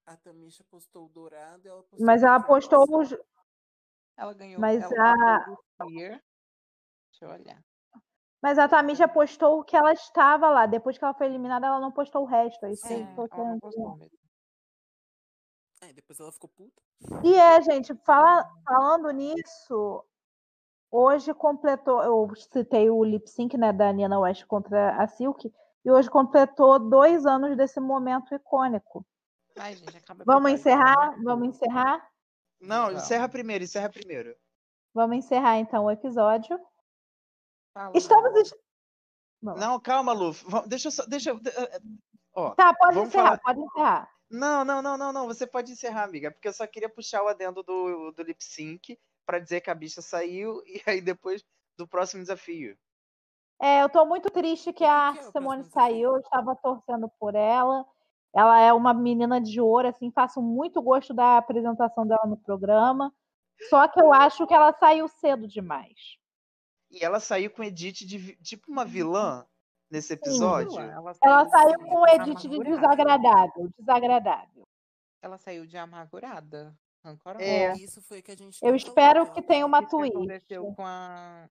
S4: A Tamisha postou o dourado e ela postou
S2: Mas
S4: o
S2: ela
S4: rosa.
S2: postou os.
S3: Ela ganhou,
S2: Mas
S3: ela
S2: a,
S3: postou o Fear. Deixa eu olhar.
S2: mas a Tamisha postou o que ela estava lá. Depois que ela foi eliminada, ela não postou o resto. É isso que
S3: É,
S2: eu tô
S3: ela não
S2: querendo dizer.
S3: postou mesmo.
S4: Aí É, depois ela ficou puta.
S2: E é, gente, fala- falando nisso, hoje completou, eu citei o lip sync, né, da Nina West contra a Silk, e hoje completou dois anos desse momento icônico.
S3: Ai, gente, acaba o
S2: Vamos
S3: episódio, pelo amor
S2: encerrar?
S3: de
S2: Vamos
S3: Deus.
S2: encerrar?
S5: Não,
S3: Não.
S5: encerra primeiro, encerra primeiro.
S2: Vamos encerrar então o episódio.
S3: Fala,
S2: Estamos.
S3: Lu.
S2: es- Bom,
S5: Não, calma, Lu. Vam- Deixa eu só. Deixa, eu- ó,
S2: Tá, pode
S5: vamos falar.
S2: encerrar, pode encerrar.
S5: Não, não, não, não, não. Você pode encerrar, amiga, porque eu só queria puxar o adendo do, do lip sync pra dizer que a bicha saiu e aí depois do próximo desafio.
S2: É, eu tô muito triste que a
S4: que é
S2: Arte Simone
S4: o próximo desafio?
S2: saiu, eu estava torcendo por ela. Ela é uma menina de ouro, assim, faço muito gosto da apresentação dela no programa. Só que eu acho que ela saiu cedo demais.
S5: E ela saiu com Edith de vi- tipo uma vilã nesse
S3: Vilã,
S5: episódio.
S3: Ela
S2: Ela
S3: saiu
S2: saiu
S3: de
S2: com o
S4: é
S2: edit de
S3: amargurada.
S2: desagradável, desagradável.
S3: Ela saiu de amargurada, rancorosa.
S5: É.
S4: Isso foi que a gente
S2: Eu
S4: não falou,
S2: espero
S4: ela
S2: que
S4: tá-
S2: tenha uma
S3: Isso que
S2: twist.
S3: aconteceu com a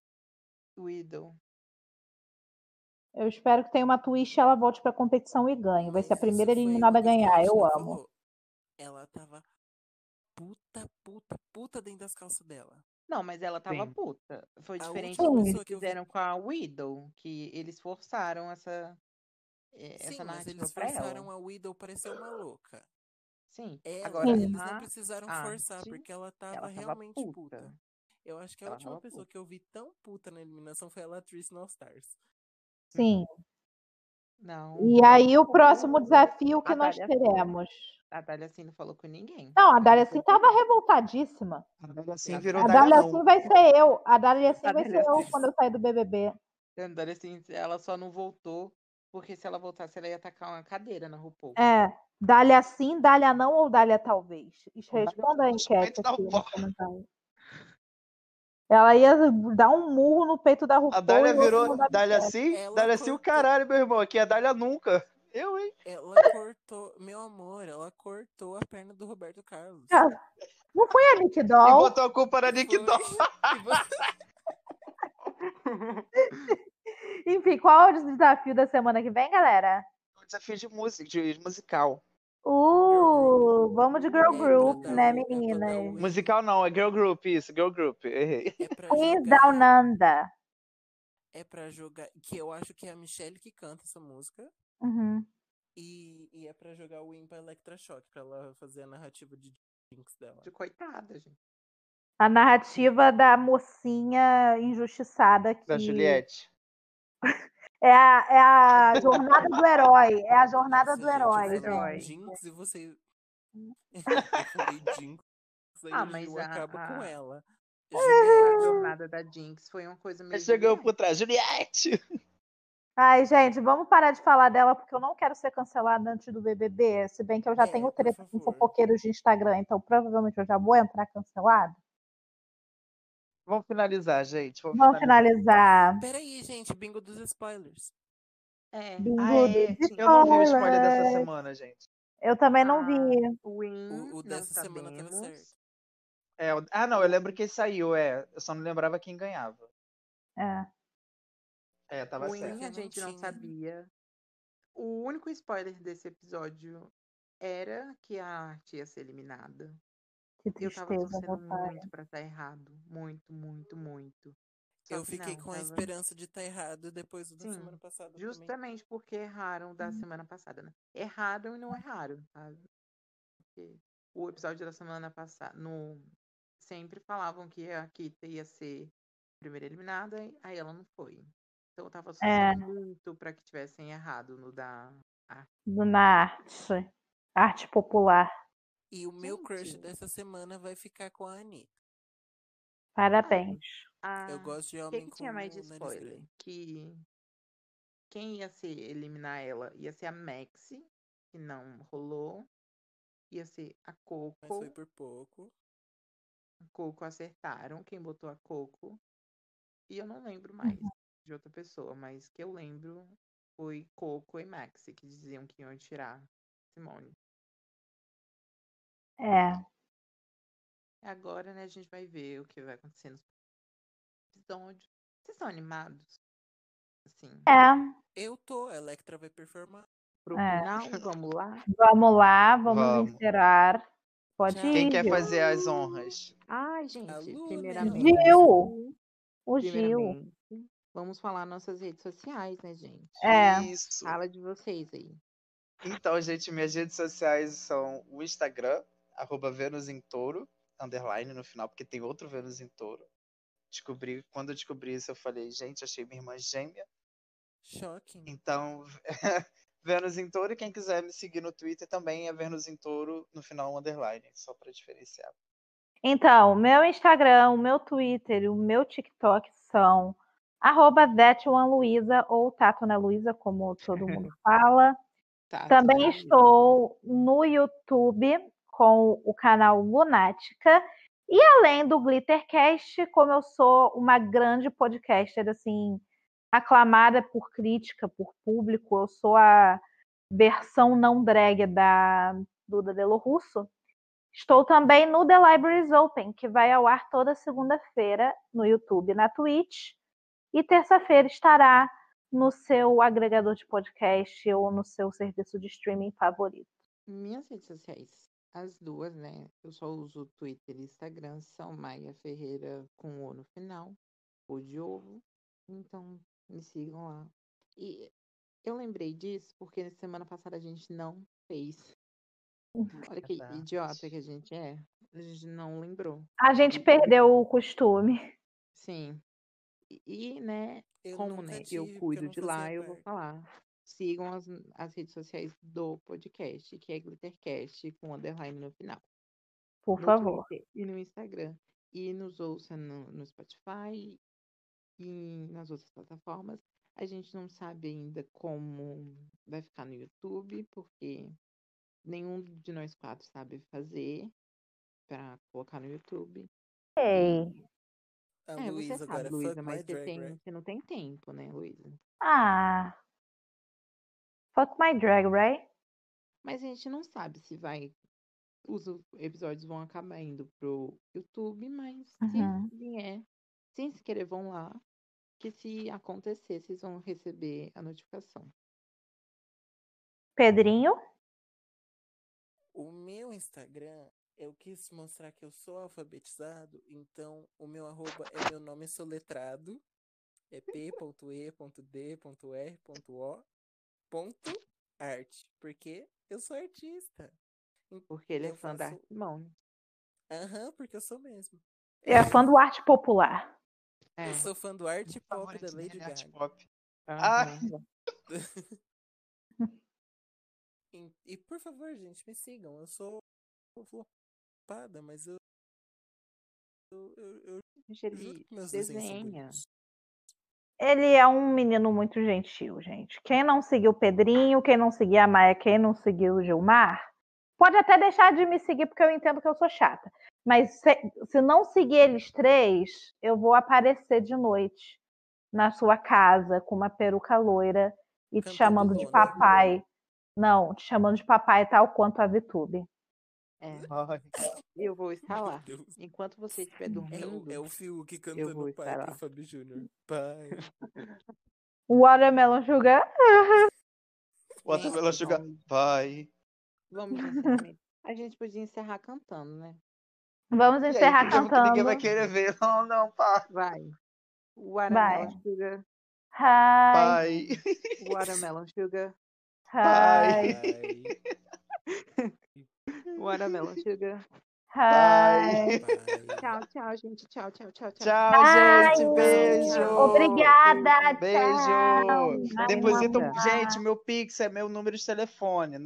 S3: Widow.
S2: Eu espero que tenha uma twist e ela volte pra competição e ganhe. Vai ser a
S4: Isso
S2: primeira
S4: foi
S2: eliminada a
S4: uma coisa que
S2: ganhar.
S4: gente
S2: Eu
S4: não
S2: amo.
S4: falou. Ela tava puta, puta, puta dentro das calças dela.
S3: Não, mas ela tava
S5: Sim.
S3: puta. Foi
S4: A
S3: diferente
S4: última
S2: Sim.
S3: do que eles
S4: pessoa que eu vi-
S3: fizeram com a Widow, que eles forçaram essa, eh, essa
S4: Sim, mas
S3: narrativa
S4: eles
S3: pra
S4: forçaram
S3: ela.
S4: a Widow parecer uma louca.
S3: Sim,
S4: Ela,
S3: agora
S2: Sim.
S4: eles
S3: a-
S4: não precisaram
S3: a
S4: forçar,
S3: arte,
S4: porque ela tava,
S3: ela tava
S4: realmente puta.
S3: puta.
S4: Eu acho que a
S3: Ela
S4: última
S3: tava
S4: pessoa
S3: puta.
S4: que eu vi tão puta na eliminação foi a Latrice No All Stars.
S2: Sim.
S3: Não,
S4: Uhum.
S2: E aí
S4: Então,
S2: o próximo desafio que
S3: A
S2: nós
S3: Dália Sena.
S2: teremos.
S3: a Dália assim não falou com ninguém.
S2: Não, a Dália
S3: Ela
S2: Sim
S3: foi
S2: tava revoltadíssima.
S5: A Dália Sim
S3: A
S5: assim, virou
S2: A Dália
S5: dragão.
S3: assim,
S2: Sim vai ser eu. A Dália Sim
S3: A
S2: vai ser
S3: Dália
S2: eu
S3: Sim.
S2: quando eu sair do BBB.
S3: A Dália assim, ela só não voltou, porque se ela voltasse, ela ia tacar uma cadeira na RuPaul.
S2: É. Dália sim, Dália não ou Dália talvez? Responda a enquete
S5: peito um da
S2: aqui no
S5: Upó.
S2: comentário. Ela ia dar um murro no peito da RuPaul.
S5: A Dália
S2: e outro
S5: virou
S2: no Dália
S5: Dália
S2: Cat.
S5: sim?
S4: Ela
S5: Dália sim o
S4: cortou.
S5: caralho, meu irmão. Aqui é Dália nunca. Eu, hein?
S4: Ela cortou, meu amor, ela cortou a perna do Roberto Carlos.
S2: Ah, Não foi a Nick
S5: E
S2: Doll.
S5: botou a culpa na Nick
S4: Foi.
S5: Doll.
S4: E você-
S2: Enfim, qual é o desafio da semana que vem, galera?
S5: Um Desafio de música, de musical.
S2: Uh, vamos de girl
S4: É,
S2: group,
S4: pra dar
S2: né,
S4: o- é pra dar
S2: meninas?
S4: o-
S5: Musical não, é girl group, isso, girl group. Errei.
S4: É pra
S2: Queens
S4: jogar-
S2: Down Under.
S4: É pra jogar. Que eu acho que é a Michelle que canta essa música.
S2: Uhum.
S4: E, e é pra jogar o Win pra Electra Shock, pra ela fazer a narrativa de Jinx dela.
S3: De coitada, gente.
S2: A narrativa da mocinha injustiçada que
S5: Da Juliette.
S2: é a, é a jornada do herói. É a jornada
S4: Nossa,
S2: do
S4: gente, eu
S2: herói,
S4: falei
S2: gente.
S4: Jinx e você. eu falei Jinx. Aí
S3: Ah,
S4: o
S3: mas
S4: Ju
S3: a-
S4: acaba com
S3: a-
S4: ela.
S3: A
S4: Juliette,
S3: jornada da Jinx foi uma coisa meio.
S5: Aí chegou
S3: Juliette.
S5: por trás, Juliette!
S2: Ai, gente, vamos parar de falar dela porque eu não quero ser cancelada antes do BBB, se bem que eu já
S4: É,
S2: tenho
S4: por
S2: treta com
S4: favor.
S2: fofoqueiros de Instagram, então provavelmente eu já vou entrar cancelada.
S5: Vamos finalizar, gente. Vamos,
S2: Vamos
S5: finalizar.
S2: finalizar.
S4: Peraí, gente, bingo dos spoilers.
S3: É.
S2: Bingo
S3: Ah, é,
S2: de
S3: tinha-
S5: Eu não vi o
S2: spoiler.
S5: spoiler dessa semana, gente.
S2: Eu também não vi.
S3: Win,
S4: O, o
S3: não
S4: dessa semana tava
S3: sabemos.
S4: certo.
S5: É, o- ah, não, eu lembro quem saiu, é. Eu só não lembrava quem ganhava.
S2: É.
S5: É, tava
S3: Win,
S5: certo.
S4: Porque
S3: a
S4: não
S3: gente não
S4: tinha.
S3: sabia. O único spoiler desse episódio era que a arte ia ser eliminada.
S2: Que
S3: Eu tava
S2: tristeza,
S3: torcendo
S2: meu pai.
S3: muito pra estar errado. Muito, muito, muito. Só
S4: Eu
S3: que
S4: fiquei
S3: não,
S4: com a
S3: tava-
S4: esperança de estar errado depois do da
S3: Sim,
S4: semana passada. também. Uhum.
S3: Justamente porque erraram da semana passada, né? Erraram e não erraram, sabe? Porque o episódio da semana passada, no... sempre falavam que a Kita ia ser a primeira eliminada, e aí ela não foi. Então eu tava
S2: É.
S3: torcendo muito pra que tivessem errado no da.
S2: Do- Na arte. Arte popular.
S4: E o meu crush
S3: Gente.
S4: dessa semana vai ficar com a Anitta.
S2: Parabéns.
S3: Ah,
S4: Eu gosto de
S3: o que,
S4: homem
S3: que
S4: com
S3: tinha mais de
S4: nariz
S3: spoiler?
S4: grande.
S3: Que quem ia se eliminar ela ia ser a Maxi, que não rolou. Ia ser a
S4: Mas foi
S3: Coco.
S4: por pouco.
S3: A Coco acertaram, quem botou a Coco. E eu não lembro mais de outra pessoa, mas que eu lembro foi Coco e Maxi, que diziam que iam tirar Simone.
S2: É.
S3: Agora, né, a gente vai ver o que vai acontecer nos episódios. Vocês estão animados? Assim,
S2: É.
S4: Eu tô, a Electra vai performar.
S3: pro
S2: É.
S3: final, vamos lá.
S2: Vamos lá, vamos,
S5: Vamos.
S2: encerrar. Pode
S4: Tchau.
S5: Quem
S2: ir.
S5: quer
S2: Gil.
S5: fazer as honras?
S3: Ai, gente,
S4: Luna.
S3: primeiramente.
S2: Gil! O Gil.
S3: Primeiramente, vamos falar nossas redes sociais, né, gente?
S2: É.
S5: Isso.
S3: Fala de vocês aí.
S5: Então, gente, minhas redes sociais são o Instagram, arroba Vênus em Touro, underline no final, porque tem outro Vênus em Touro. Descobri, quando eu descobri isso, eu falei, gente, achei minha irmã gêmea.
S4: Shocking.
S5: Então, Vênus em Touro, e quem quiser me seguir no Twitter também é Vênus em Touro, no final, underline, só pra diferenciar.
S2: Então, o meu Instagram, o meu Twitter, e o meu TikTok são arroba VetOneLuiza ou Tato na Luiza, como todo mundo fala.
S3: Tá, tudo
S2: Também
S3: bem.
S2: estou no YouTube com o canal Lunática. E além do Glittercast, como eu sou uma grande podcaster, assim, aclamada por crítica, por público, eu sou a versão não drag da Duda Delo Russo. Estou também no The Libraries Open, que vai ao ar toda segunda-feira no YouTube e na Twitch. E terça-feira estará no seu agregador de podcast ou no seu serviço de streaming favorito.
S3: Minhas redes sociais. As duas, né? Eu só uso Twitter e Instagram, são Maia Ferreira com O no final, ou de ovo. Então, me sigam lá. E eu lembrei disso porque na semana passada a gente não fez.
S2: Hum.
S3: Olha que
S1: Verdade.
S3: idiota que a gente é. A gente não lembrou.
S2: A gente perdeu o costume.
S3: Sim. E- E, né,
S4: Eu
S3: como
S4: nunca
S3: né, que eu
S4: tive, porque
S3: cuido
S4: não
S3: de lá,
S4: fazia
S3: eu vou
S4: parte.
S3: falar. Sigam as, as redes sociais do podcast, que é Glittercast, com underline no final.
S2: Por
S3: no
S2: favor.
S3: Twitter e no Instagram. E nos ouça no, no Spotify e nas outras plataformas. A gente não sabe ainda como vai ficar no YouTube, porque nenhum de nós quatro sabe fazer para colocar no YouTube.
S2: Ei.
S4: A
S3: é,
S4: Luísa
S3: você sabe,
S4: agora,
S3: Luísa,
S4: fuck
S3: mas
S4: my
S3: você,
S4: drag
S3: tem,
S4: race.
S3: você não tem tempo, né, Luísa?
S2: Ah. Fuck my drag, right?
S3: Mas a gente não sabe se vai. Os o- episódios vão acabar indo pro YouTube, mas
S2: Uhum.
S3: se vier, se inscrevam lá. Que se acontecer, vocês vão receber a notificação.
S2: Pedrinho?
S4: O meu Instagram, eu quis mostrar que eu sou alfabetizado, então o meu arroba é meu nome soletrado. É p.e.d.r.o. Ponto arte. Porque eu sou artista.
S3: Porque ele é
S4: Eu
S3: fã da
S4: faço-
S3: Simone.
S4: Aham, porque eu sou mesmo.
S2: É fã do arte popular.
S3: É.
S4: Eu sou fã do arte pop da
S5: favorito dele
S4: Lady
S5: é arte
S4: Gaga.
S5: pop.
S4: Ah,
S3: aham. Então,
S4: E, e, por favor, gente, me sigam. Eu sou flopada, mas eu. Eu, eu, eu
S3: Gente,
S4: juro
S3: ele
S4: que meus desenhos são
S3: desenha.
S4: bonitos.
S2: Ele é um menino muito gentil, gente. Quem não seguiu o Pedrinho, quem não seguiu a Maia, quem não seguiu o Gilmar, pode até deixar de me seguir, porque eu entendo que eu sou chata. Mas se, se não seguir eles três, eu vou aparecer de noite na sua casa com uma peruca loira e te
S4: Cantando
S2: chamando de
S4: Lona.
S2: papai. Não, te chamando de papai tal quanto a Vitube.
S3: É.
S5: Ai,
S3: Eu vou estar Tá lá.
S4: Meu Deus.
S3: Enquanto você estiver
S4: É o,
S3: dormindo,
S4: é o Fiuk cantando
S3: vou
S4: pai
S3: estar
S4: pro
S3: lá.
S4: Fábio Júnior. Pai.
S2: Watermelon Sugar?
S5: o Atabela
S3: gente,
S5: chega.
S3: vamos-
S5: Vai.
S3: Vamos de encerramento. A gente podia encerrar cantando, né?
S2: Vamos
S5: E aí,
S2: encerrar
S5: um jogo que
S2: cantando.
S5: Ninguém vai querer ver. Não, não, pá.
S3: Vai. Watermelon Sugar.
S2: Hi,
S5: Vai.
S3: Watermelon Sugar.
S2: hi,
S4: Pai.
S3: Watermelon Sugar.
S2: hi.
S5: Vai.
S4: Pai.
S3: Tchau, tchau, gente. Tchau, tchau, tchau, tchau.
S5: Tchau,
S2: Ai,
S5: gente. Beijo.
S2: Obrigada,
S5: Beijo.
S2: tchau.
S5: Deposita, um
S3: Amanda.
S5: gente, meu Pix é meu número de telefone.